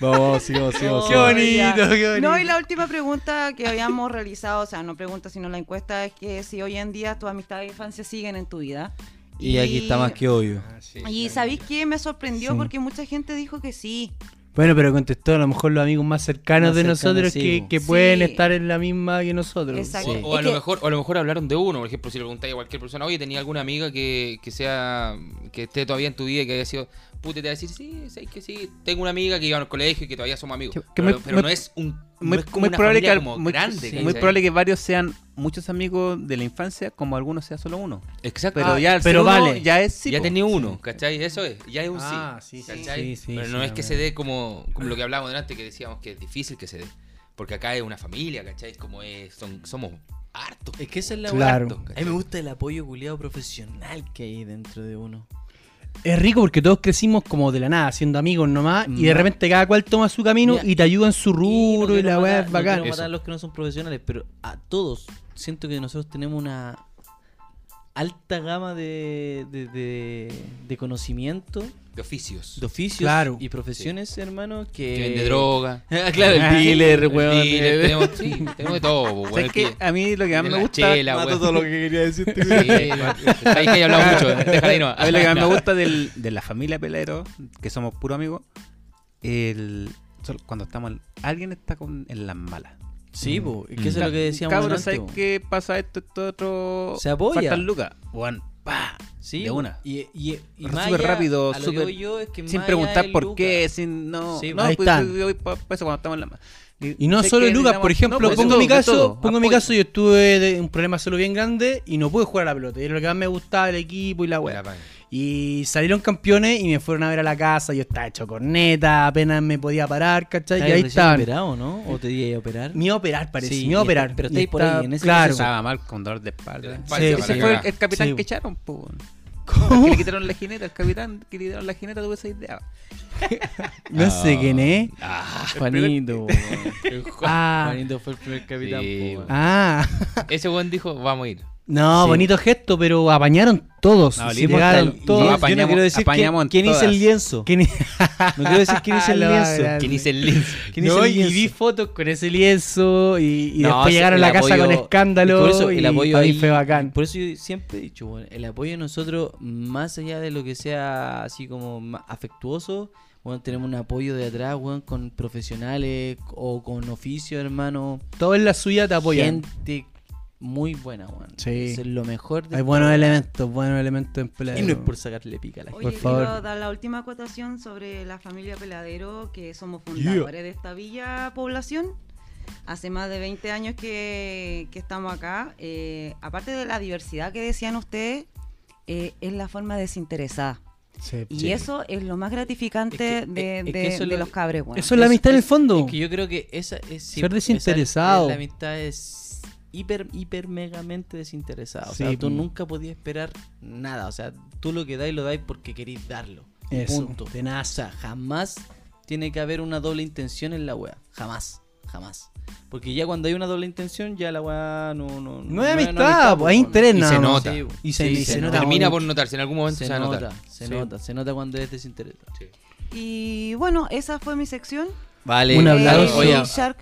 S5: Vamos, sigamos, sigamos.
S2: Qué bonito, qué bonito.
S4: No, y la última pregunta que habíamos realizado, o sea, no pregunta sino la encuesta, es que si hoy en día tus amistades de infancia siguen en tu vida.
S5: Y aquí está más que obvio.
S4: Y ¿sabéis qué? Me sorprendió
S2: Sí.
S4: porque mucha gente dijo que sí.
S2: Bueno, pero contestó a lo mejor los amigos más cercanos
S1: Más
S2: de
S1: cercanos,
S2: nosotros
S1: sí,
S2: que,
S1: po.
S2: que
S4: Sí.
S2: pueden estar en la misma que nosotros.
S4: Exacto.
S3: O,
S1: Sí.
S3: o a
S4: Es
S3: lo
S4: que-
S3: mejor, o a lo mejor hablaron de uno, por ejemplo, si le preguntáis a cualquier persona, oye, ¿tenía alguna amiga que, que sea que esté todavía en tu vida y que haya sido puta? y Te va a decir, sí, sabes que sí, tengo una amiga que iba al colegio y que todavía somos amigos.
S5: Que- que
S3: pero
S5: muy-
S3: pero
S5: muy-
S3: no es un no
S5: Muy,
S3: es como
S5: muy
S3: una
S5: probable, que,
S3: familia como
S5: muy-
S3: grande,
S5: sí,
S3: ¿cachai?
S5: muy probable que varios sean muchos amigos de la infancia, como algunos sea solo uno.
S3: Exacto.
S5: Ah,
S3: Ah,
S5: Pero ya, al
S2: pero
S5: ser uno,
S2: vale.
S5: ya es sí,
S3: ya
S5: po.
S3: tenía uno, ¿cachai? Eso es, ya es un
S2: Ah,
S3: sí.
S2: sí, sí,
S3: ¿cachai?
S2: sí, sí,
S3: Pero
S2: sí,
S3: no es
S2: la
S3: que
S2: verdad.
S3: se dé como, como lo que hablábamos delante, que decíamos que es difícil que se dé. Porque acá es una familia, ¿cachai? Como es, son, somos hartos.
S1: Es que esa es la
S2: Claro.
S1: weá. A mí me gusta el apoyo culiado profesional que hay dentro de uno.
S2: Es rico porque todos crecimos como de la nada, siendo amigos nomás, y de
S1: Ma-
S2: repente cada cual toma su camino
S1: Mira,
S2: y te ayuda en su rubro y,
S1: quiero
S2: la weá
S1: matar-
S2: es
S1: No
S2: bacán.
S1: quiero matar a
S2: Eso.
S1: los que no son profesionales, pero a todos siento que nosotros tenemos una alta gama de, de, de- de conocimiento,
S3: De oficios.
S1: de oficios
S2: Claro.
S1: y profesiones, hermano, que...
S3: que vende droga.
S1: Eh, Ah, claro,
S5: Ah,
S1: el dealer,
S3: El
S1: weón.
S3: dealer,
S1: eh,
S3: tenemos, sí, tenemos de todo, po, weón.
S5: ¿Sabes
S3: El
S5: qué?
S3: que-
S5: A mí lo que
S3: de
S5: más me
S3: la
S5: gusta.
S3: chela,
S5: Mato
S3: weón.
S5: todo lo que quería decirte.
S3: Sí, sabes que he hablado mucho, déjala ahí nomás.
S5: A mí lo que más me gusta del- de la familia Pelero, que somos puro amigos, el, sol- cuando estamos. en- Alguien está con, en las malas.
S1: Sí, po, es que eso
S5: Ca-
S1: es lo que decíamos
S5: Cabros,
S1: delante,
S5: ¿sabes
S1: po.
S5: qué pasa esto, esto, otro?
S1: Se apoya.
S5: Faltan lucas. Juan, pa.
S1: Sí,
S5: de
S1: po.
S5: una.
S1: Y, y, y
S5: Pero
S1: más
S5: súper
S1: allá,
S5: rápido,
S1: a lo que
S5: súper-
S1: voy yo es que
S5: Sin
S1: más allá
S5: preguntar
S1: del
S5: por
S1: Lucas.
S5: qué, sin. No,
S1: Sí,
S5: no
S2: ahí
S5: pues,
S2: están.
S5: yo voy pa- pa eso cuando estamos en las malas.
S2: Y no
S5: sé
S2: solo
S5: que
S2: Lucas, por
S5: necesitamos-
S2: ejemplo,
S5: no, pues,
S2: pongo
S5: eso,
S2: mi
S5: de
S2: caso,
S5: todo,
S2: pongo mi
S5: apoyo.
S2: caso, yo estuve de un problema solo bien grande y no pude jugar a la pelota, y era lo que más me gustaba el equipo y la weá.
S3: La pan.
S2: Y salieron campeones y me fueron a ver a la casa, yo estaba hecho corneta, apenas me podía parar, ¿cachai?
S1: ¿Estás
S2: Y ahí
S1: recién
S2: estaban.
S1: operado, no? ¿O te iba a operar?
S2: Me iba a operar, parece.
S1: Sí,
S2: me iba a
S1: y-
S2: operar.
S1: pero
S2: Y
S1: está ahí por ahí, en ese
S2: claro.
S5: Estaba mal con dolor de espalda.
S3: Sí,
S5: Ese
S2: sí,
S5: fue
S2: sí.
S5: el- el capitán
S2: Sí.
S5: que echaron, po.
S2: ¿Cómo?
S5: Que le quitaron la jineta, el capitán que le quitaron la jineta tuvo esa idea.
S2: No
S3: Ah.
S1: Ah.
S2: sé quién es.
S1: Juanito,
S2: Ah.
S1: Juanito fue el primer capitán,
S3: Sí,
S1: po,
S3: po.
S1: weón.
S2: Ah.
S3: Ese weón dijo, vamos a ir.
S2: No,
S1: Sí.
S2: bonito gesto, pero apañaron todos.
S5: No,
S2: Sí,
S5: listo,
S2: llegaron
S5: está el-
S2: todos.
S1: Yo- yo no
S5: apañamos-
S1: quiero decir
S5: apañamos
S1: quién,
S5: en
S1: quién hizo
S5: todas.
S1: el lienzo. Ah, No
S2: ¿Quién-
S1: quiero decir quién hizo el
S2: Lo
S1: lienzo.
S2: grande.
S3: ¿Quién hizo el lienzo?
S1: ¿Quién hizo
S2: No,
S1: el
S2: y
S1: lienzo?
S2: vi fotos con ese lienzo y, y
S1: No,
S2: después
S1: sí,
S2: llegaron
S1: el
S2: a la casa
S1: apoyo-
S2: con escándalo.
S1: y por eso el
S2: y
S1: apoyo
S2: para mí
S1: ahí-
S2: fue bacán.
S1: Por eso yo siempre he dicho, bueno, el apoyo de nosotros, más allá de lo que sea así como ma- afectuoso, bueno, tenemos un apoyo de atrás, weón, con profesionales o con oficio, hermano.
S2: Todo en la suya te apoyan.
S1: Gente muy buena, weón.
S2: Sí.
S1: Eso Es lo mejor de
S2: Hay buenos elementos, buenos elementos empleados.
S7: Y no es por sacarle pica a la gente.
S2: Por
S4: Oye,
S2: favor.
S4: quiero dar la última acotación sobre la familia Peladero, que somos fundadores de esta villa población. Hace más de 20 años que, que estamos acá. Eh, aparte de la diversidad que decían ustedes, eh, es la forma desinteresada.
S2: Sí.
S4: Y
S2: Sí.
S4: eso es lo más gratificante
S1: Es que- eh,
S4: de,
S1: es que
S4: de-
S1: eso es
S4: de
S1: lo-
S4: los cabres, weón.
S2: Eso es la amistad en el fondo.
S1: Es que yo creo que esa es
S2: Ser
S1: esa-
S2: desinteresado.
S1: la amistad es hiper, hiper megamente desinteresada. O sea,
S2: Sí,
S1: tú
S2: mm.
S1: nunca podías esperar nada. O sea, tú lo que dais lo dais porque querís darlo. Y
S2: Eso,
S1: Punto. O
S2: tenaz.
S1: sea, jamás tiene que haber una doble intención en la wea. Jamás. Jamás. Porque ya cuando hay una doble intención, ya la wea no. No,
S2: No hay amistad, pues, hay
S1: po,
S2: interés
S1: no.
S2: nada
S3: se
S2: más.
S3: nota.
S1: Sí,
S2: Y se-
S1: sí,
S2: y se nota
S3: Termina
S2: mucho.
S3: por notarse, en algún momento se,
S1: Se
S3: va a notar.
S1: nota, se
S2: Sí.
S1: nota, se nota cuando es desinteresado.
S4: Y bueno, esa fue mi sección.
S1: Vale,
S2: Un
S4: Eh,
S2: aplauso.
S1: Oye,
S4: Shark-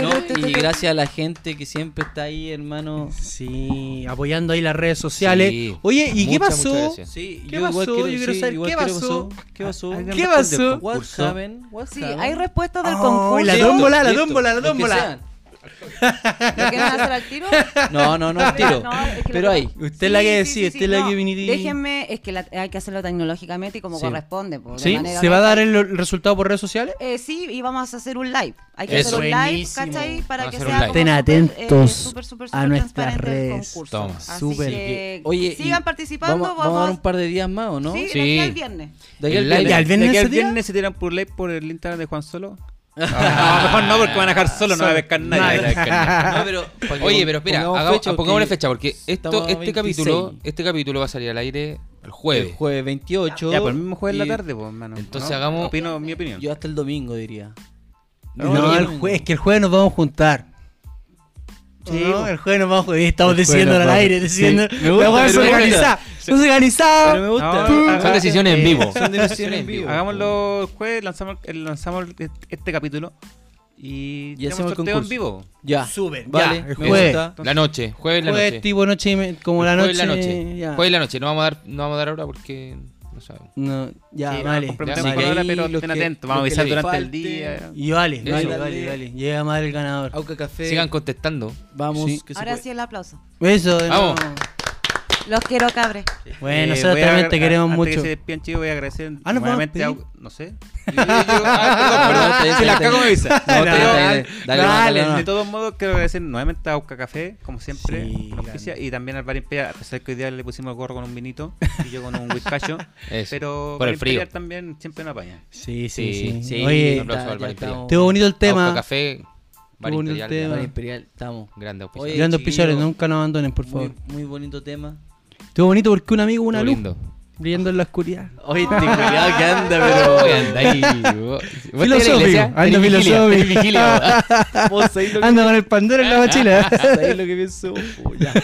S1: No, y gracias a la gente que siempre está ahí, hermano.
S2: Sí, apoyando ahí las redes sociales.
S3: Sí.
S2: Oye, ¿y qué
S3: Muchas, muchas
S2: pasó?
S3: gracias.
S1: Sí,
S2: ¿Qué pasó? Yo quiero saber
S1: igual
S2: qué
S1: quiero
S2: pasó.
S1: ¿Qué pasó?
S5: ¿Alguien
S2: ¿Qué
S5: responde al
S2: pasó?
S1: What
S5: concurso?
S1: happened? What
S4: Sí,
S1: happened?
S4: hay respuestas del
S2: Ay,
S4: concurso.
S2: Oh, la tómbola, la
S1: Listo,
S2: tómbola, la
S1: los que
S2: tómbola.
S4: ¿Lo quieren hacer al tiro?
S1: sean. No, no, no,
S4: Mira,
S1: tiro.
S4: no, es que
S1: Pero
S4: lo que-
S1: hay.
S2: Usted es la que decide, usted es la que viní-
S4: Déjenme, es que la- hay que hacerlo tecnológicamente y como
S2: Sí.
S4: corresponde. po, de
S2: ¿Sí?
S4: manera
S2: ¿Se va a
S4: que-
S2: dar el, el resultado por redes sociales?
S4: Eh, sí, y vamos a hacer un live. Hay que
S3: Eso.
S4: hacer un live,
S2: Buenísimo.
S4: ¿cachai? Para
S3: Vamos
S4: que
S3: a
S4: sea
S3: hacer un
S4: como
S2: Estén
S3: live.
S4: súper, eh,
S2: atentos
S4: súper, súper,
S2: a
S4: súper
S2: nuestras
S4: transparente el
S2: redes.
S4: concurso.
S3: Toma.
S4: Así
S1: Súper.
S4: que
S1: Oye, y
S4: Eh, sigan participando.
S1: Vamos, vamos a dar un par de días más, ¿o no?
S4: Sí, de
S3: Sí.
S4: aquí al viernes.
S1: De aquí al
S3: El
S1: viernes.
S2: live. ¿Al viernes
S5: ¿De que
S2: se
S5: al
S2: tira?
S5: viernes se tiran por ley por el Instagram de Juan Solo? No,
S1: Ah.
S5: no, mejor no, porque van a dejar solo, no va a pescar nadie.
S1: No, pero, para que
S3: Oye, pero espera,
S1: pongamos
S3: hagamos-
S1: fecha,
S3: pongámosle
S1: porque
S3: fecha, porque
S1: estamos
S3: esto,
S1: a
S3: este,
S1: 26.
S3: capítulo, este capítulo va a salir al aire el
S1: El
S3: jueves.
S1: jueves 28.
S5: Ya, por el mismo jueves en
S1: y
S5: la tarde, pues, hermano.
S3: Entonces
S5: ¿no?
S3: hagamos-
S5: Opino mi opinión.
S1: Yo hasta el domingo diría.
S2: No,
S1: no,
S2: el
S1: no.
S2: jue- es que el jueves nos vamos a juntar.
S5: Sí,
S2: No,
S5: pues.
S2: el jueves nos vamos a juntar. Estamos
S1: jueves
S2: diciendo
S1: nos
S2: al
S1: vamos.
S2: aire, diciendo.
S1: Sí, me
S2: la
S1: gusta, pero
S2: hueá es
S1: me gusta.
S2: organizada. Es organizada.
S1: Pero me gusta.
S5: No, no,
S3: Son
S5: hagamos-
S3: decisiones en vivo.
S1: eh, Son decisiones en vivo.
S5: Hagámoslo el jueves, lanzamos, el- lanzamos el- este capítulo y,
S1: Y hacemos
S5: tenemos
S1: el
S5: sorteo en
S1: concurso.
S5: vivo.
S1: Ya.
S2: Súper, ya,
S1: Vale,
S2: el
S1: me
S2: jueves.
S1: gusta.
S3: La noche, jueves la
S2: Jueves
S3: noche.
S2: tipo noche, y me- como la noche.
S3: Jueves la noche.
S2: ya.
S3: Jueves la noche. No vamos a dar, no vamos a dar ahora porque no sabemos.
S2: No,
S1: Ah,
S2: ya,
S5: Sí,
S2: vale.
S5: nos comprometemos
S3: Ya,
S5: con
S3: sí.
S5: ahora,
S1: Ahí
S5: pero
S1: los
S5: estén
S1: que-
S5: atentos.
S1: los
S5: Vamos a
S1: que
S5: avisar
S1: le
S5: durante el
S1: falten.
S5: día.
S2: Y vale,
S3: Eso.
S2: vale, vale, vale. Llega madre el ganador.
S1: Auca Café.
S3: Sigan contestando.
S1: Vamos.
S2: Sí.
S1: que se
S4: Ahora
S1: puede.
S4: sí el aplauso.
S2: Eso, de
S3: Vamos.
S2: nuevo.
S4: Los quiero, cabres.
S2: Bueno,
S5: Eh,
S2: nosotros
S5: voy a
S2: también
S5: agra-
S2: te queremos
S5: antes
S2: mucho.
S5: Que se despidan, chicos, voy a agradecer
S2: Ah, ¿nos vamos a
S5: nuevamente a-
S2: despedir?
S5: No sé.
S3: Ah,
S5: Si la
S1: está
S5: cago, me
S1: bien.
S5: avisa.
S1: No, está bien,
S5: Pero-
S1: está bien. Dale,
S5: Vale,
S1: no, no, no.
S5: ah, de todos modos, quiero agradecer nuevamente a Auca Café, como siempre,
S2: Sí,
S5: por la auspicia, y también al Bar Imperial, a pesar que hoy día le pusimos el gorro con un vinito y yo con un whiskacho,
S3: Eso,
S5: pero
S3: por
S5: Bar
S3: el frío.
S5: Imperial también siempre me apaña.
S2: Sí, sí,
S3: Sí,
S2: sí.
S1: Sí,
S2: Oye,
S3: un aplauso al
S1: ya
S3: Bar Imperial.
S1: estamos.
S2: estuvo bonito el
S3: Auca
S2: tema.
S3: Café, Bar
S2: Bonito
S3: Imperial,
S2: tema.
S1: Bar
S3: grande-
S1: Imperial, estamos.
S3: grande auspiciador.
S1: Oye,
S2: Grandes pichares,
S1: chiquillos,
S2: nunca nos abandonen, por favor.
S1: Muy, muy bonito tema.
S2: Estuvo bonito porque un amigo, una
S3: Estuvo
S2: luz,
S3: lindo.
S2: brillando en la oscuridad.
S1: Oye, te cuidado que anda, pero.
S3: Oye, anda ahí, vos- vos tenés
S2: Filosófico,
S3: iglesia,
S2: anda
S3: tenés vigilia,
S2: filosófico.
S3: tenés vigilia, vos.
S1: Vos sabés lo que,
S2: Anda con el pandero en la mochila.
S1: sabés lo que pienso. Oh, ya.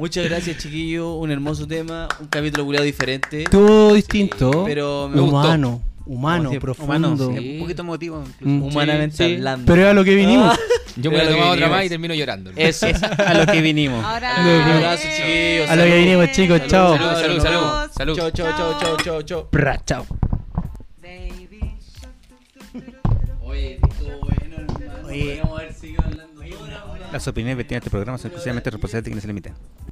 S1: Muchas gracias, chiquillo. Un hermoso tema. Un capítulo culiado diferente.
S2: Estuvo distinto.
S1: Pero me gustó.
S2: humano, humano,
S1: Como siempre,
S2: profundo.
S1: humano, sí.
S5: Un poquito emotivo.
S2: Mm.
S1: Humanamente
S2: Sí, sí.
S1: hablando.
S2: Pero era lo que vinimos.
S3: Yo me
S1: Pero
S3: voy a
S1: lo
S3: tomar
S1: que
S3: otra más
S1: vinimos.
S3: y termino llorando.
S1: Eso.
S5: A lo que vinimos.
S4: Ahora.
S1: Un abrazo, chiquillos. A lo que
S2: vinimos, chicos, chao.
S3: Salud, salud, salud. salud.
S1: Chau, chau, chau, chau, chau, chau.
S2: Pra, chao.
S4: Baby Shark.
S1: Oye, estuvo bueno, hermano.
S2: Oye.
S1: Podríamos haber seguido hablando.
S5: Las opiniones vertidas en este programa son exclusivamente responsabilidades de quienes se limitan.